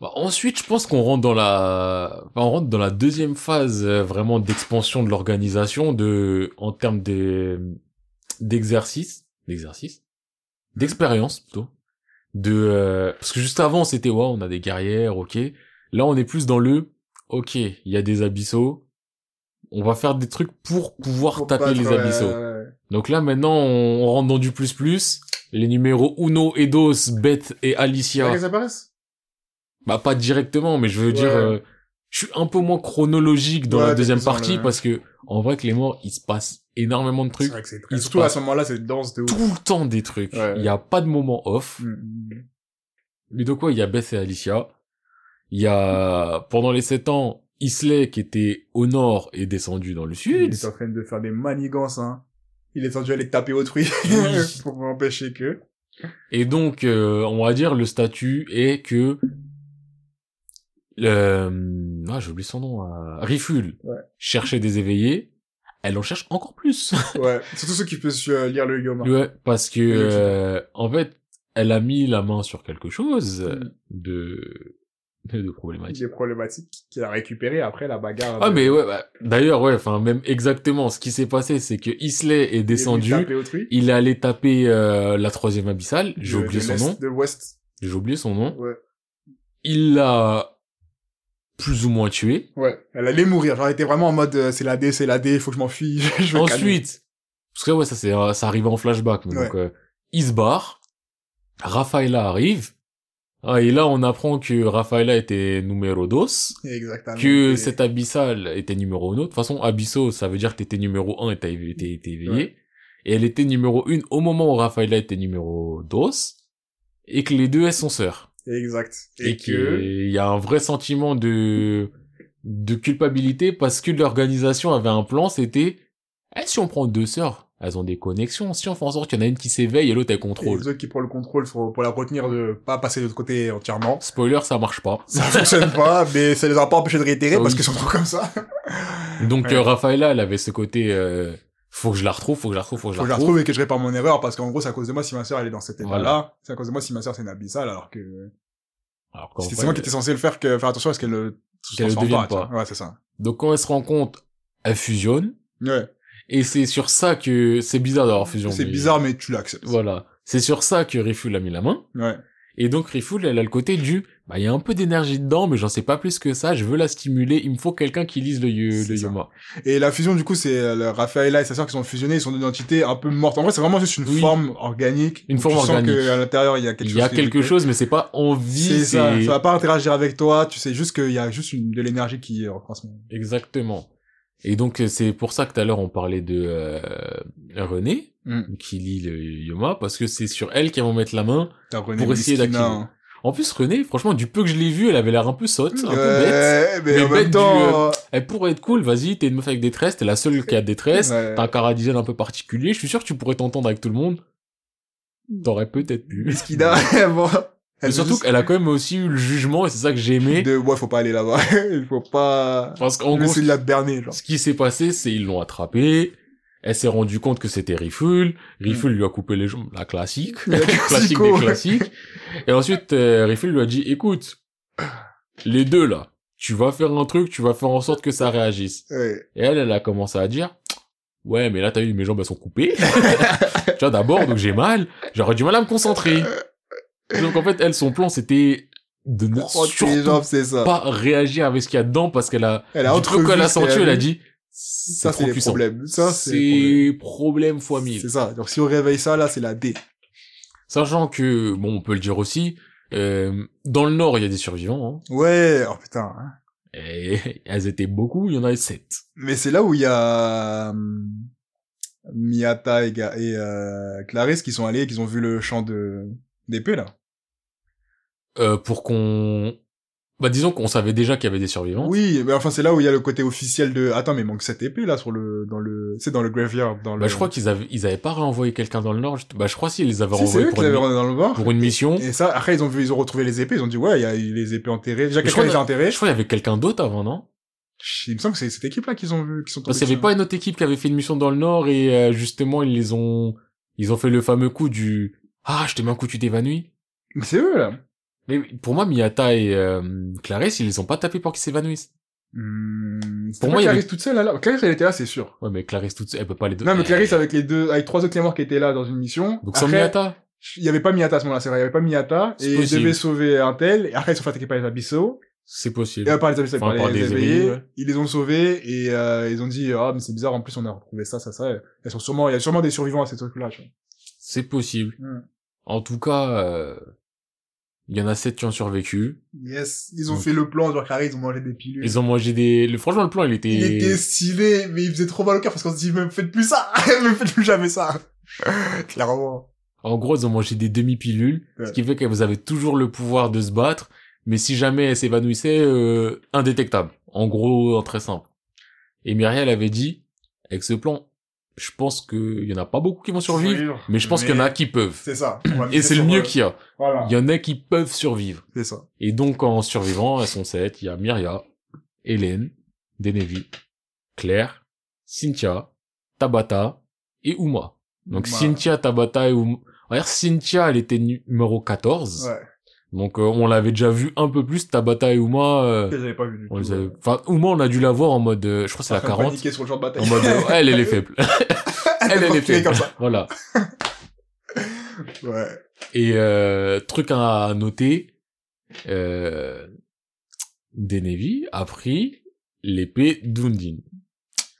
S1: bah, ensuite, je pense qu'on rentre dans la, enfin, on rentre dans la deuxième phase euh, vraiment d'expansion de l'organisation de, en termes des, d'exercice, d'exercice, d'expérience plutôt. De, euh, parce que juste avant, c'était ouais, on a des guerrières, ok. Là, on est plus dans le, ok, il y a des abyssaux. On va faire des trucs pour pouvoir
S2: Faut
S1: taper
S2: pas
S1: les
S2: trop, ouais,
S1: abyssaux.
S2: ouais, ouais.
S1: Donc là, maintenant, on, on rentre dans du plus plus. Les numéros Uno, Eidos, Beth et
S2: Tu
S1: Alicia.
S2: vois qu'elles apparaissent
S1: Bah pas directement, mais je veux
S2: Ouais.
S1: dire, euh, je suis un peu moins chronologique dans
S2: Ouais,
S1: la
S2: t'es
S1: deuxième
S2: plus dans
S1: partie
S2: le-
S1: parce que en vrai que les morts, il se passe énormément de
S2: C'est
S1: trucs,
S2: vrai que c'est
S1: Il
S2: très...
S1: se
S2: Surtout à
S1: passe.
S2: ce moment-là, c'est une danse de ouf.
S1: tout le temps des trucs.
S2: Ouais.
S1: Il y a pas de moment off.
S2: Mm.
S1: Mais de quoi il y a Beth et Alicia. Il y a pendant les sept ans, Isley qui était au nord est descendu dans le
S2: Il
S1: sud.
S2: est en train de faire des manigances, hein. Il est tendu à aller taper autrui
S1: Oui.
S2: [laughs] pour empêcher que...
S1: Et donc, euh, on va dire le statut est que le ah j'ai oublié son nom, euh, Riful
S2: Ouais.
S1: cherchait des éveillés. Elle en cherche encore plus.
S2: Ouais, surtout ceux qui peuvent euh, lire le Yoma.
S1: Ouais, parce que
S2: Et le type.
S1: euh, en fait, elle a mis la main sur quelque chose euh,
S2: Mm.
S1: de de, de problématique.
S2: Des problématiques qu'il a récupérées après la bagarre.
S1: Ah
S2: de-
S1: mais ouais, bah, d'ailleurs ouais, enfin même exactement ce qui s'est passé, c'est que Isley est
S2: il est venu
S1: descendu,
S2: taper autrui.
S1: il est allé taper euh, la troisième abyssale, j'ai
S2: De-
S1: oublié
S2: de
S1: son
S2: l'Est,
S1: nom,
S2: De l'Ouest.
S1: j'ai oublié son nom.
S2: Ouais.
S1: Il l'a plus ou moins tué.
S2: Ouais. Elle allait mourir. Genre, elle était vraiment en mode, euh, c'est la D, c'est la D, faut que je m'enfuis. [laughs] je vais calmer.
S1: Ensuite, parce que ouais, ça c'est euh, ça arrive en flashback. mais
S2: Ouais.
S1: Donc, euh, il se barre. Rafaela arrive. Ah, et là, on apprend que Rafaela était numéro 2,
S2: Exactement.
S1: que
S2: Et-
S1: cet abyssal était numéro 1. De toute façon, abysso, ça veut dire que t'étais numéro 1 et t'as éve- t'es t'es éveillé.
S2: Ouais.
S1: Et elle était numéro 1 au moment où Rafaela était numéro 2. Et que les deux, elles sont sœurs.
S2: Exact.
S1: Et, que il y a un vrai sentiment de de culpabilité parce que l'organisation avait un plan, c'était eh, si on prend deux sœurs, elles ont des connexions. Si on fait en sorte qu'il y en a une qui s'éveille et l'autre elle
S2: Et
S1: contrôle.
S2: les autres qui prend le contrôle pour, pour la retenir de pas passer de l'autre côté entièrement.
S1: Spoiler, ça marche pas.
S2: Ça fonctionne pas, mais ça les a pas empêchés de réitérer
S1: Ah Oui.
S2: parce qu'ils sont trop comme ça.
S1: Donc
S2: Ouais.
S1: euh, Rafaela, elle avait ce côté euh, faut que je la retrouve, faut que je la retrouve, faut que je
S2: Faut que
S1: la
S2: je la
S1: retrouve.
S2: retrouve et que je répare mon erreur parce qu'en gros, c'est à cause de moi si ma sœur elle est dans cet état-là.
S1: Voilà.
S2: C'est à cause de moi si ma sœur c'est une abyssale alors que
S1: Alors qu'en
S2: Parce que c'est
S1: vrai,
S2: moi qui étais censé le faire que faire attention à ce qu'elle le se
S1: Qu'elle le
S2: transforme
S1: devienne
S2: tu vois.
S1: pas.
S2: Ouais, c'est ça.
S1: Donc quand elle se rend compte, elle fusionne.
S2: Ouais.
S1: Et c'est sur ça que c'est bizarre d'avoir fusionné.
S2: C'est bizarre mais tu l'acceptes.
S1: Voilà. C'est sur ça que Riful a mis la main.
S2: Ouais.
S1: Et donc Rifoul, elle a le côté du bah il y a un peu d'énergie dedans mais j'en sais pas plus que ça, je veux la stimuler, il me faut quelqu'un qui lise le, yo-
S2: C'est
S1: le
S2: ça.
S1: Yoma.
S2: Et la fusion du coup, c'est euh, le Raphaëlla et sa sœur qui sont fusionnés, ils sont d'identité un peu morte. En vrai, c'est vraiment juste une
S1: Oui.
S2: forme organique.
S1: Une
S2: où
S1: forme
S2: tu sens
S1: organique.
S2: que à l'intérieur, il y a quelque
S1: Il
S2: chose.
S1: y a
S2: qui est
S1: quelque
S2: décrit.
S1: chose mais c'est pas envie,
S2: C'est ça,
S1: c'est
S2: ça va pas interagir avec toi, tu sais juste qu'il y a juste une, de l'énergie qui est en transmise.
S1: exactement. Et donc euh, c'est pour ça que tout à l'heure on parlait de euh, René
S2: Mm.
S1: qui lit le Yoma parce que c'est sur elle qu'elles vont mettre la main.
S2: T'as René
S1: Pour essayer
S2: Musquina,
S1: d'activer.
S2: hein.
S1: En plus René, franchement du peu que je l'ai vue, elle avait l'air un peu sotte, un peu bête.
S2: Euh, Ouais, mais,
S1: Mais
S2: en
S1: bête
S2: même
S1: du, euh,
S2: temps, euh,
S1: Elle pourrait être cool, vas-y, t'es une meuf avec des tresses, t'es la seule qui a des tresses.
S2: ouais.
S1: T'as un caractère un peu particulier, je suis sûr que tu pourrais t'entendre avec tout le monde. T'aurais peut-être pu.
S2: Musquina, bon,
S1: [laughs] Mais
S2: elle
S1: surtout
S2: dit
S1: qu'elle a quand même aussi eu le jugement, et c'est ça que j'ai aimé.
S2: de ouais, faut pas aller là-bas, [laughs] il faut pas
S1: Parce qu'en gros,
S2: essayer de la berner genre.
S1: ce qui s'est passé, c'est ils l'ont attrapée, elle s'est rendue compte que c'était Riful, Riful lui a coupé les jambes, [laughs] la classique,
S2: Hmm. La
S1: classique
S2: classico.
S1: des classiques. Et ensuite, euh, Riful lui a dit, écoute, les deux là, tu vas faire un truc, tu vas faire en sorte que ça réagisse.
S2: Ouais.
S1: Et elle, elle a commencé à dire, ouais, mais là, t'as vu, mes jambes, elles sont
S2: [laughs]
S1: coupées. tu vois, d'abord, donc j'ai mal, j'aurais du mal à me concentrer. Donc, en fait, elle, son plan, c'était de ne
S2: Prends tes
S1: surtout
S2: Oh, jambes, c'est ça.
S1: pas réagir avec ce qu'il y a dedans parce qu'elle a,
S2: Elle
S1: du truc
S2: entrevu
S1: qu'elle a
S2: ce qu'elle
S1: senti, elle a
S2: vu.
S1: dit,
S2: Ça,
S1: c'est
S2: c'est
S1: trop
S2: les
S1: puissant.
S2: problèmes. Ça, c'est les
S1: C'est problème fois
S2: problèmes. C'est
S1: mille.
S2: ça. Donc, si on réveille ça, là, c'est la D.
S1: Sachant que, bon, on peut le dire aussi, euh, dans le Nord, il y a des survivants, hein.
S2: Ouais, oh putain. hein.
S1: et [laughs] elles étaient beaucoup, il y en a sept.
S2: Mais c'est là où il y a hum, Miata et, Ga- et euh, Clarisse qui sont allés, qui ont vu le champ de d'épée, là.
S1: Euh, pour qu'on Bah, disons qu'on savait déjà qu'il y avait des survivants.
S2: Oui, mais enfin, c'est là où il y a le côté officiel de, attends, mais il manque cette épée, là, sur le, dans le, c'est dans le graveyard, dans le...
S1: Bah, je crois qu'ils avaient, ils avaient pas renvoyé quelqu'un dans le Nord. Bah, je crois s'ils les avaient
S2: Si, c'est
S1: renvoyés
S2: eux
S1: pour,
S2: qui l'avaient
S1: une...
S2: dans le bar.
S1: pour une mission.
S2: Et ça, après, ils ont vu, ils ont retrouvé les épées, ils ont dit, ouais, il y a eu les épées enterrées. Déjà,
S1: Mais je
S2: quelqu'un
S1: crois
S2: les a
S1: que-
S2: enterrées.
S1: Je crois qu'il y avait quelqu'un d'autre avant, non?
S2: Il me semble que c'est cette équipe-là qu'ils ont vu, qui sont
S1: Parce qu'il y avait pas une autre équipe qui avait fait une mission dans le Nord et, euh, justement, ils les ont, ils ont fait le fameux coup du, ah, je te mets un coup, tu t'évanouis.
S2: Mais c'est eux, là.
S1: Mais pour moi, Miyata et euh, Clarisse, ils les ont pas tapés pour qu'ils s'évanouissent.
S2: pour
S1: moi,
S2: moi,
S1: il y
S2: Hmm, Clarisse toute seule, alors. Clarisse, elle était là, c'est sûr.
S1: Ouais, mais Clarisse toute seule, elle peut pas les deux.
S2: Non, mais Clarisse avec les deux, avec trois autres Claymores qui étaient là dans une mission.
S1: Eh. Donc sans
S2: après,
S1: Miyata.
S2: il y avait pas Miyata à ce moment-là, c'est vrai, il y avait pas Miyata,
S1: C'est
S2: et ils
S1: possible.
S2: devaient sauver un tel, et après ils sont fait attaquer par les abyssaux,
S1: C'est
S2: et
S1: possible.
S2: euh, par les abyssaux,
S1: Enfin,
S2: par,
S1: par
S2: les
S1: des
S2: éveillés,
S1: éveillés, ouais.
S2: ils les ont sauvés, et euh, ils ont dit, ah, mais c'est bizarre, en plus on a retrouvé ça, ça, ça, elles sont sûrement, il y a sûrement des survivants à ces trucs-là, tu vois.
S1: C'est possible.
S2: Hmm.
S1: En tout cas, euh, il y en a sept qui ont survécu.
S2: Yes, ils ont
S1: Ouais.
S2: fait le plan, genre carré, ils ont mangé des pilules.
S1: Ils ont mangé des... Le... Franchement, le plan, il était...
S2: Hmm. Il était stylé, mais il faisait trop mal au cœur parce qu'on se dit, mais faites plus ça! [laughs] mais faites plus
S1: [laughs]
S2: jamais ça! Clairement.
S1: En gros, ils ont mangé des demi-pilules,
S2: Ouais.
S1: ce qui fait que vous avez toujours le pouvoir de se battre, mais si jamais elle s'évanouissait, euh, indétectable. En gros, en très simple. Et Myriel avait dit, avec ce plan, je pense qu'il y en a pas beaucoup qui vont survivre, mais je pense qu'il y en a qui peuvent. [coughs]
S2: C'est ça. On va
S1: Et
S2: miser
S1: c'est le
S2: sur,
S1: mieux
S2: euh,
S1: qu'il y a.
S2: Voilà.
S1: Il y en a qui peuvent survivre.
S2: C'est ça.
S1: Et donc, en survivant, elles sont sept. Il y a Myria, Hélène, Denevi, Claire, Cynthia, Tabata et Uma. Donc,
S2: Uma.
S1: Cynthia, Tabata et Uma. Regarde, Cynthia, elle était nu- numéro 14.
S2: Ouais.
S1: Donc, euh, on l'avait déjà vu un peu plus. Tabata et Uma, euh,
S2: [laughs] Que j'avais pas vu du
S1: on
S2: tout.
S1: les avait... Enfin, Uma, on a dû la voir en mode... euh, je crois que
S2: Ah,
S1: c'est la 40.
S2: Paniquer sur le champ de bataille.
S1: En
S2: [laughs]
S1: mode, euh, elle, elle est faible. elle, elle est
S2: Enculé
S1: faible.
S2: comme ça.
S1: Voilà.
S2: Ouais.
S1: Et euh, truc à noter, euh, Denevi a pris l'épée d'Undine.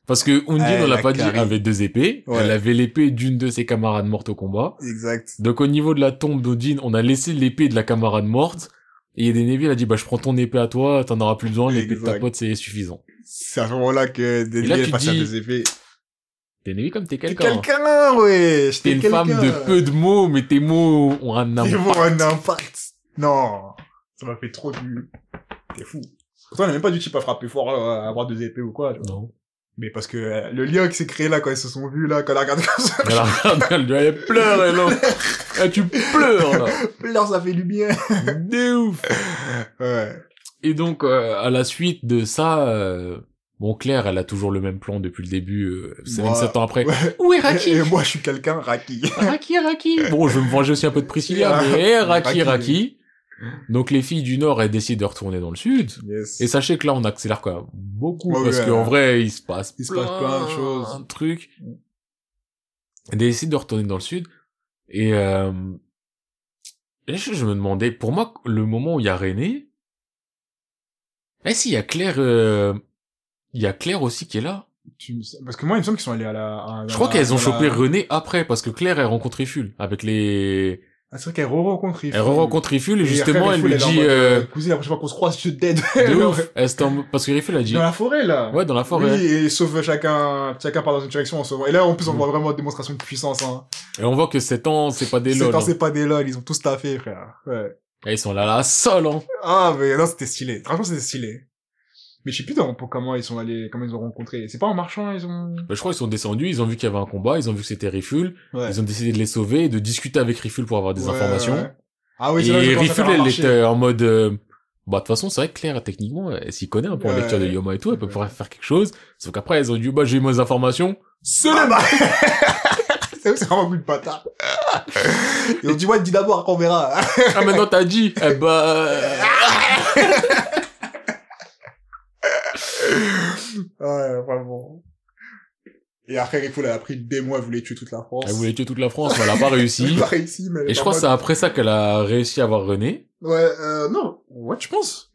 S1: Parce que Undine,
S2: Ouais,
S1: on Eh, l'a
S2: la
S1: pas dit,
S2: carie.
S1: avait deux épées.
S2: Ouais.
S1: Elle avait l'épée d'une de ses camarades mortes au combat.
S2: Exact.
S1: Donc au niveau de la tombe d'Undine, on a laissé l'épée de la camarade morte. Et Denevi, elle a dit, bah je prends ton épée à toi, t'en auras plus besoin, l'épée de ta
S2: Exact.
S1: pote, c'est suffisant.
S2: C'est à ce moment-là que
S1: Et là,
S2: Denis est
S1: tu
S2: face à
S1: dis-
S2: des effets.
S1: Denevi, comme t'es
S2: T'es
S1: quelqu'un. hein.
S2: quelqu'un, ouais.
S1: T'es une femme de peu de mots, mais tes mots ont un
S2: [laughs] Ils
S1: impact.
S2: vont un impact. Non. Ça m'a fait trop du. T'es fou. Pourtant, on n'est même pas du type à frapper fort, euh, à avoir deux épées ou quoi. genre.
S1: Non.
S2: Mais parce que euh, le lien qui s'est créé là, quand ils se sont vus là, quand elle a [laughs] regardé comme ça,
S1: Elle regarde, elle dit, elle pleure, elle, hein. Ah, tu pleures, là.
S2: leur ça fait du bien.
S1: De ouf.
S2: Ouais.
S1: Et donc, euh, à la suite de ça, euh, bon, Claire, elle a toujours le même plan depuis le début, euh, c'est
S2: Moi,
S1: 27 ans après.
S2: ouais.
S1: Où est
S2: Et,
S1: Raki?
S2: et moi, je suis quelqu'un, Raki.
S1: Raki, Raki. Bon, je vais me venger aussi un peu de Priscilla, mais eh, Raki,
S2: Raki.
S1: Raki. Donc, les filles du Nord, elles décident de retourner dans le Sud.
S2: Yes.
S1: Et sachez que là, on accélère quand même beaucoup,
S2: Ouais,
S1: parce
S2: ouais,
S1: qu'en
S2: ouais.
S1: vrai, il se passe
S2: Il se passe plein de choses.
S1: Un truc. Elle décide de retourner dans le sud. Et, euh, et je, je me demandais, pour moi, le moment où il y a René, eh si, il y a Claire, euh, il y a Claire aussi qui est là.
S2: Tu me- Parce que moi, il me semble qu'ils sont allés à la. à-
S1: Je
S2: à
S1: crois
S2: la-
S1: qu'elles ont
S2: à la-
S1: chopé René après, parce que Claire, elle rencontre Iful, avec les,
S2: Ah, c'est vrai qu'elle re-rencontre Iful.
S1: elle rencontre Iful, et
S2: Et
S1: justement,
S2: après,
S1: elle
S2: Iful,
S1: lui
S2: est en
S1: dit,
S2: mode, euh,
S1: euh,
S2: Cousin, la prochaine fois qu'on se croise, je te dead. [laughs]
S1: de ouf, elle s'est en- parce que Iful a dit,
S2: Dans la forêt, là.
S1: ouais, dans la forêt.
S2: Oui, et sauf euh, chacun, chacun part dans une direction en sauvant. Et là, en plus, on
S1: Mm.
S2: voit vraiment une démonstration de puissance, hein.
S1: Et on voit que 7 ans, c'est pas des
S2: C'est
S1: lol.
S2: un-
S1: hein.
S2: c'est pas des lol, ils ont tous taffé, frère. Ouais.
S1: Et ils sont là, là, seuls, hein.
S2: Ah, mais non, c'était stylé. Franchement, c'était stylé. Mais je sais plus dans- pour comment ils sont allés, comment ils ont rencontré. C'est pas en marchant, ils ont...
S1: Bah, je crois qu'ils sont descendus, ils ont vu qu'il y avait un combat, ils ont vu que c'était Riful,
S2: Ouais.
S1: ils ont décidé de les sauver et de discuter avec Riful pour avoir des
S2: Ouais,
S1: informations.
S2: ouais. Ah oui, c'est là que
S1: et
S2: j'ai commencé à
S1: Riful,
S2: faire un
S1: elle
S2: marché.
S1: était en mode... euh, Bah, de toute façon, c'est vrai que Claire, techniquement, elle s'y connaît un peu en
S2: Ouais.
S1: lecture de Yoma et tout, elle peut
S2: Ouais.
S1: pouvoir faire quelque chose. Sauf qu'après, elles ont dit, bah, j'ai eu mes
S2: [laughs]
S1: informations.
S2: Ah bah C'est c'est vraiment un coup de bâtard. Ils ont dit, ouais, dis d'abord, après on verra. [laughs]
S1: Ah, maintenant, t'as dit. Eh bah...
S2: ouais, vraiment. Et après, Rifle, elle a pris le démo, elle voulait tuer toute la France.
S1: Elle voulait tuer toute la France, mais elle a pas réussi.
S2: Pas réussi, mais elle
S1: Ah Et
S2: est
S1: je
S2: pas
S1: crois que c'est
S2: bonne.
S1: après ça qu'elle a réussi à avoir René.
S2: Ouais, euh, non. Ouais, je pense.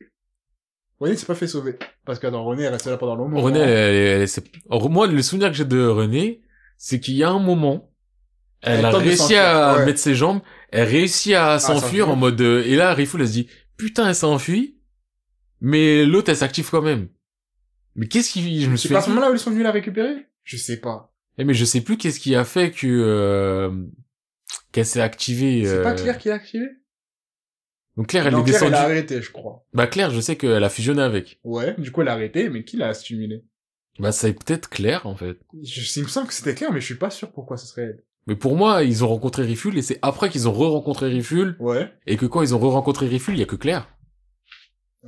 S2: René s'est pas fait sauver. Parce que dans René, elle restait là pendant longtemps.
S1: René, elle, elle- elle- c'est- Or, moi, le souvenir que j'ai de René, c'est qu'il y a un moment, elle,
S2: Elle
S1: a
S2: tente de
S1: réussi
S2: s'enfuir,
S1: à
S2: ouais.
S1: mettre ses jambes, elle réussit à s'enfuir
S2: s'enfuir.
S1: en mode, euh, et là, Rifoul, elle se dit, putain, elle s'enfuit, mais l'autre, elle s'active quand même. Mais qu'est-ce qui, je me suis
S2: C'est pas à ce
S1: fait,
S2: moment-là où ils sont venus la récupérer? Je sais pas.
S1: Eh, mais je sais plus qu'est-ce qui a fait que, euh, qu'elle s'est activée.
S2: C'est pas
S1: euh,
S2: Claire qui l'a activé?
S1: Donc Claire, elle
S2: Non,
S1: est
S2: Claire,
S1: descendue.
S2: elle a arrêté, je crois.
S1: Bah Claire, je sais qu'elle a fusionné avec.
S2: Ouais, du coup, elle a arrêté, mais qui l'a stimulé
S1: Bah c'est peut-être Claire en fait.
S2: je, Il me semble que c'était Claire, mais je suis pas sûr pourquoi ce serait elle.
S1: Mais pour moi, ils ont rencontré Riful et c'est après qu'ils ont re-rencontré Riful
S2: Ouais.
S1: et que quand ils ont re-rencontré Riful, il y a que Claire.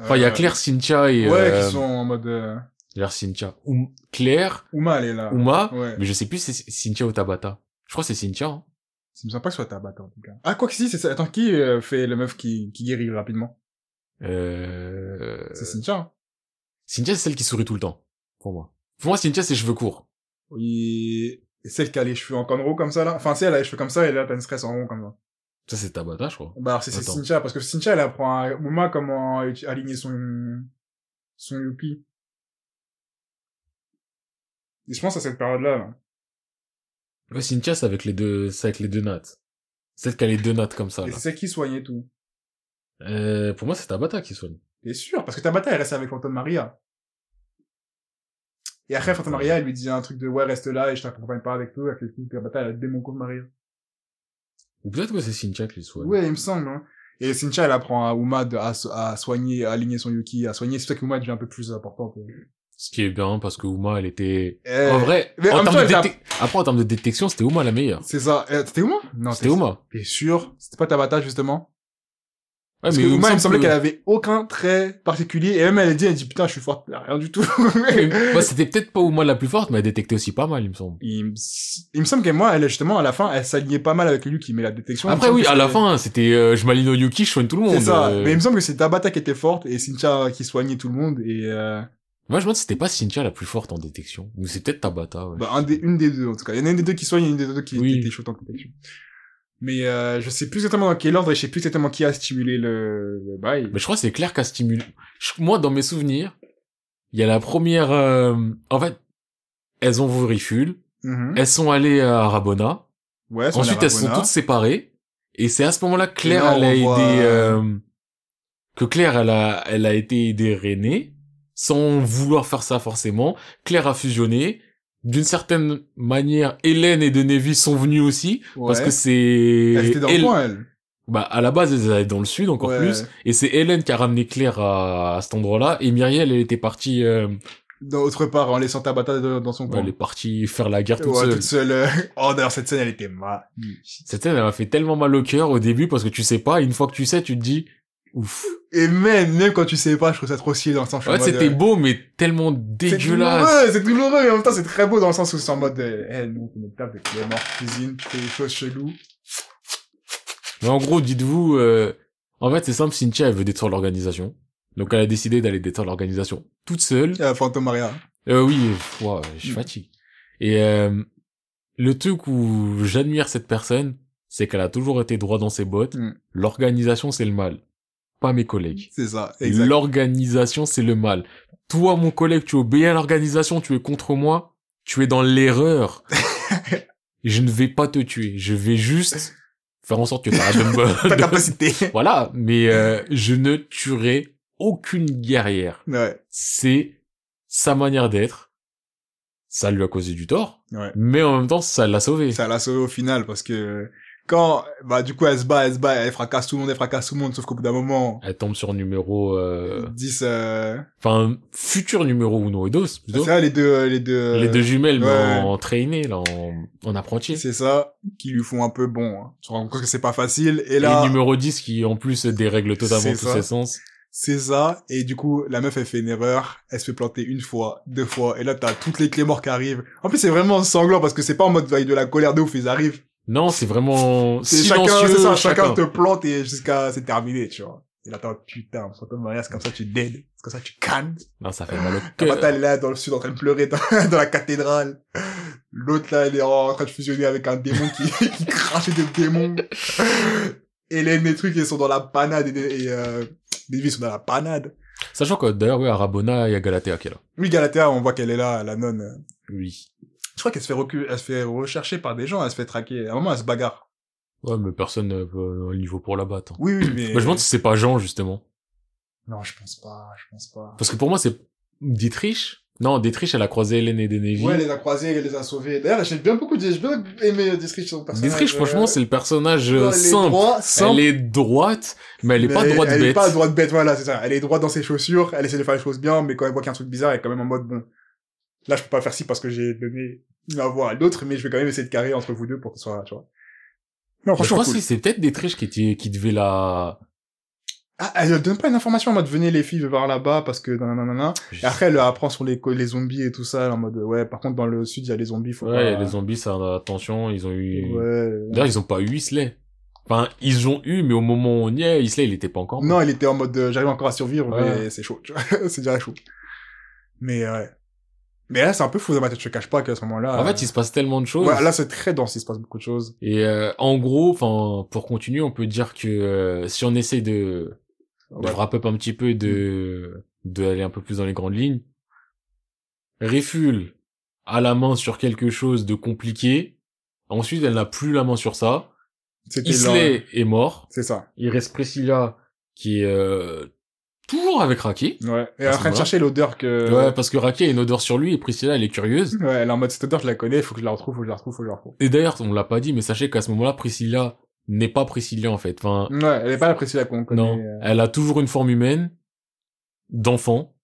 S1: Enfin, il y a
S2: Euh,
S1: Claire, Cynthia et
S2: Ouais,
S1: euh,
S2: qui sont en mode... euh,
S1: Claire, Cynthia, Oum- Claire,
S2: Uma, elle est là.
S1: Uma,
S2: Ouais.
S1: mais je sais plus si c'est Cynthia ou Tabata. Je crois que c'est Cynthia. hein.
S2: Il me semble pas que ce soit Tabata, en tout cas. Ah, quoi que si, c'est ça. Attends, qui euh, fait la meuf qui, qui guérit rapidement
S1: Euh...
S2: C'est Cynthia. hein
S1: Cynthia, c'est celle qui sourit tout le temps. Pour moi. Pour moi, Cynthia, c'est cheveux courts.
S2: Oui. Et celle qui a les cheveux en cornrow comme ça, là. Enfin, si elle a les cheveux comme ça, et là, t'as une stress en rond, comme ça.
S1: Ça, c'est Tabata, je crois.
S2: Bah, alors, c'est c'est
S1: Attends.
S2: Cynthia, parce que Cynthia, elle apprend à Uma comment uti- aligner son, son Yuppie. Et je pense à cette période-là, là.
S1: Ouais, Cynthia, c'est avec les deux, c'est avec les deux nattes. Celle qui a les deux nattes comme ça,
S2: Et
S1: là.
S2: c'est celle qui soignait tout.
S1: Euh, pour moi, c'est Tabata qui soigne.
S2: T'es sûr? Parce que Tabata, elle reste avec Fantôme Maria. Et après, Fantôme Maria, elle lui dit un truc de ouais, reste là et je t'accompagne pas avec tout, avec les filles. Puis Tabata, elle a démon contre Maria.
S1: Ou peut-être que c'est Cynthia qui les soigne.
S2: Ouais, il me semble, hein. Et Cynthia, elle apprend à Uma de- à, so- à soigner, à aligner son Yuki, à soigner. C'est pour ça que Uma devient un peu plus importante. hein.
S1: Ce qui est bien, parce que Uma, elle était...
S2: Euh,
S1: En vrai,
S2: mais en
S1: en
S2: même
S1: termes
S2: temps,
S1: de
S2: elle t'a-
S1: détec- après, en termes de détection, c'était Uma la meilleure.
S2: C'est ça. Euh, C'était Uma? Non,
S1: C'était Uma.
S2: T'es sûr? C'était pas Tabata, justement?
S1: Ouais,
S2: Parce
S1: mais
S2: que Uma, il me semblait
S1: que-
S2: qu'elle avait aucun trait particulier. Et elle-même, elle dit, elle dit, putain, je suis forte, là, rien du tout. [laughs]
S1: Bah, c'était peut-être pas Uma la plus forte, mais elle détectait aussi pas mal, il me semble.
S2: il, me... s- il me semble que moi, elle, justement, à la fin, elle s'alignait pas mal avec le Yuki, mais la détection. il me
S1: Après,
S2: semble
S1: oui,
S2: que
S1: à la
S2: c'était-
S1: fin, c'était, euh, je m'aligne au Yuki, je soigne tout le monde.
S2: C'est ça.
S1: euh.
S2: Mais il me semble que c'est Tabata qui était forte et Cynthia qui soignait tout le monde et euh,
S1: Moi, je me demande si c'était pas Cynthia la plus forte en détection. Ou c'est peut-être Tabata, ouais.
S2: bah, un des, une des deux en tout cas. Il y en a une des deux qui soigne et une des deux qui
S1: Oui.
S2: qui était chaude en protection. Mais euh, je sais plus exactement dans quel ordre et je sais plus exactement qui a stimulé le, le bail.
S1: Mais je crois que c'est Claire qui a stimulé. Je- Moi, dans mes souvenirs, il y a la première... euh, En fait, elles ont vu Riful,
S2: Mhm.
S1: elles sont allées à Rabona,
S2: Ouais, elles sont
S1: ensuite
S2: allées à
S1: elles sont
S2: Rabona.
S1: toutes séparées, et c'est à ce moment-là que Claire,
S2: Et là,
S1: elle
S2: on
S1: a
S2: voit-
S1: aidé... euh, Que Claire, elle a, elle a été aidée Renée, sans vouloir faire ça forcément. Claire a fusionné. D'une certaine manière, Hélène et Denevi sont venues aussi, parce
S2: Ouais.
S1: que c'est...
S2: Elles étaient dans
S1: Hélène-
S2: le coin, elles.
S1: Bah, à la base, elles allaient dans le sud encore
S2: Ouais.
S1: plus. Et c'est Hélène qui a ramené Claire à, à cet endroit-là. Et Myriel, elle était partie, euh,
S2: Dans autre part, en laissant Tabata dans, dans son coin.
S1: elle est partie faire la guerre toute
S2: Ouais,
S1: seule.
S2: toute seule. euh. [laughs] Oh, d'ailleurs, cette scène, elle était magnifique.
S1: Cette scène, elle m'a fait tellement mal au cœur au début parce que tu sais pas. Et une fois que tu sais, tu te dis, ouf.
S2: Et même, même quand tu sais pas, je trouve ça trop stylé dans le sens. je suis
S1: Ouais,
S2: en mode,
S1: c'était
S2: euh,
S1: beau, mais tellement
S2: C'est
S1: dégueulasse.
S2: douloureux, c'est douloureux, mais en même temps, c'est très beau dans le sens où c'est en mode, euh, eh, nous, on est table avec les morts, cuisine, tu fais des choses cheloues.
S1: Mais en gros, dites-vous, euh, en fait, c'est simple. Cynthia, elle veut détruire l'organisation. Donc, elle a décidé d'aller détruire l'organisation toute seule.
S2: Euh, Fantôme Maria.
S1: Euh, oui, euh, ouah, je suis
S2: Mm.
S1: fatigué. Et euh, le truc où j'admire cette personne, c'est qu'elle a toujours été droit dans ses bottes.
S2: Mm.
S1: L'organisation, c'est le mal. Pas mes collègues.
S2: C'est ça, exact.
S1: L'organisation, c'est le mal. Toi, mon collègue, tu obéis à l'organisation, tu es contre moi, tu es dans
S2: [laughs]
S1: l'erreur. je ne vais pas te tuer. Je vais juste faire en sorte que t'arrêtes [laughs] de me...
S2: [laughs] Ta capacité.
S1: Voilà, mais euh, je ne tuerai aucune guerrière
S2: ouais.
S1: c'est sa manière d'être. Ça lui a causé du tort,
S2: Ouais.
S1: mais en même temps, ça l'a sauvé.
S2: Ça l'a sauvé au final parce que quand, bah, du coup, elle se bat, elle se bat, elle fracasse tout le monde, elle fracasse tout le monde, sauf qu'au bout d'un moment,
S1: Elle tombe sur numéro, euh,
S2: 10, euh,
S1: enfin, futur numéro Uno et Dos,
S2: c'est
S1: plutôt.
S2: ça, les deux, euh, les deux,
S1: Les deux jumelles, mais
S2: ouais.
S1: en traînée, là, en, en apprenti.
S2: c'est ça, qui lui font un peu bon, hein. Tu te rends compte que c'est pas facile, et
S1: Et,
S2: là,
S1: numéro 10 qui, en plus, dérègle totalement
S2: C'est
S1: tous
S2: ça.
S1: ses sens.
S2: c'est ça, et du coup, la meuf, elle fait une erreur, elle se fait planter une fois, deux fois, et là, t'as toutes les clés morts qui arrivent. En plus, c'est vraiment sanglant parce que c'est pas en mode, bah, de la colère de ouf, ils arrivent.
S1: Non, c'est vraiment
S2: C'est
S1: silencieux.
S2: chacun, c'est ça, chacun.
S1: chacun.
S2: te plante et jusqu'à, c'est terminé, tu vois. Et là, t'es en mode, putain, fantôme Maria, c'est comme ça, tu dead. C'est comme ça, tu cannes.
S1: Non, ça fait mal au
S2: La
S1: cœur.
S2: bataille, elle est là, dans le sud, en train de pleurer dans, [laughs] dans la cathédrale. L'autre, là, elle est en train de fusionner avec un démon qui, [laughs] qui crachait des démons. Et les, les trucs, ils sont dans la panade. Et, des- et euh, les vies sont dans la panade.
S1: Sachant que, d'ailleurs, oui, à Rabona, il y a Galatea qui est là.
S2: Oui, Galatea, on voit qu'elle est là, la nonne.
S1: Oui.
S2: Je crois qu'elle se fait recu- elle se fait rechercher par des gens, elle se fait traquer. À un moment, elle se bagarre.
S1: Ouais, mais personne n'a le niveau pour la battre.
S2: Oui, oui, mais...
S1: Moi, Bah, je me demande si c'est pas Jean, justement.
S2: Non, je pense pas, je pense pas.
S1: Parce que pour moi, c'est Dietrich. Non, Détriche, elle a croisé Hélène et Deneji.
S2: Ouais, elle les a croisés, elle les a sauvés. D'ailleurs, j'ai bien beaucoup, j'ai bien aimé euh, Destriche son personnage. euh,
S1: Détriche, franchement, c'est le personnage euh,
S2: le
S1: simple. Elle est droite, mais elle est pas droite
S2: Elle est
S1: bête.
S2: pas droite bête, voilà, c'est ça. Elle est droite dans ses chaussures, elle essaie de faire les choses bien, mais quand elle voit qu'il y a un truc bizarre, elle est quand même en mode, bon, là, je peux pas faire ci parce que j'ai donné la voix à l'autre, mais je vais quand même essayer de carrer entre vous deux pour que ce soit, tu vois.
S1: Mais
S2: Non,
S1: Je
S2: franchement,
S1: crois
S2: cool.
S1: que c'est peut-être Détriche qui était, qui devait la...
S2: Ah, elle donne pas une information en mode, venez les filles, je vais voir là-bas parce que, nanana. Et après, elle leur apprend sur les, co- les zombies et tout ça, en mode, ouais, par contre, dans le sud, il y a les zombies, faut
S1: Ouais,
S2: pas-
S1: les zombies, ça, attention, ils ont eu...
S2: Ouais.
S1: D'ailleurs, ils ont pas eu Isley. Enfin, ils ont eu, mais au moment où on y est, Isley, il était pas encore.
S2: Non, il était en mode euh, j'arrive encore à survivre, mais
S1: Ouais.
S2: c'est chaud, tu vois. [laughs] c'est déjà chaud. Mais euh, ouais. Mais là, c'est un peu fou dans ma tête. Je te cache pas qu'à ce moment-là.
S1: En fait, il se passe tellement de choses.
S2: ouais, là, c'est très dense, il se passe beaucoup de choses.
S1: Et euh, en gros, enfin, pour continuer, on peut dire que euh, si on essaye de, de
S2: Ouais.
S1: wrap up un petit peu, et de d'aller un peu plus dans les grandes lignes, Réfule a la main sur quelque chose de compliqué. Ensuite, elle n'a plus la main sur ça.
S2: C'était lent.
S1: Isley est mort.
S2: C'est ça.
S1: Il reste Priscilla qui est euh, toujours avec Raki.
S2: Ouais. Et
S1: Ah,
S2: en
S1: c'est
S2: train de
S1: moi.
S2: chercher l'odeur que.
S1: Ouais, parce que Raki a une odeur sur lui et Priscilla, elle est curieuse.
S2: Ouais, elle est en mode cette odeur, je la connais, faut que je la retrouve, faut que je la retrouve, faut que je la retrouve.
S1: Et d'ailleurs, on l'a pas dit, mais sachez qu'à ce moment-là, Priscilla n'est pas Priscilla en fait. Enfin,
S2: Ouais, elle est pas la Priscilla qu'on connaît.
S1: Non,
S2: euh.
S1: elle a toujours une forme humaine, d'enfant,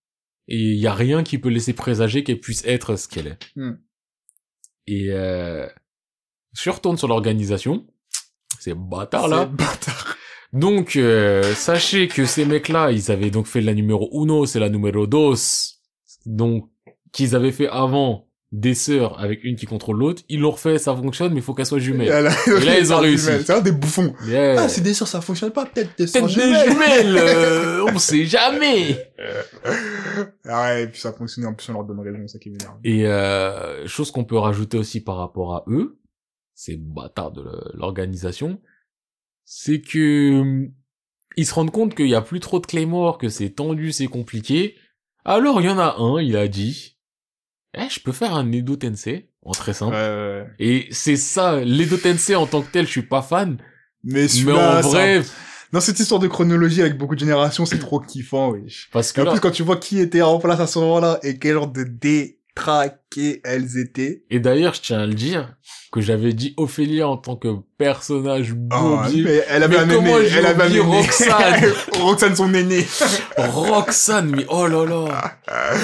S1: et il y a rien qui peut laisser présager qu'elle puisse être ce qu'elle est.
S2: Hmm.
S1: Et euh, si on retourne sur l'organisation, ces bâtards là.
S2: C'est bâtard.
S1: Donc euh, sachez que ces mecs là, ils avaient donc fait la numéro uno, c'est la numéro dos, donc qu'ils avaient fait avant des sœurs avec une qui contrôle l'autre, ils l'ont refait, ça fonctionne, mais il faut qu'elle soit
S2: Et
S1: jumelle.
S2: elle a-
S1: Et là, ils ont
S2: [laughs] elle a-
S1: réussi.
S2: C'est un des bouffons.
S1: Yeah.
S2: Ah, c'est des sûr, ça fonctionne pas, peut-être des
S1: Peut-être
S2: sœurs
S1: des
S2: jumelles.
S1: jumelles, euh, on sait jamais.
S2: Ah ouais, et puis ça fonctionnait, en plus on leur donne raison, c'est ça qui m'énerve.
S1: Et euh, chose qu'on peut rajouter aussi par rapport à eux, ces bâtards de le- l'organisation, c'est que hum, ils se rendent compte qu'il y a plus trop de Claymore, que c'est tendu, c'est compliqué. Alors il y en a un, il a dit, eh, je peux faire un Edo Tensei en très
S2: Ouais,
S1: simple.
S2: ouais, ouais.
S1: Et c'est ça, l'Edo Tensei en tant que tel, je suis pas fan.
S2: Mais
S1: Mais
S2: celui-là,
S1: en
S2: c'est un
S1: vrai,
S2: Dans cette histoire de chronologie avec beaucoup de
S1: [clears throat]
S2: générations, c'est trop kiffant, wesh.
S1: parce que
S2: Et en
S1: là,
S2: plus, quand tu vois qui était en place à ce moment-là et quel genre de détraqués elles étaient.
S1: et d'ailleurs je tiens à le dire que j'avais dit Ophélia en tant que personnage beau,
S2: Oh,
S1: objet,
S2: mais elle avait
S1: Ah, Mais
S2: un
S1: comment
S2: aîné,
S1: j'ai
S2: elle avait un
S1: oublié
S2: aîné. [laughs]
S1: Roxane
S2: Roxane, son aîné.
S1: Roxane, mais oh là là.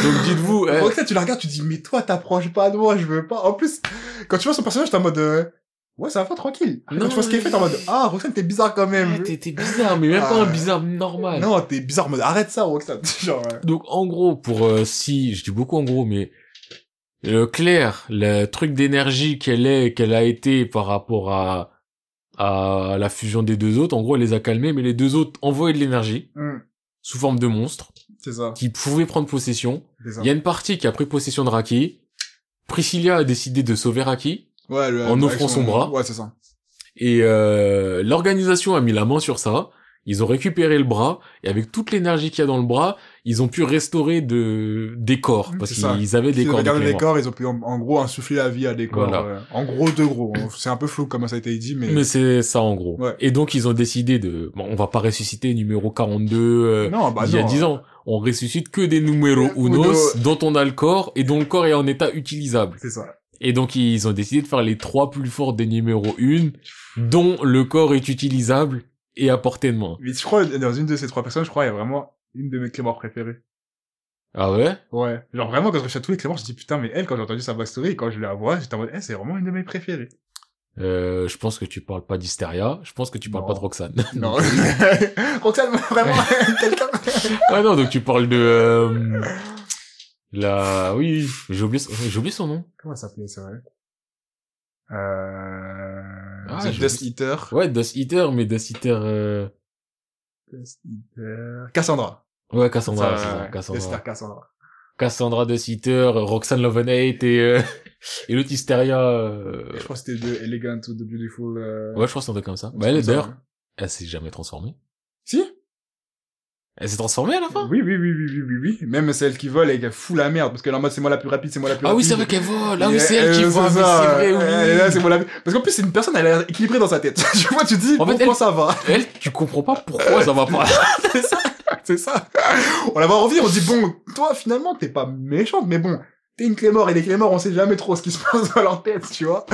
S1: Donc dites-vous, eh,
S2: Roxane, tu la regardes, tu dis, mais toi, t'approches pas de moi, je veux pas. En plus, quand tu vois son personnage, t'es en mode, euh, ouais, ça va, tranquille. Après,
S1: Non,
S2: quand tu vois ce qu'elle
S1: mais-
S2: fait, t'es en mode, ah, Roxane, t'es bizarre quand
S1: Ouais,
S2: même.
S1: t'es, t'es bizarre, mais même
S2: Ah.
S1: pas un bizarre normal.
S2: non, t'es bizarre, en mode, arrête ça, Roxane. [laughs] Genre, euh, ouais.
S1: Donc en gros, pour euh, si je dis beaucoup en gros, mais euh, Claire, le truc d'énergie qu'elle est, qu'elle a été par rapport à à la fusion des deux autres, en gros, elle les a calmés, mais les deux autres envoyaient de l'énergie
S2: Hum,
S1: sous forme de monstres
S2: c'est ça,
S1: qui pouvaient prendre possession.
S2: c'est ça.
S1: Il y a une partie qui a pris possession de Raki. Priscilla a décidé de sauver Raki.
S2: Ouais, le-
S1: En
S2: avec
S1: offrant son bras.
S2: Ouais, c'est ça.
S1: Et euh, l'organisation a mis la main sur ça. Ils ont récupéré le bras et avec toute l'énergie qu'il y a dans le bras, ils ont pu restaurer de des corps parce
S2: Mhm. C'est ça.
S1: qu'ils avaient des
S2: Ils
S1: corps. de
S2: regardent les
S1: Clément.
S2: corps, ils ont pu en, en gros insuffler la vie à des corps.
S1: Voilà.
S2: ouais. En gros, de gros. hein. C'est un peu flou comme ça a été dit, mais.
S1: Mais c'est ça en gros.
S2: Ouais.
S1: Et donc ils ont décidé de bon, on va pas ressusciter numéro 42 euh,
S2: non, bah
S1: il y a
S2: non.
S1: 10 ans. On ressuscite que des numéros
S2: Ou
S1: unos
S2: de-
S1: dont on a le corps et dont le corps est en état utilisable.
S2: hein, C'est ça.
S1: Et donc ils ont décidé de faire les trois plus forts des numéros 1 dont le corps est utilisable et à portée de main.
S2: Mais je crois, dans une de ces trois personnes, je crois, il y a vraiment une de mes Clémores préférées.
S1: Ah ouais
S2: Ouais. Genre vraiment, quand je recherche tous les Clémores, je dis putain, mais elle, quand j'ai entendu sa backstory, quand je la vois, j'étais en mode, eh, c'est vraiment une de
S1: [laughs]
S2: mes préférées.
S1: Euh, je pense que tu parles pas d'Hystéria. Je pense que tu parles
S2: Non.
S1: pas de Roxane. [laughs]
S2: Non. [laughs] Roxane, vraiment, [laughs] quelqu'un.
S1: ah non, donc tu parles de... euh, la... Oui, j'ai oublié, son- j'ai oublié son nom.
S2: Comment ça s'appelait, c'est vrai? Euh...
S1: Ah,
S2: The
S1: j'ai
S2: Dust Eater.
S1: Ouais, Dust Eater, mais Dust Eater... euh,
S2: Dust Eater. Cassandra.
S1: Ouais, Cassandra.
S2: Ça,
S1: c'est ça,
S2: ouais. Dust
S1: Cassandra.
S2: Eater, Cassandra.
S1: Cassandra, Dust Eater, Roxane Love and Hate et, euh, [laughs] et l'autre Hysteria... euh,
S2: Je crois que c'était de Elegant ou de Beautiful. euh, hein.
S1: Ouais, je crois que c'est un truc comme ça.
S2: un
S1: Bah,
S2: truc
S1: elle,
S2: comme ça,
S1: d'ailleurs,
S2: ouais.
S1: elle s'est jamais transformée.
S2: Si
S1: Elle s'est transformée à la fin
S2: Oui, oui, oui, oui, oui, oui, oui. Même celle qui vole et qui fout la merde, parce qu'elle est en mode c'est moi la plus rapide, c'est moi la plus
S1: Ah oui,
S2: rapide.
S1: c'est vrai qu'elle vole. Ah oui,
S2: Et-
S1: c'est elle
S2: et
S1: qui
S2: c'est
S1: voit. mais
S2: ça,
S1: C'est
S2: et
S1: vrai,
S2: là,
S1: oui.
S2: c'est moi la plus- Parce qu'en plus, c'est une personne, elle a l'air [laughs] équilibrée dans sa tête. tu vois, tu te dis,
S1: En fait,
S2: pourquoi
S1: elle-
S2: ça va
S1: Elle, tu comprends pas pourquoi ça va pas.
S2: [laughs] c'est ça. On la voit revenir, on dit bon, toi finalement t'es pas méchante, mais bon, t'es une Clémore et les Clémores on sait jamais trop ce qui se [laughs] passe dans leur tête, tu vois.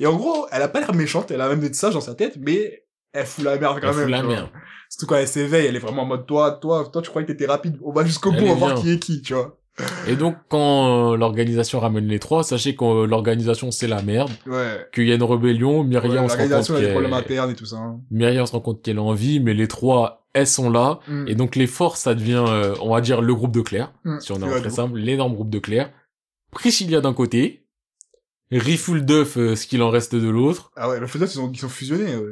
S2: Et en gros, elle a pas l'air méchante, elle a même des sages dans sa tête, mais elle fout la merde quand
S1: Elle
S2: même.
S1: fout Bah, la
S2: tu vois.
S1: merde.
S2: Surtout quand elle s'éveille, elle est vraiment en mode toi, toi, toi tu croyais que t'étais rapide, on va jusqu'au
S1: Elle
S2: bout, on va
S1: est
S2: voir
S1: bien.
S2: qui est qui, tu vois.
S1: Et donc, quand euh, l'organisation ramène les trois, sachez que euh, l'organisation, c'est la merde,
S2: Ouais.
S1: qu'il y a une rébellion, Myriam,
S2: Ouais,
S1: on se rend
S2: L'organisation
S1: compte
S2: a des
S1: qu'elle-
S2: problèmes internes et tout ça. hein.
S1: Myriam se rend compte qu'elle a envie, mais les trois, elles sont là.
S2: Mm.
S1: Et donc, les forces, ça devient, euh, on va dire, le groupe de Claire,
S2: Mm.
S1: si on est
S2: Ouais,
S1: en très simple, l'énorme groupe de Claire. Priscilla d'un côté, Riffle Duff, euh, ce qu'il en reste de l'autre.
S2: Ah ouais, le fait ils, ont- ils sont fusionnés. ouais.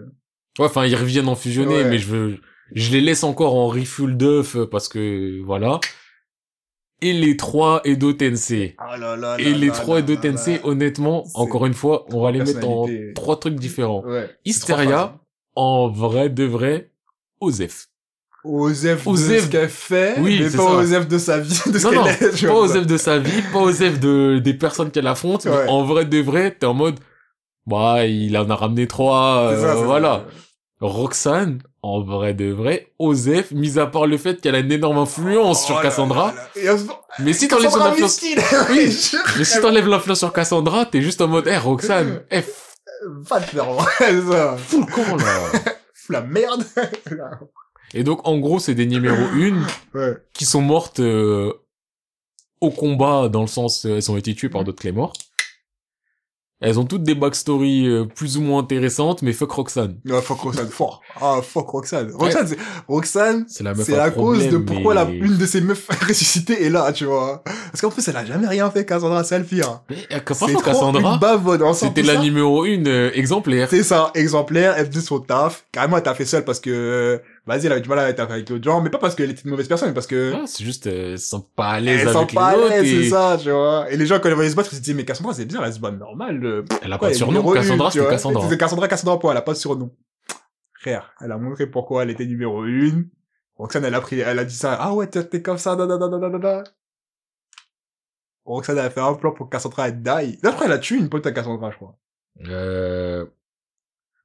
S1: Ouais, enfin, ils reviennent en fusionné,
S2: Ouais.
S1: mais je veux, je les laisse encore en Riffle Duff, euh, parce que, voilà. Et les trois et deux TNC.
S2: Ah là là.
S1: Et
S2: là
S1: les
S2: là
S1: trois
S2: là
S1: et deux
S2: là là.
S1: TNC, honnêtement,
S2: C'est
S1: encore une fois, on va les mettre en
S2: personnalités.
S1: trois trucs différents.
S2: Ouais.
S1: Hysteria, en vrai de vrai, Osef.
S2: Osef,
S1: Osef-
S2: de ce qu'elle fait,
S1: Oui,
S2: mais
S1: c'est
S2: pas
S1: ça.
S2: Osef de sa vie, de ce
S1: Non, non,
S2: qu'elle est. [laughs] tu
S1: pas
S2: vois.
S1: Osef de sa vie, pas Osef de, des personnes qu'elle affronte, mais
S2: Ouais.
S1: en vrai de vrai, t'es en mode, bah, il en a ramené trois,
S2: C'est ça,
S1: euh,
S2: c'est ça.
S1: voilà. Roxane, en vrai de vrai, Osef, mis à part le fait qu'elle a une énorme influence sur
S2: Oh là
S1: Cassandra,
S2: là là. Et on se-
S1: mais si t'enlèves son
S2: Cassandra
S1: influence, [laughs]
S2: Miskin,
S1: Oui.
S2: je-
S1: mais si t'enlèves l'influence sur Cassandra, t'es juste en mode, eh, Roxane,
S2: Euh.
S1: eh,
S2: Va te faire [laughs] voir, ça.
S1: fous le camp, là.
S2: Fous la merde.
S1: Et donc, en gros, c'est des numéros
S2: [coughs]
S1: une
S2: Ouais.
S1: qui sont mortes euh, au combat, dans le sens, euh, elles ont été tuées par d'autres Claymores. Elles ont toutes des backstories euh, plus ou moins intéressantes, mais fuck Roxane.
S2: Non, fuck Roxane, fort. Ah, fuck Roxane. Roxane, c'est- Roxane,
S1: C'est la meuf
S2: c'est
S1: à
S2: la
S1: problème,
S2: cause Ah bah, de pourquoi
S1: mais-
S2: la, une de ces meufs [laughs] ressuscitées est là, tu vois. Parce qu'en plus, elle a jamais rien fait, Cassandra, hein. c'est le pire.
S1: Mais, euh,
S2: C'est
S1: franchement,
S2: trop une
S1: Cassandra,
S2: bavonne. ensemble,
S1: c'était
S2: tout
S1: la
S2: ça.
S1: numéro une euh, exemplaire.
S2: C'est ça, exemplaire, elle faisait son taf. Carrément, elle t'a fait seule parce que, euh, vas-y, elle avait du mal à être avec d'autres gens, mais pas parce qu'elle était une mauvaise personne, mais parce que...
S1: Ah, c'est juste, euh, elles sont pas à l'aise
S2: Elle sent
S1: avec les
S2: pas à
S1: autres
S2: l'aise, c'est
S1: et
S2: ça, tu vois. Et les gens, quand ils voyaient se battre, ils se disaient, mais Cassandra, c'est bizarre, elle se bat normale. euh,
S1: Elle a pas
S2: pourquoi
S1: de
S2: elle est
S1: surnom.
S2: numéro une,
S1: Cassandra,
S2: tu
S1: c'était
S2: vois
S1: Cassandra.
S2: C'était Cassandra, Cassandra, point, elle a pas de surnom. Frère, elle a montré pourquoi elle était numéro une. Roxane, elle a pris, elle a dit ça, ah ouais, t'es t'es comme ça, nanana. Roxane, elle a fait un plan pour que Cassandra, elle die. D'après, elle a tué une pote à Cassandra, je crois.
S1: Euh...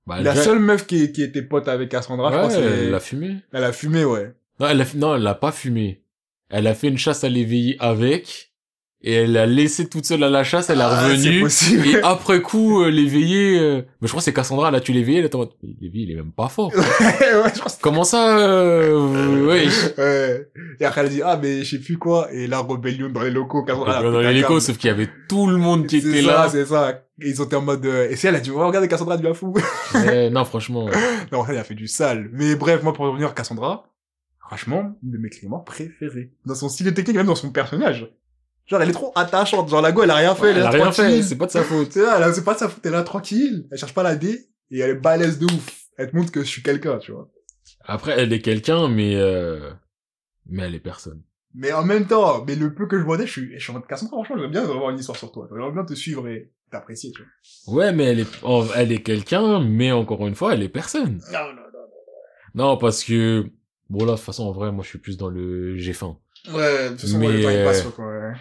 S1: Bah,
S2: La
S1: déjà-
S2: seule meuf qui, qui était pote avec Cassandra, je
S1: Ouais,
S2: crois, c'est...
S1: elle a fumé.
S2: Elle a fumé, ouais.
S1: Non, elle a, non, elle l'a pas fumé. Elle a fait une chasse à l'éveillé avec, et elle l'a laissé toute seule à la chasse, elle est
S2: Ah, C'est
S1: revenue,
S2: possible.
S1: et après coup, euh, l'éveillé, euh, mais je crois que c'est Cassandra, elle a tué l'éveillé, elle était en mode, Mais l'éveillé, il est même pas fort.
S2: [laughs] ouais, je crois que
S1: Comment ça, euh, ouais.
S2: c'est- ouais. Et après, elle a dit, ah, mais je sais plus quoi. Et la rébellion dans les locaux, Cassandra. elle a
S1: Dans
S2: pris la
S1: les
S2: carte.
S1: locaux, sauf qu'il y avait tout le monde [laughs] qui
S2: C'est
S1: était
S2: ça,
S1: là.
S2: C'est ça, Et Ils ont été en mode, euh, et si elle a dit, oh, regardez, Cassandra devient fou. [laughs]
S1: Ouais, non, franchement, ouais.
S2: non, elle a fait du sale. Mais bref, moi, pour revenir à Cassandra, franchement, une de mes Cléments préférés. Dans son style de technique, même dans son personnage. Genre, elle est trop attachante. Genre, la go, elle a rien fait.
S1: elle
S2: est
S1: a
S2: là,
S1: rien fait,
S2: tranquille.
S1: c'est pas de sa faute.
S2: C'est là, elle a- c'est pas de sa faute, elle est là tranquille, elle cherche pas la D, et elle est balèze de ouf. Elle te montre que je suis quelqu'un, tu vois.
S1: Après, elle est quelqu'un, mais, euh, mais elle est personne.
S2: Mais en même temps, mais le peu que je vois d'elle, je suis, je suis en mode Cassandra, franchement, j'aimerais bien avoir une histoire sur toi. J'aimerais bien te suivre et t'apprécier, tu vois.
S1: Ouais, mais elle est, oh, elle est quelqu'un, mais encore une fois, elle est personne.
S2: Non, non, non.
S1: Non, parce que, bon là, de toute façon, en vrai, moi, je suis plus dans le j'ai faim.
S2: Ouais, de toute façon,
S1: Mais,
S2: ouais, le temps, il
S1: euh,
S2: passe, quoi, quoi, ouais.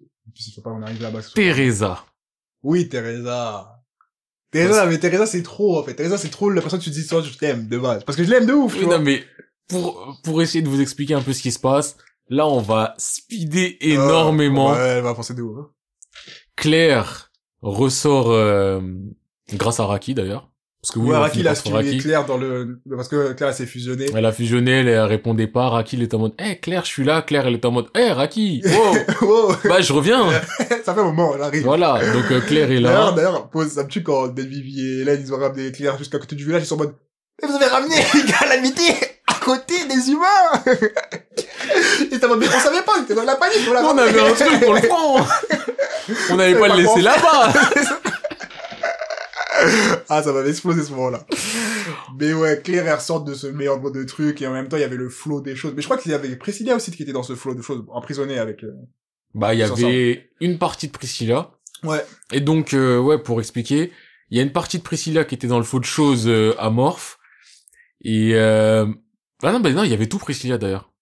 S2: Et puis, il faut pas qu'on arrive là-bas. ce soir.
S1: Teresa.
S2: Oui, Teresa. Teresa, mais Teresa, c'est trop, en fait. Teresa, c'est trop la personne que tu te dis, toi, je t'aime, de base. Parce que je l'aime de ouf, tu
S1: Oui,
S2: vois.
S1: non, mais pour, pour essayer de vous expliquer un peu ce qui se passe, là, on va speeder énormément.
S2: Ah, Ouais, elle va penser de ouf. hein.
S1: Claire ressort, euh, grâce à Raki, d'ailleurs. Parce que oui,
S2: ouais,
S1: on
S2: Raki,
S1: finit
S2: il a
S1: par trouver
S2: suivi
S1: Raki.
S2: Claire dans le, parce que Claire, elle s'est fusionnée.
S1: Elle a fusionné, elle, elle répondait pas. Raki, elle était en mode, eh, Claire, je suis là. Claire, elle était en mode, eh, Raki, wow,
S2: [laughs] Wow.
S1: bah, je reviens.
S2: ça fait un moment, elle arrive.
S1: voilà. Donc, euh, Claire est
S2: D'ailleurs,
S1: là.
S2: d'ailleurs, pause, ça me tue quand Delvivi et Hélène, ils ont ramené Claire jusqu'à côté du village, ils sont en mode, mais vous avez ramené les gars, l'amitié à côté des humains! [laughs] Et t'as mais on savait pas, t'étais dans la panique, on l'a
S1: On
S2: ramené.
S1: avait un truc pour le prendre. On n'avait pas
S2: Pas
S1: le laisser
S2: grand-chose.
S1: là-bas.
S2: [laughs] Ah, ça m'avait explosé ce moment-là. mais ouais, Claire, elle ressort de ce meilleur mot de trucs, et en même temps, il y avait le flot des choses. Mais je crois qu'il y avait Priscilla aussi qui était dans ce flot de choses, emprisonnée avec, euh,
S1: Bah, il y
S2: Ils sont
S1: avait une partie de Priscilla.
S2: Ouais.
S1: Et donc, euh, ouais, pour expliquer, il y a une partie de Priscilla qui était dans le faux de choses euh, amorphe. Et euh... ah non, bah non, il y avait tout Priscilla d'ailleurs.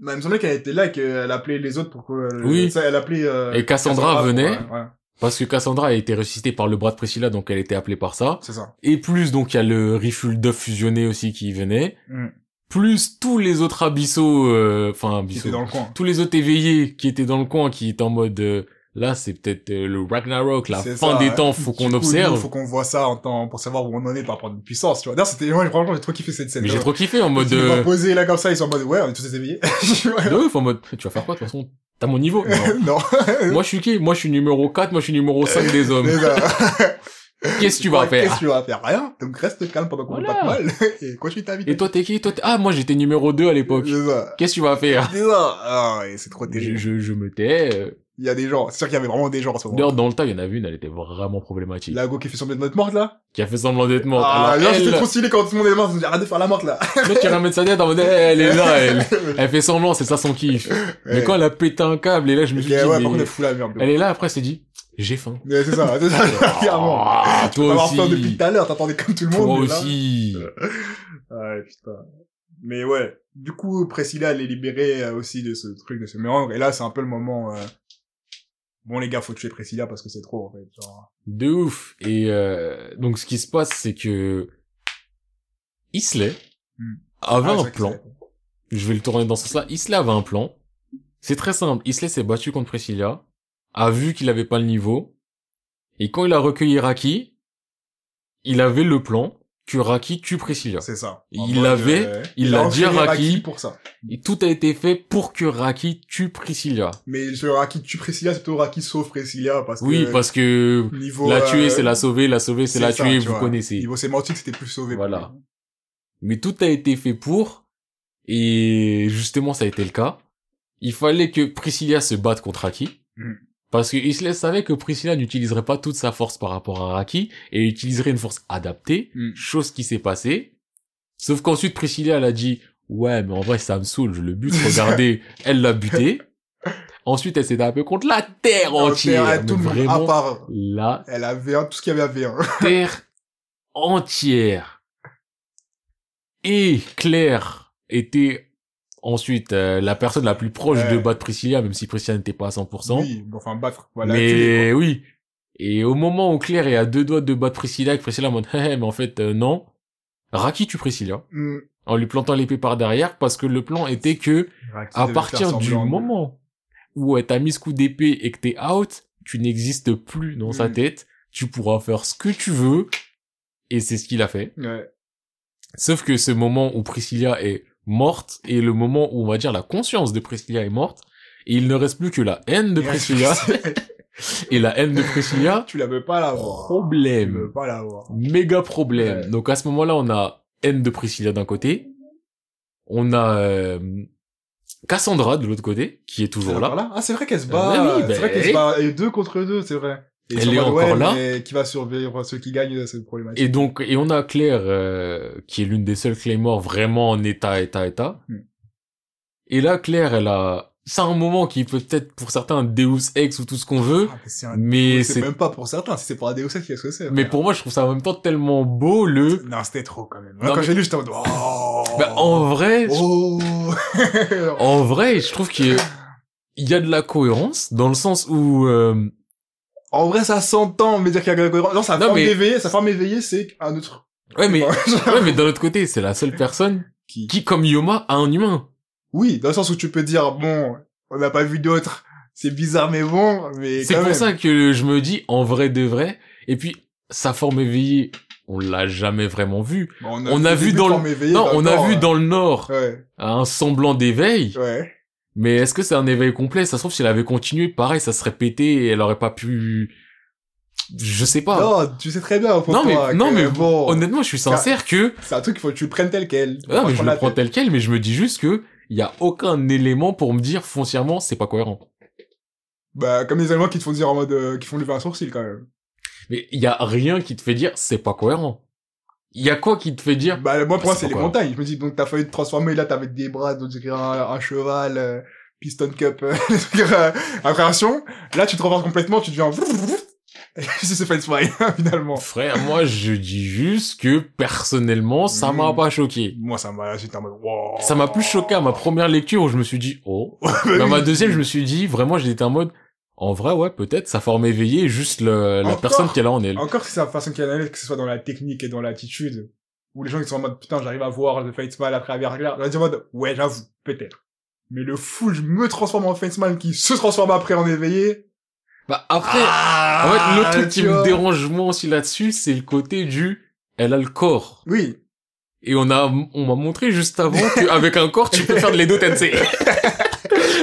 S2: bah, il me semblait qu'elle était là et qu'elle appelait les autres pour que, euh,
S1: Oui.
S2: ça, elle appelait, euh,
S1: Et Cassandra
S2: pour-
S1: venait.
S2: ouais, ouais,
S1: Parce que Cassandra a été ressuscitée par le bras de Priscilla, donc elle était appelée par ça.
S2: c'est ça.
S1: Et plus, donc, il y a le Rifle d'œuf fusionné aussi qui venait.
S2: Mm.
S1: plus tous les autres abyssaux, euh, enfin
S2: qui
S1: abyssaux,
S2: était dans le coin.
S1: tous les autres éveillés qui étaient dans le coin, qui étaient en mode, euh, là c'est peut-être euh, le Ragnarok, la
S2: C'est
S1: fin
S2: ça,
S1: des
S2: ouais.
S1: temps,
S2: [laughs]
S1: faut
S2: Du
S1: qu'on
S2: coup,
S1: observe.
S2: nous, faut qu'on voit ça en temps pour savoir où on en est par rapport à notre puissance, tu vois. D'ailleurs, c'était, moi, franchement, j'ai trop kiffé cette scène. Euh,
S1: Mais j'ai trop kiffé en mode,
S2: Ils les voient
S1: euh,
S2: posés là comme ça, ils sont en mode, ouais, on est tous éveillés. [laughs]
S1: de ouf, en mode, tu vas faire quoi de toute façon, t'as mon niveau.
S2: [laughs]
S1: Non.
S2: non.
S1: moi je suis qui Moi je suis numéro 4, moi je suis numéro 5 des hommes.
S2: [laughs] Mais bah,
S1: Qu'est-ce que [laughs] tu vas
S2: ouais,
S1: faire
S2: Qu'est-ce que tu vas faire? Rien. Donc, reste calme pendant qu'on
S1: Voilà.
S2: tape mal. [laughs] Et continue ta vie.
S1: Et toi t'es qui Toi t'es- Ah moi j'étais numéro 2 à l'époque.
S2: C'est ça.
S1: Qu'est-ce que tu vas faire
S2: C'est ça. Ah, ouais, c'est trop
S1: je,
S2: terrible.
S1: je, je me tais. euh,
S2: Il y a des gens. C'est sûr qu'il y avait vraiment des gens en ce moment.
S1: D'ailleurs, dans le tas, il y en avait une, elle était vraiment problématique.
S2: La go qui fait semblant d'être morte, là.
S1: Qui a fait semblant d'être morte.
S2: Ah,
S1: Alors,
S2: là,
S1: elle,
S2: c'était trop stylé quand tout le monde est mort. J'ai arrêté de faire la morte, là.
S1: le mec qui ramène sa tête en mode, Eh, elle est là,
S2: [laughs]
S1: elle. Elle fait semblant, c'est ça son kiff. Mais
S2: Ouais.
S1: quand elle a pété un câble, et là, je me
S2: Ok,
S1: suis dit,
S2: ouais, par
S1: mais-
S2: contre, elle fout la merde.
S1: elle est là, après, elle s'est dit, j'ai faim.
S2: Mais c'est ça, c'est ça, [laughs] clairement.
S1: Ah, toi
S2: Avoir faim depuis
S1: aussi.
S2: tout à l'heure, t'attendais comme tout le monde.
S1: Toi
S2: mais là-
S1: aussi.
S2: Ouais, putain. Mais ouais. Du coup, Priscilla, elle est libérée euh, aussi de ce truc, de ce méandre. Et là, c'est un peu le moment, euh, bon, les gars, faut tuer Priscilla parce que c'est trop, en fait. Genre...
S1: De ouf. Et euh, donc, ce qui se passe, c'est que Isley
S2: Hmm.
S1: avait
S2: Ah, c'est
S1: un
S2: vrai que
S1: plan. Je vais le tourner dans ce sens-là. Isley avait un plan. C'est très simple. Isley s'est battu contre Priscilla, a vu qu'il avait pas le niveau, et quand il a recueilli Raki, il avait le plan que Raki tue Priscilla.
S2: C'est ça.
S1: Il
S2: En
S1: l'avait,
S2: euh,
S1: il l'a dit à
S2: enchaîné
S1: Raki.
S2: pour ça.
S1: Et tout a été fait pour que Raki tue Priscilla.
S2: Mais ce Raki tue Priscilla, c'est plutôt Raki sauve Priscilla parce
S1: Oui,
S2: que...
S1: parce que
S2: Niveau,
S1: la tuer,
S2: euh,
S1: c'est la sauver, la sauver, c'est
S2: c'est
S1: la
S2: ça,
S1: tuer,
S2: tu
S1: vous
S2: vois.
S1: connaissez.
S2: Niveau sémantique, c'était plus sauvé.
S1: Voilà. mais tout a été fait pour, et justement ça a été le cas. Il fallait que Priscilla se batte contre Aki,
S2: Mm.
S1: parce que Isley savait que Priscilla n'utiliserait pas toute sa force par rapport à Aki, et utiliserait une force adaptée,
S2: Mm.
S1: chose qui s'est passée. Sauf qu'ensuite Priscilla, elle a dit, ouais, mais en vrai ça me saoule, je le
S2: [laughs]
S1: bute, regardez, elle l'a buté. Ensuite, elle s'est tapée contre la terre
S2: Donc,
S1: entière.
S2: à tout
S1: mais
S2: le monde, Ah, à
S1: vraiment,
S2: part,
S1: la
S2: elle avait un- tout ce qu'il y avait à V1.
S1: terre entière. Et Claire était ensuite euh, la personne la plus proche
S2: Ouais.
S1: de battre Priscilla, même si Priscilla n'était pas à 100%.
S2: [laughs] Oui, bon, enfin, battre, voilà. tuer,
S1: mais oui. Et au moment où Claire est à deux doigts de battre Priscilla, que Priscilla est en mode, Hé, hé, mais en fait, euh, non. Raki tue Priscilla
S2: quoi. Mm.
S1: en lui plantant l'épée par derrière parce que le plan était que
S2: Raki
S1: à
S2: devait
S1: partir
S2: faire
S1: du
S2: semblant de-
S1: moment où elle t'a mis ce coup d'épée et que t'es out, tu n'existes plus dans sa
S2: Mm.
S1: tête, tu pourras faire ce que tu veux, et c'est ce qu'il a fait.
S2: Ouais.
S1: Sauf que ce moment où Priscilla est morte, et le moment où, on va dire, la conscience de Priscilla est morte, et il ne reste plus que la haine de
S2: [laughs] Et
S1: Priscilla, et la haine de Priscilla,
S2: tu la veux pas l'avoir. Tu
S1: Oh, problème.
S2: veux pas l'avoir.
S1: Méga problème.
S2: Ouais.
S1: Donc à ce moment-là, on a haine de Priscilla d'un côté, on a euh, Cassandra de l'autre côté, qui est toujours là.
S2: Encore Ah, c'est vrai qu'elle se
S1: Ah,
S2: bat.
S1: mais oui, bah,
S2: c'est vrai qu'elle
S1: eh.
S2: se bat. Et deux contre deux, c'est vrai. Et ils
S1: Elle
S2: sont en
S1: est
S2: mode,
S1: encore
S2: ouais,
S1: là.
S2: Mais qui va survivre Ceux qui gagnent, c'est problématique.
S1: Et donc, et on a Claire, euh, qui est l'une des seules Claymore vraiment en état, état, état.
S2: Mm.
S1: Et là, Claire, elle a, c'est un moment qui peut être pour certains un Deus Ex ou tout ce qu'on veut,
S2: Ah, mais c'est un-
S1: mais
S2: c'est
S1: c'est,
S2: même pas hein. pour certains. Si c'est pour un Deus Ex, qu'est-ce que c'est
S1: mais
S2: frère
S1: pour moi, je trouve ça en même temps tellement beau, le,
S2: Non, c'était trop quand même.
S1: Non,
S2: quand
S1: mais-
S2: j'ai lu, j'étais en mode. Oh
S1: bah, en vrai, je-
S2: Oh [laughs]
S1: en vrai, je trouve qu'il y a- il y a de la cohérence dans le sens où, euh,
S2: En vrai, ça s'entend, mais dire qu'il y a Non, sa
S1: Non,
S2: forme
S1: mais-
S2: d'éveillé, sa forme éveillée, c'est un autre.
S1: ouais, mais,
S2: [laughs] Genre-
S1: ouais, mais d'un autre côté, c'est la seule personne
S2: Qui-
S1: qui, comme Yoma, a un humain.
S2: Oui, dans le sens où tu peux dire, bon, on n'a pas vu d'autres, c'est bizarre mais bon, mais
S1: C'est
S2: quand
S1: pour
S2: même.
S1: ça que je me dis en vrai de vrai. Et puis sa forme éveillée, on l'a jamais vraiment vue.
S2: Bon, Bah, on
S1: on a
S2: le
S1: vu
S2: début
S1: dans
S2: de
S1: le-
S2: Forme éveillée,
S1: non, on a
S2: d'accord,
S1: vu
S2: euh,
S1: dans le Nord
S2: Ouais,
S1: un semblant d'éveil.
S2: hein. ouais.
S1: Mais est-ce que c'est un éveil complet Ça se trouve si elle avait continué, pareil, ça serait pété et elle aurait pas pu. Je sais pas.
S2: Non, tu sais très bien, pour
S1: Ah. Non, mais-
S2: toi,
S1: non,
S2: que,
S1: mais
S2: bon,
S1: Honnêtement, je suis sincère que
S2: c'est un truc, faut que tu le prennes tel quel. Faut
S1: non,
S2: pas
S1: Ah, mais je
S2: prendre
S1: le
S2: la
S1: prends
S2: tête.
S1: tel quel, mais je me dis juste que il y a aucun élément pour me dire foncièrement c'est pas cohérent.
S2: Bah, comme les Allemands qui te font dire en mode, euh, qui font lever un sourcil quand même.
S1: Mais il y a rien qui te fait dire c'est pas cohérent. Il y a quoi qui te fait dire
S2: Bah, moi, pour moi,
S1: C'est
S2: c'est les
S1: pourquoi. hein
S2: montagnes. Je me dis, donc, t'as failli te transformer, là, t'avais des bras, donc, dirait un, un cheval, euh, piston cup, euh, [laughs] des trucs, euh, appréhension. Là, tu te renverses complètement, tu deviens, [laughs] si c'est Fine [laughs] finalement.
S1: Frère, moi je dis juste que personnellement ça m'a
S2: Mm.
S1: pas choqué.
S2: Moi, ça m'a, j'étais en mode, wow. Bah
S1: Ça m'a plus
S2: [laughs]
S1: choqué à ma première lecture où je me suis dit oh. Mais à ma deuxième je me suis dit vraiment j'étais en mode en vrai ouais peut-être sa forme éveillée est juste le- la
S2: Encore
S1: personne qu'elle a en elle.
S2: Encore que c'est la façon qu'elle analyse, que ce soit dans la technique et dans l'attitude, Ou les gens qui sont en mode, putain, j'arrive à voir The Faintman à travers l'air. J'aurais dit en mode, ouais, j'avoue, peut-être. Mais le fou, je me transforme en Faintman qui se transforme après en éveillé.
S1: Bah, après, en
S2: Ah,
S1: fait, le truc qui me dérange moi aussi là-dessus, c'est le côté du, elle a le corps.
S2: Oui.
S1: Et on a, on m'a montré juste avant
S2: [laughs]
S1: qu'avec un corps, tu peux faire de l'Edo Tensei.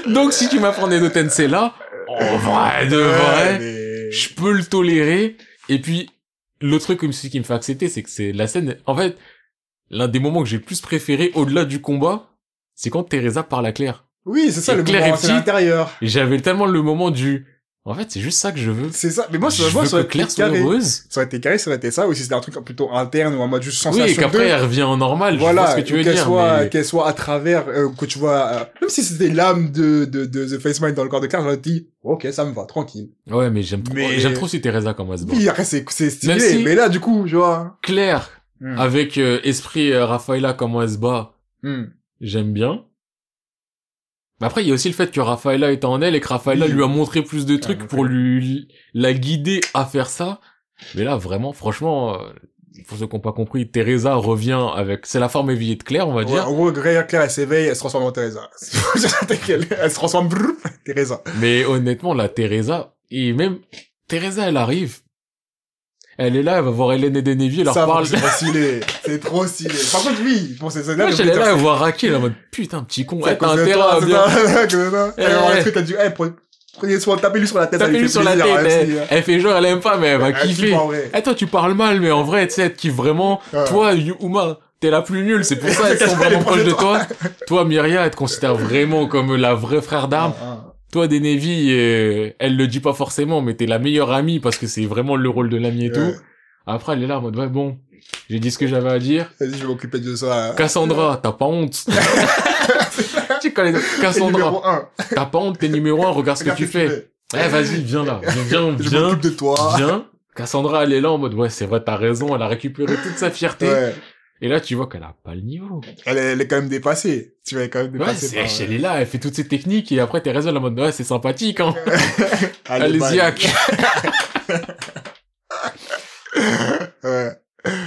S1: Donc, si tu m'apprends l'Edo Tensei là, en vrai, de vrai,
S2: Ouais, mais-
S1: je peux le tolérer. Et puis, le truc comme celui qui me fait accepter, c'est que c'est la scène. En fait, l'un des moments que j'ai le plus préféré au-delà du combat, c'est quand Teresa parle à Claire.
S2: Oui, c'est ça,
S1: Et
S2: le
S1: Claire
S2: moment,
S1: est
S2: c'est à
S1: petite.
S2: l'intérieur.
S1: Et J'avais tellement le moment du. En fait, c'est juste ça que je veux.
S2: C'est ça. Mais moi,
S1: je
S2: ça, moi,
S1: veux
S2: ça
S1: que
S2: aurait été
S1: Claire soit
S2: carré.
S1: heureuse.
S2: Ça aurait été carré, ça aurait été ça, ou si c'était un truc plutôt interne, ou en mode juste
S1: Oui,
S2: sensation
S1: et qu'après,
S2: de-
S1: elle revient en normal. je vois
S2: Voilà,
S1: ce que tu veux
S2: qu'elle
S1: dire.
S2: soit,
S1: mais-
S2: qu'elle soit à travers, euh, que tu vois, euh, même si c'était l'âme de, de, de The Face Mind dans le corps de Claire, j'aurais dit, ok, ça me va, tranquille.
S1: Ouais, mais j'aime trop,
S2: Mais-
S1: j'aime trop si Teresa comme elle se bat.
S2: Oui, après, c'est, c'est stylé,
S1: Même si-
S2: mais là, du coup, tu vois,
S1: Claire,
S2: Hmm.
S1: avec euh, Esprit euh, Rafaela comment elle se bat,
S2: hmm,
S1: j'aime bien. Mais après, il y a aussi le fait que Rafaela était en elle et que Rafaela
S2: Oui. Ah,
S1: lui a montré plus de trucs
S2: montré.
S1: pour lui la guider à faire ça. Mais là, vraiment, franchement, euh, pour ceux qui n'ont pas compris, Teresa revient avec... C'est la forme éveillée de Claire, on va
S2: Ouais,
S1: dire.
S2: en gros, Claire, Claire, elle s'éveille, elle se transforme en Teresa. [laughs] elle, elle se transforme, brrr, Teresa.
S1: Mais honnêtement, la Teresa, et même Teresa, elle arrive. Elle est là, elle va voir Hélène et Denevier, elle leur
S2: Ça,
S1: parle.
S2: c'est trop stylé, c'est trop stylé. Par contre, oui, pour ces scènes-là,
S1: Moi,
S2: le
S1: j'allais
S2: putain,
S1: là, elle voit Raquel, elle est en mode, putain, petit con,
S2: c'est à
S1: elle a
S2: cause de
S1: intérêt
S2: toi,
S1: à
S2: c'est
S1: bien...
S2: ça, [laughs] c'est à cause de toi. Elle va voir
S1: Eh.
S2: le truc, elle dit, eh, pre- prenez soin, tapez-lui sur la tête, ça lui
S1: Tapez-lui
S2: fait
S1: sur la tête, eh.
S2: plaisir, hein, elle,
S1: elle, elle fait genre, elle aime pas, mais elle va
S2: elle kiffe
S1: kiffer.
S2: en vrai.
S1: Eh, toi, tu parles mal, mais en vrai, tu sais, elle te kiffe vraiment.
S2: Ouais.
S1: Toi, Yuma, t'es la plus nulle, c'est [laughs] pour ça, elles
S2: Elle
S1: sont
S2: est
S1: vraiment
S2: proche
S1: proches
S2: de
S1: de toi. Toi, Myria, elle te considère vraiment comme la vraie frère d'armes. Toi, Denevi, euh, elle le dit pas forcément, mais t'es la meilleure amie, parce que c'est vraiment le rôle de l'ami et
S2: Ouais.
S1: tout. Après, elle est là en mode, ouais, bon, j'ai dit ce que j'avais à dire.
S2: Vas-y, je vais m'occuper de
S1: Ah.
S2: ça. hein.
S1: Cassandra, t'as pas [laughs] honte. tu connais Cassandra.
S2: numéro 1.
S1: T'as pas honte, t'es numéro un, regarde ce que tu fais. Eh, vas-y, viens là. Viens,
S2: Je
S1: viens,
S2: m'occupe de toi.
S1: viens. Cassandra, elle est là en mode, ouais, c'est vrai, t'as raison, elle a récupéré toute sa fierté.
S2: Ouais.
S1: Et là, tu vois qu'elle a pas le niveau.
S2: Elle, est, elle est quand même dépassée. Tu vas quand même
S1: Ouais,
S2: dépassée.
S1: c'est,
S2: par- euh,
S1: elle est là, elle fait toutes ses techniques, et après, t'es raison, elle est en mode, ouais, c'est sympathique, hein.
S2: Allez,
S1: Allez-y,
S2: bye.
S1: hack.
S2: Ouais.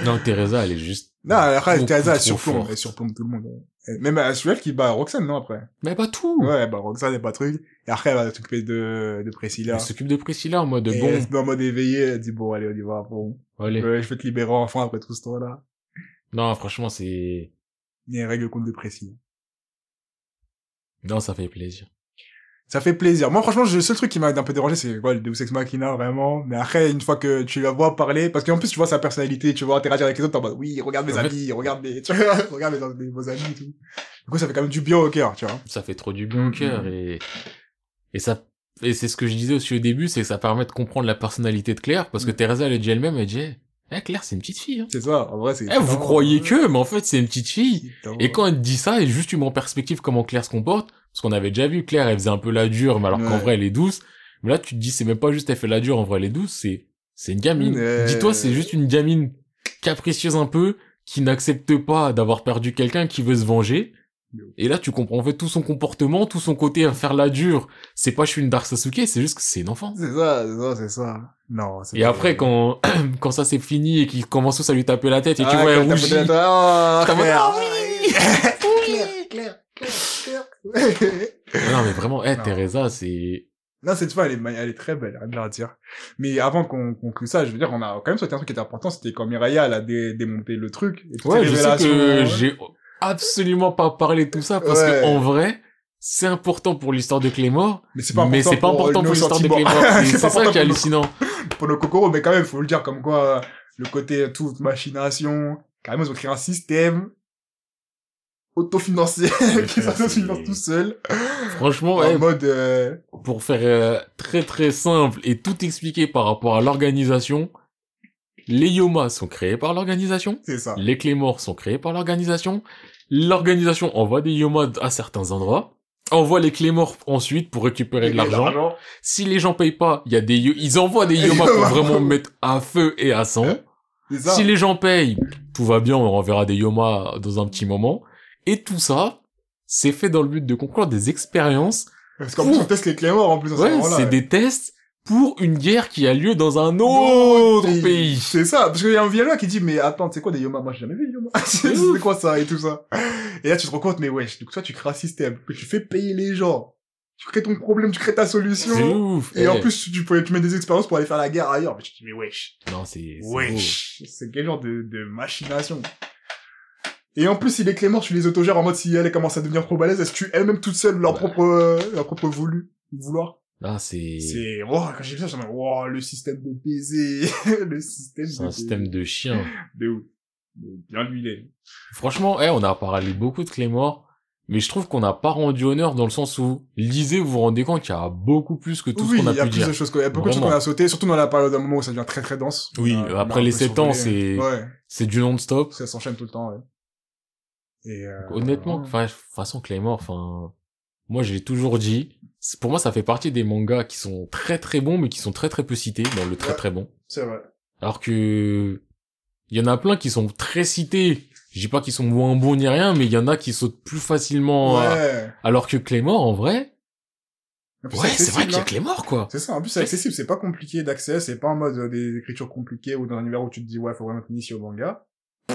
S1: Non, Teresa, elle est juste.
S2: Non, après,
S1: beaucoup
S2: Teresa, elle
S1: trop
S2: surplombe.
S1: forte.
S2: Elle surplombe tout le monde. ouais. Même euh, celui-là qui bat Roxane, non, après?
S1: Mais pas tout.
S2: Ouais, elle bat Roxane, elle bat truc. Et après, elle va s'occuper de, de Priscilla.
S1: Elle s'occupe de Priscilla en mode,
S2: Et
S1: bon,
S2: elle se met en mode éveillé, elle dit bon, allez, on y va, bon.
S1: allez.
S2: Euh, je vais te libérer enfin après tout ce temps-là.
S1: Non, franchement, c'est,
S2: Il y a une règle contre de Priscilla.
S1: non, ça fait plaisir.
S2: Ça fait plaisir. Moi, franchement, le seul truc qui m'a un peu dérangé, c'est quoi, le Deus Ex Machina, vraiment. Mais après, une fois que tu la vois parler, parce qu'en plus, tu vois sa personnalité, tu vois interagir avec les autres, t'es en mode, oui, regarde mes
S1: En fait-
S2: amis, regarde mes, tu vois, [laughs] regarde mes, mes beaux amis et tout. Du coup, ça fait quand même du bien au cœur, tu vois.
S1: Ça fait trop du bien au
S2: Mhm.
S1: cœur, et, et ça, et c'est ce que je disais aussi au début, c'est que ça permet de comprendre la personnalité de Claire, parce que
S2: Mm.
S1: Teresa, elle dit elle-même, elle dit, eh, Claire, c'est une petite fille, hein.
S2: C'est ça, en vrai, c'est...
S1: Eh, vous croyez que, mais en fait, c'est une petite fille. Et
S2: quand
S1: quand elle te dit ça, et juste tu mets en perspective comment Claire se comporte, parce qu'on avait déjà vu Claire, elle faisait un peu la dure, mais alors qu'en
S2: Ouais.
S1: vrai, elle est douce. Mais là, tu te dis, c'est même pas juste elle fait la dure, en vrai, elle est douce, c'est, c'est une gamine.
S2: Ouais.
S1: Dis-toi, c'est juste une gamine capricieuse un peu, qui n'accepte pas d'avoir perdu quelqu'un, qui veut se venger. Et là, tu comprends en fait tout son comportement, tout son côté à faire la dure. C'est pas je suis une Dark Sasuke, c'est juste que c'est une enfant.
S2: C'est ça, c'est ça, c'est ça. Non, c'est
S1: Et
S2: pas-
S1: après, quand, [clears throat] quand ça c'est fini et qu'il commence tous à lui taper la tête et tu
S2: Ah,
S1: vois,
S2: quand
S1: elle
S2: t'as
S1: rougit.
S2: peut-être- Ah,
S1: T'es en mode,
S2: Claire.
S1: ah oui
S2: Claire, Claire, Claire, Claire.
S1: Ah Non, mais vraiment, eh
S2: Non.
S1: Teresa, c'est...
S2: Non, cette fois, elle est, ma- elle est très belle, rien de la dire. Mais avant qu'on conclue ça, je veux dire, on a quand même sauté un truc qui était important, c'était quand Miraya, elle a dé- démonté le truc. Et toutes
S1: Ouais,
S2: ces
S1: je sais que
S2: révélations.
S1: j'ai absolument pas parlé de tout ça, parce
S2: Ouais.
S1: que en vrai, c'est important pour l'histoire de Clémor,
S2: Mais c'est
S1: mais c'est pas important
S2: nos
S1: pour l'histoire de
S2: sentiments.
S1: Clémor.
S2: [laughs]
S1: C'est-
S2: C'est
S1: C'est ça
S2: pas
S1: qui est
S2: important
S1: hallucinant.
S2: pour le Kokoro, mais quand même, faut le dire comme quoi, euh, le côté toute machination, carrément, ils ont créé un système autofinancé, [laughs] qui
S1: frère,
S2: s'autofinance
S1: c'est-
S2: tout seul,
S1: Franchement,
S2: en
S1: eh,
S2: mode, euh,
S1: pour faire euh, très très simple et tout expliquer par rapport à l'organisation, les Yoma sont créés par l'organisation,
S2: c'est ça.
S1: les Clémors sont créés par l'organisation, l'organisation envoie des Yoma à certains endroits, envoie les Clémors ensuite pour récupérer de l'argent, Si les gens payent pas, il y a des yo- ils envoient des Yoma pour vraiment mettre à feu et à sang.
S2: C'est ça.
S1: Si les gens payent, tout va bien, on renverra des Yoma dans un petit moment. Et tout ça, c'est fait dans le but de conclure des expériences.
S2: Parce qu'en plus, on teste les clés morts, en plus, à ce
S1: Ouais,
S2: moment-là.
S1: c'est des tests pour une guerre qui a lieu dans un autre
S2: Pays.
S1: pays.
S2: C'est ça, parce qu'il y a un villageois qui dit, mais attends, c'est quoi des Yoma Moi, j'ai jamais vu Yoma. [laughs] c'est c'est quoi ça et tout ça. Et là, tu te rends compte, mais wesh, donc toi, tu crées un système que tu fais payer les gens. Tu crées ton problème, tu crées ta
S1: C'est
S2: solution.
S1: ouf.
S2: Et
S1: Eh,
S2: en plus, tu, peux, tu mets des expériences pour aller faire la guerre ailleurs. Mais tu te dis, mais wesh,
S1: non, c'est c'est beau.
S2: wesh. C'est quel genre de, de machination et en plus, il est clément, tu les autogères en mode si elle commence à devenir trop balèze, est-ce que tu elles-mêmes toutes seules leur
S1: Bah.
S2: propre, euh, leur propre voulu, vouloir.
S1: Ah, c'est
S2: C'est, oh, quand j'ai vu ça, j'ai dit, wow, le système de baiser, [laughs] le système
S1: c'est
S2: de
S1: un système de chien.
S2: de ouf. Mais Bien huilé.
S1: Franchement, eh, on a parlé beaucoup de Clémor, mais je trouve qu'on n'a pas rendu honneur dans le sens où lisez, vous vous rendez compte qu'il y a beaucoup plus que tout
S2: oui,
S1: ce qu'on a
S2: il y a
S1: pu
S2: plus
S1: dire.
S2: de choses, quoi. il y a beaucoup de choses
S1: Vraiment.
S2: qu'on a sauté, surtout dans la période d'un moment où ça devient très très dense.
S1: Oui,
S2: On a- on a
S1: après
S2: un
S1: les
S2: peu
S1: sept ans,
S2: survolé.
S1: c'est
S2: Ouais,
S1: c'est du non-stop.
S2: ça s'enchaîne tout le temps, ouais. Et euh,
S1: Honnêtement,
S2: ouais.
S1: enfin, de toute façon Claymore, enfin, moi j'ai toujours dit, c'est- pour moi ça fait partie des mangas qui sont très très bons mais qui sont très très peu cités dans le très
S2: Ouais.
S1: très bon.
S2: c'est vrai.
S1: Alors que il y en a plein qui sont très cités. Je dis pas qu'ils sont moins bons ni rien, mais il y en a qui sautent plus facilement. à-
S2: ouais.
S1: Alors que Claymore, en vrai,
S2: En plus,
S1: ouais, c'est
S2: accessible,
S1: vrai qu'il y a
S2: hein.
S1: Claymore quoi.
S2: C'est ça, en plus c'est accessible, c'est pas compliqué d'accès, c'est pas en mode euh, des écritures compliquées ou dans un univers où tu te dis ouais, faut vraiment t'initier au manga. Y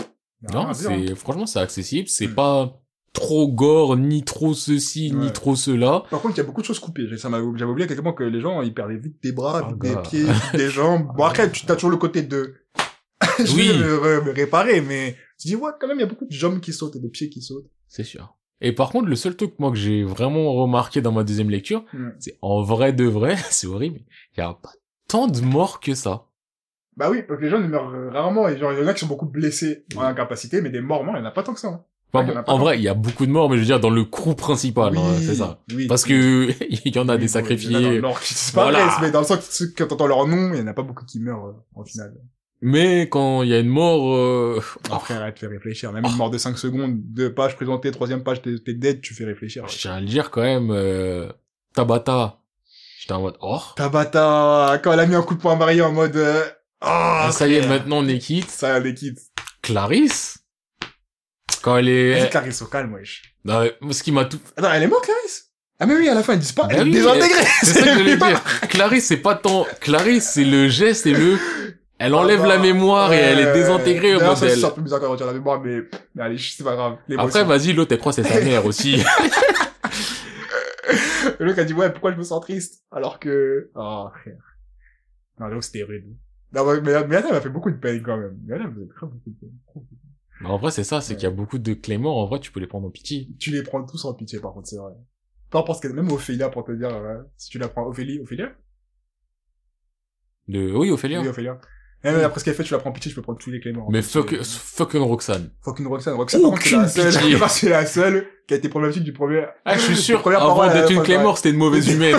S2: a rien
S1: Non,
S2: à dire, hein.
S1: c'est franchement c'est accessible, c'est
S2: Mm.
S1: pas trop gore ni trop ceci ni
S2: Ouais.
S1: trop cela.
S2: Par contre, il y a beaucoup de choses coupées. J'ai- ça m'a- J'avais oublié à quel point que les gens, ils perdaient vite des bras,
S1: Ah,
S2: vite
S1: gars.
S2: des pieds, vite
S1: [laughs]
S2: des jambes. Bon, après, tu as toujours le côté de... [laughs] Je
S1: Oui.
S2: vais me, re- me réparer, mais tu dis, ouais, quand même, il y a beaucoup de jambes qui sautent et de pieds qui sautent.
S1: C'est sûr. Et par contre, le seul truc, moi, que j'ai vraiment remarqué dans ma deuxième lecture,
S2: Mm.
S1: c'est en vrai de vrai, [laughs] c'est horrible, il y a pas tant de morts que ça.
S2: Bah oui, parce que les gens, ils meurent euh, rarement. Et genre, il y en a qui sont beaucoup blessés en incapacité, mais des morts, morts, il n'y en a pas tant que ça. hein.
S1: Enfin,
S2: Ouais, il y en
S1: bon,
S2: a pas
S1: en
S2: tant.
S1: vrai, il y a beaucoup de morts, mais je veux dire, dans le crew principal, hein,
S2: Oui,
S1: c'est ça.
S2: oui.
S1: Parce que, [laughs] il y en a des
S2: Oui, bon, Il y en a dans le
S1: sacrifiés.
S2: Nord qui disparaissent,
S1: Voilà.
S2: mais dans le sens que ceux- quand t'entends leur nom, il n'y en a pas beaucoup qui meurent, euh, en final.
S1: Mais quand il y a une mort, euh,
S2: Après, arrête de faire réfléchir.
S1: Oh.
S2: Même une mort de 5 secondes, deux pages présentées, troisième page, t'es t'es dead, tu fais réfléchir.
S1: je tiens à le dire quand même, euh, Tabata, j'étais en mode, oh,
S2: Tabata, quand elle a mis un coup de poing à Marie en mode, euh, ah,
S1: ça y est, maintenant on est quitte.
S2: ça, elle est quitte.
S1: Clarisse, quand elle
S2: Vas-y,
S1: est,
S2: Clarisse, au calme, wesh.
S1: Non, mais ce qui m'a tout,
S2: Attends, elle est morte, Clarisse? Ah, mais oui, à la fin, ils disent pas,
S1: Bah oui,
S2: elle est désintégrée. [laughs]
S1: C'est ça que j'allais
S2: bizarre.
S1: dire. Clarisse, c'est pas tant. Clarisse, c'est le geste et le. Elle enlève
S2: Ah bah,
S1: la mémoire et elle est désintégrée au
S2: D'ailleurs, ça,
S1: modèle.
S2: C'est un peu bizarre quand on retire la mémoire, mais, mais allez, c'est pas grave.
S1: Après,
S2: L'émotion.
S1: vas-y, l'autre, elle croit que c'est sa mère
S2: [laughs]
S1: aussi.
S2: Le mec a dit, ouais, pourquoi je me sens triste? Alors que, oh, frère. Non, donc c'était rude. Non, mais, mais, mais attends, elle m'a fait beaucoup de peine quand même. Mais attends, vous êtes grave beaucoup de peine.
S1: Mais en vrai, c'est ça, c'est qu'il y a beaucoup de Clément. En vrai, tu peux les prendre en pitié.
S2: Tu les prends tous en pitié, par contre, c'est vrai. Peu importe ce qu'elle, même Ophélia, pour te dire, euh, si tu la prends, Ophélie, Ophélia?
S1: De... Oui, Ophélia.
S2: Oui, Ophélia. Et même après ce qu'elle fait, tu la prends en pitié, tu peux prendre tous les Cléments.
S1: Mais fuck, fucking Roxane.
S2: Fucking Roxane. Roxane,
S1: Aucune
S2: par contre, c'est la seule,
S1: pitié.
S2: je pense que [laughs] c'est la seule qui a été problématique du premier.
S1: Ah, je suis
S2: [laughs]
S1: sûr,
S2: premières
S1: avant
S2: paroles,
S1: d'être
S2: elle a
S1: une
S2: pas
S1: Clémor, c'était une
S2: [laughs]
S1: mauvaise humaine.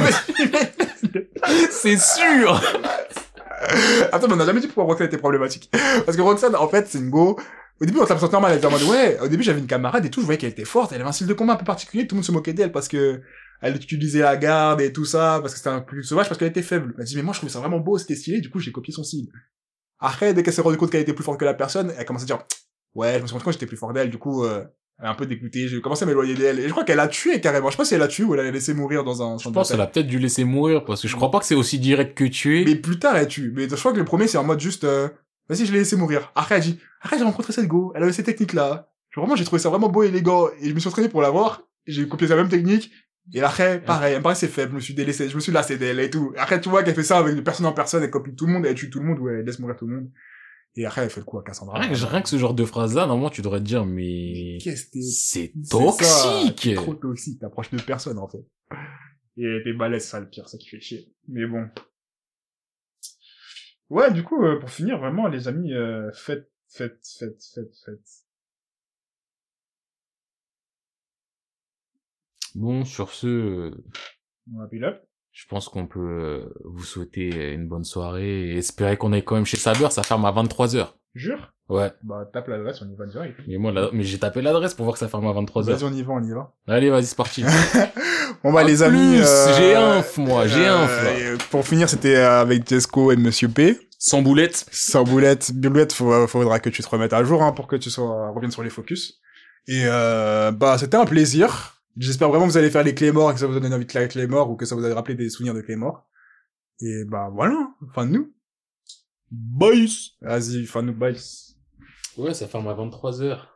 S1: c'est sûr.
S2: [laughs] Attends, mais on n'a jamais dit pourquoi Roxane était problématique. Parce que Roxane, en fait, c'est une go. Au début, on se la sentait normale, elle était en mode, ouais, au début, j'avais une camarade et tout, je voyais qu'elle était forte, elle avait un style de combat un peu particulier, tout le monde se moquait d'elle parce que elle utilisait la garde et tout ça, parce que c'était un plus sauvage, parce qu'elle était faible. Elle dit, mais moi, je trouvais ça vraiment beau, c'était stylé, du coup, j'ai copié son style. Après, dès qu'elle s'est rendue compte qu'elle était plus forte que la personne, elle commence à dire, ouais, je me suis rendu compte que j'étais plus fort d'elle, du coup, euh, elle a un peu dégoûté, j'ai commencé à m'éloigner d'elle, et je crois qu'elle l'a tué carrément, je sais pas si elle l'a tué ou elle l'a laissé mourir dans un
S1: Je pense qu'elle a peut-être dû laisser mourir parce que je crois pas que c'est aussi direct que
S2: mais
S1: tuer.
S2: plus tard, elle tue. Mais je crois que le premier, c'est en mode juste, euh, vas-y, je l'ai laissé mourir. Après, elle dit, après, j'ai rencontré cette go. Elle avait ces techniques-là. Genre, Vraiment, j'ai trouvé ça vraiment beau et élégant. Et je me suis entraîné pour l'avoir. J'ai copié la même technique. Et après, pareil, elle me paraissait faible. Je me suis délaissé, je me suis lassé d'elle et tout. Après, tu vois qu'elle fait ça avec de personne en personne. Elle copie tout le monde, elle tue tout le monde ou elle laisse mourir tout le monde. Et après, elle fait le coup à Cassandra.
S1: Rien que, rien que ce genre de phrase-là, normalement, tu devrais te dire, mais...
S2: Qu'est-ce que t'es-
S1: C'est
S2: c'est ça,
S1: toxique
S2: t'es Trop toxique, t'approches de personne, en fait. Et t'es balèze, ça, le pire, ça qui fait chier. Mais bon. Ouais, du coup, euh, pour finir, vraiment, les amis, euh, faites, faites, faites, faites, faites.
S1: Bon, sur ce, euh,
S2: On appelle up.
S1: je pense qu'on peut euh, vous souhaiter une bonne soirée et espérer qu'on est quand même chez Saber, ça ferme à 23h.
S2: Jure
S1: Ouais,
S2: Bah, tape l'adresse, on y va direct.
S1: mais moi, là, mais j'ai tapé l'adresse pour voir que ça ferme à 23h.
S2: Vas-y, on y va, on y va.
S1: Allez, vas-y, c'est parti.
S2: Bon, [laughs] bah,
S1: À
S2: les amis.
S1: plus,
S2: euh,
S1: J'ai inf, moi, j'ai
S2: euh,
S1: inf. là.
S2: et, euh, Pour finir, c'était euh, avec Jesco et Monsieur P.
S1: Sans boulette.
S2: Sans boulette, boulette, faut- faudra que tu te remettes à jour hein, pour que tu sois, reviennes sur les focus. Et euh, bah, c'était un plaisir. J'espère vraiment que vous allez faire les clés morts et que ça vous donne envie de faire les clés morts ou que ça vous a rappelé des souvenirs de clés morts. Et bah voilà, fin de nous. Boys Vas-y, fin de nous, boys.
S1: Ouais, ça ferme à 23h.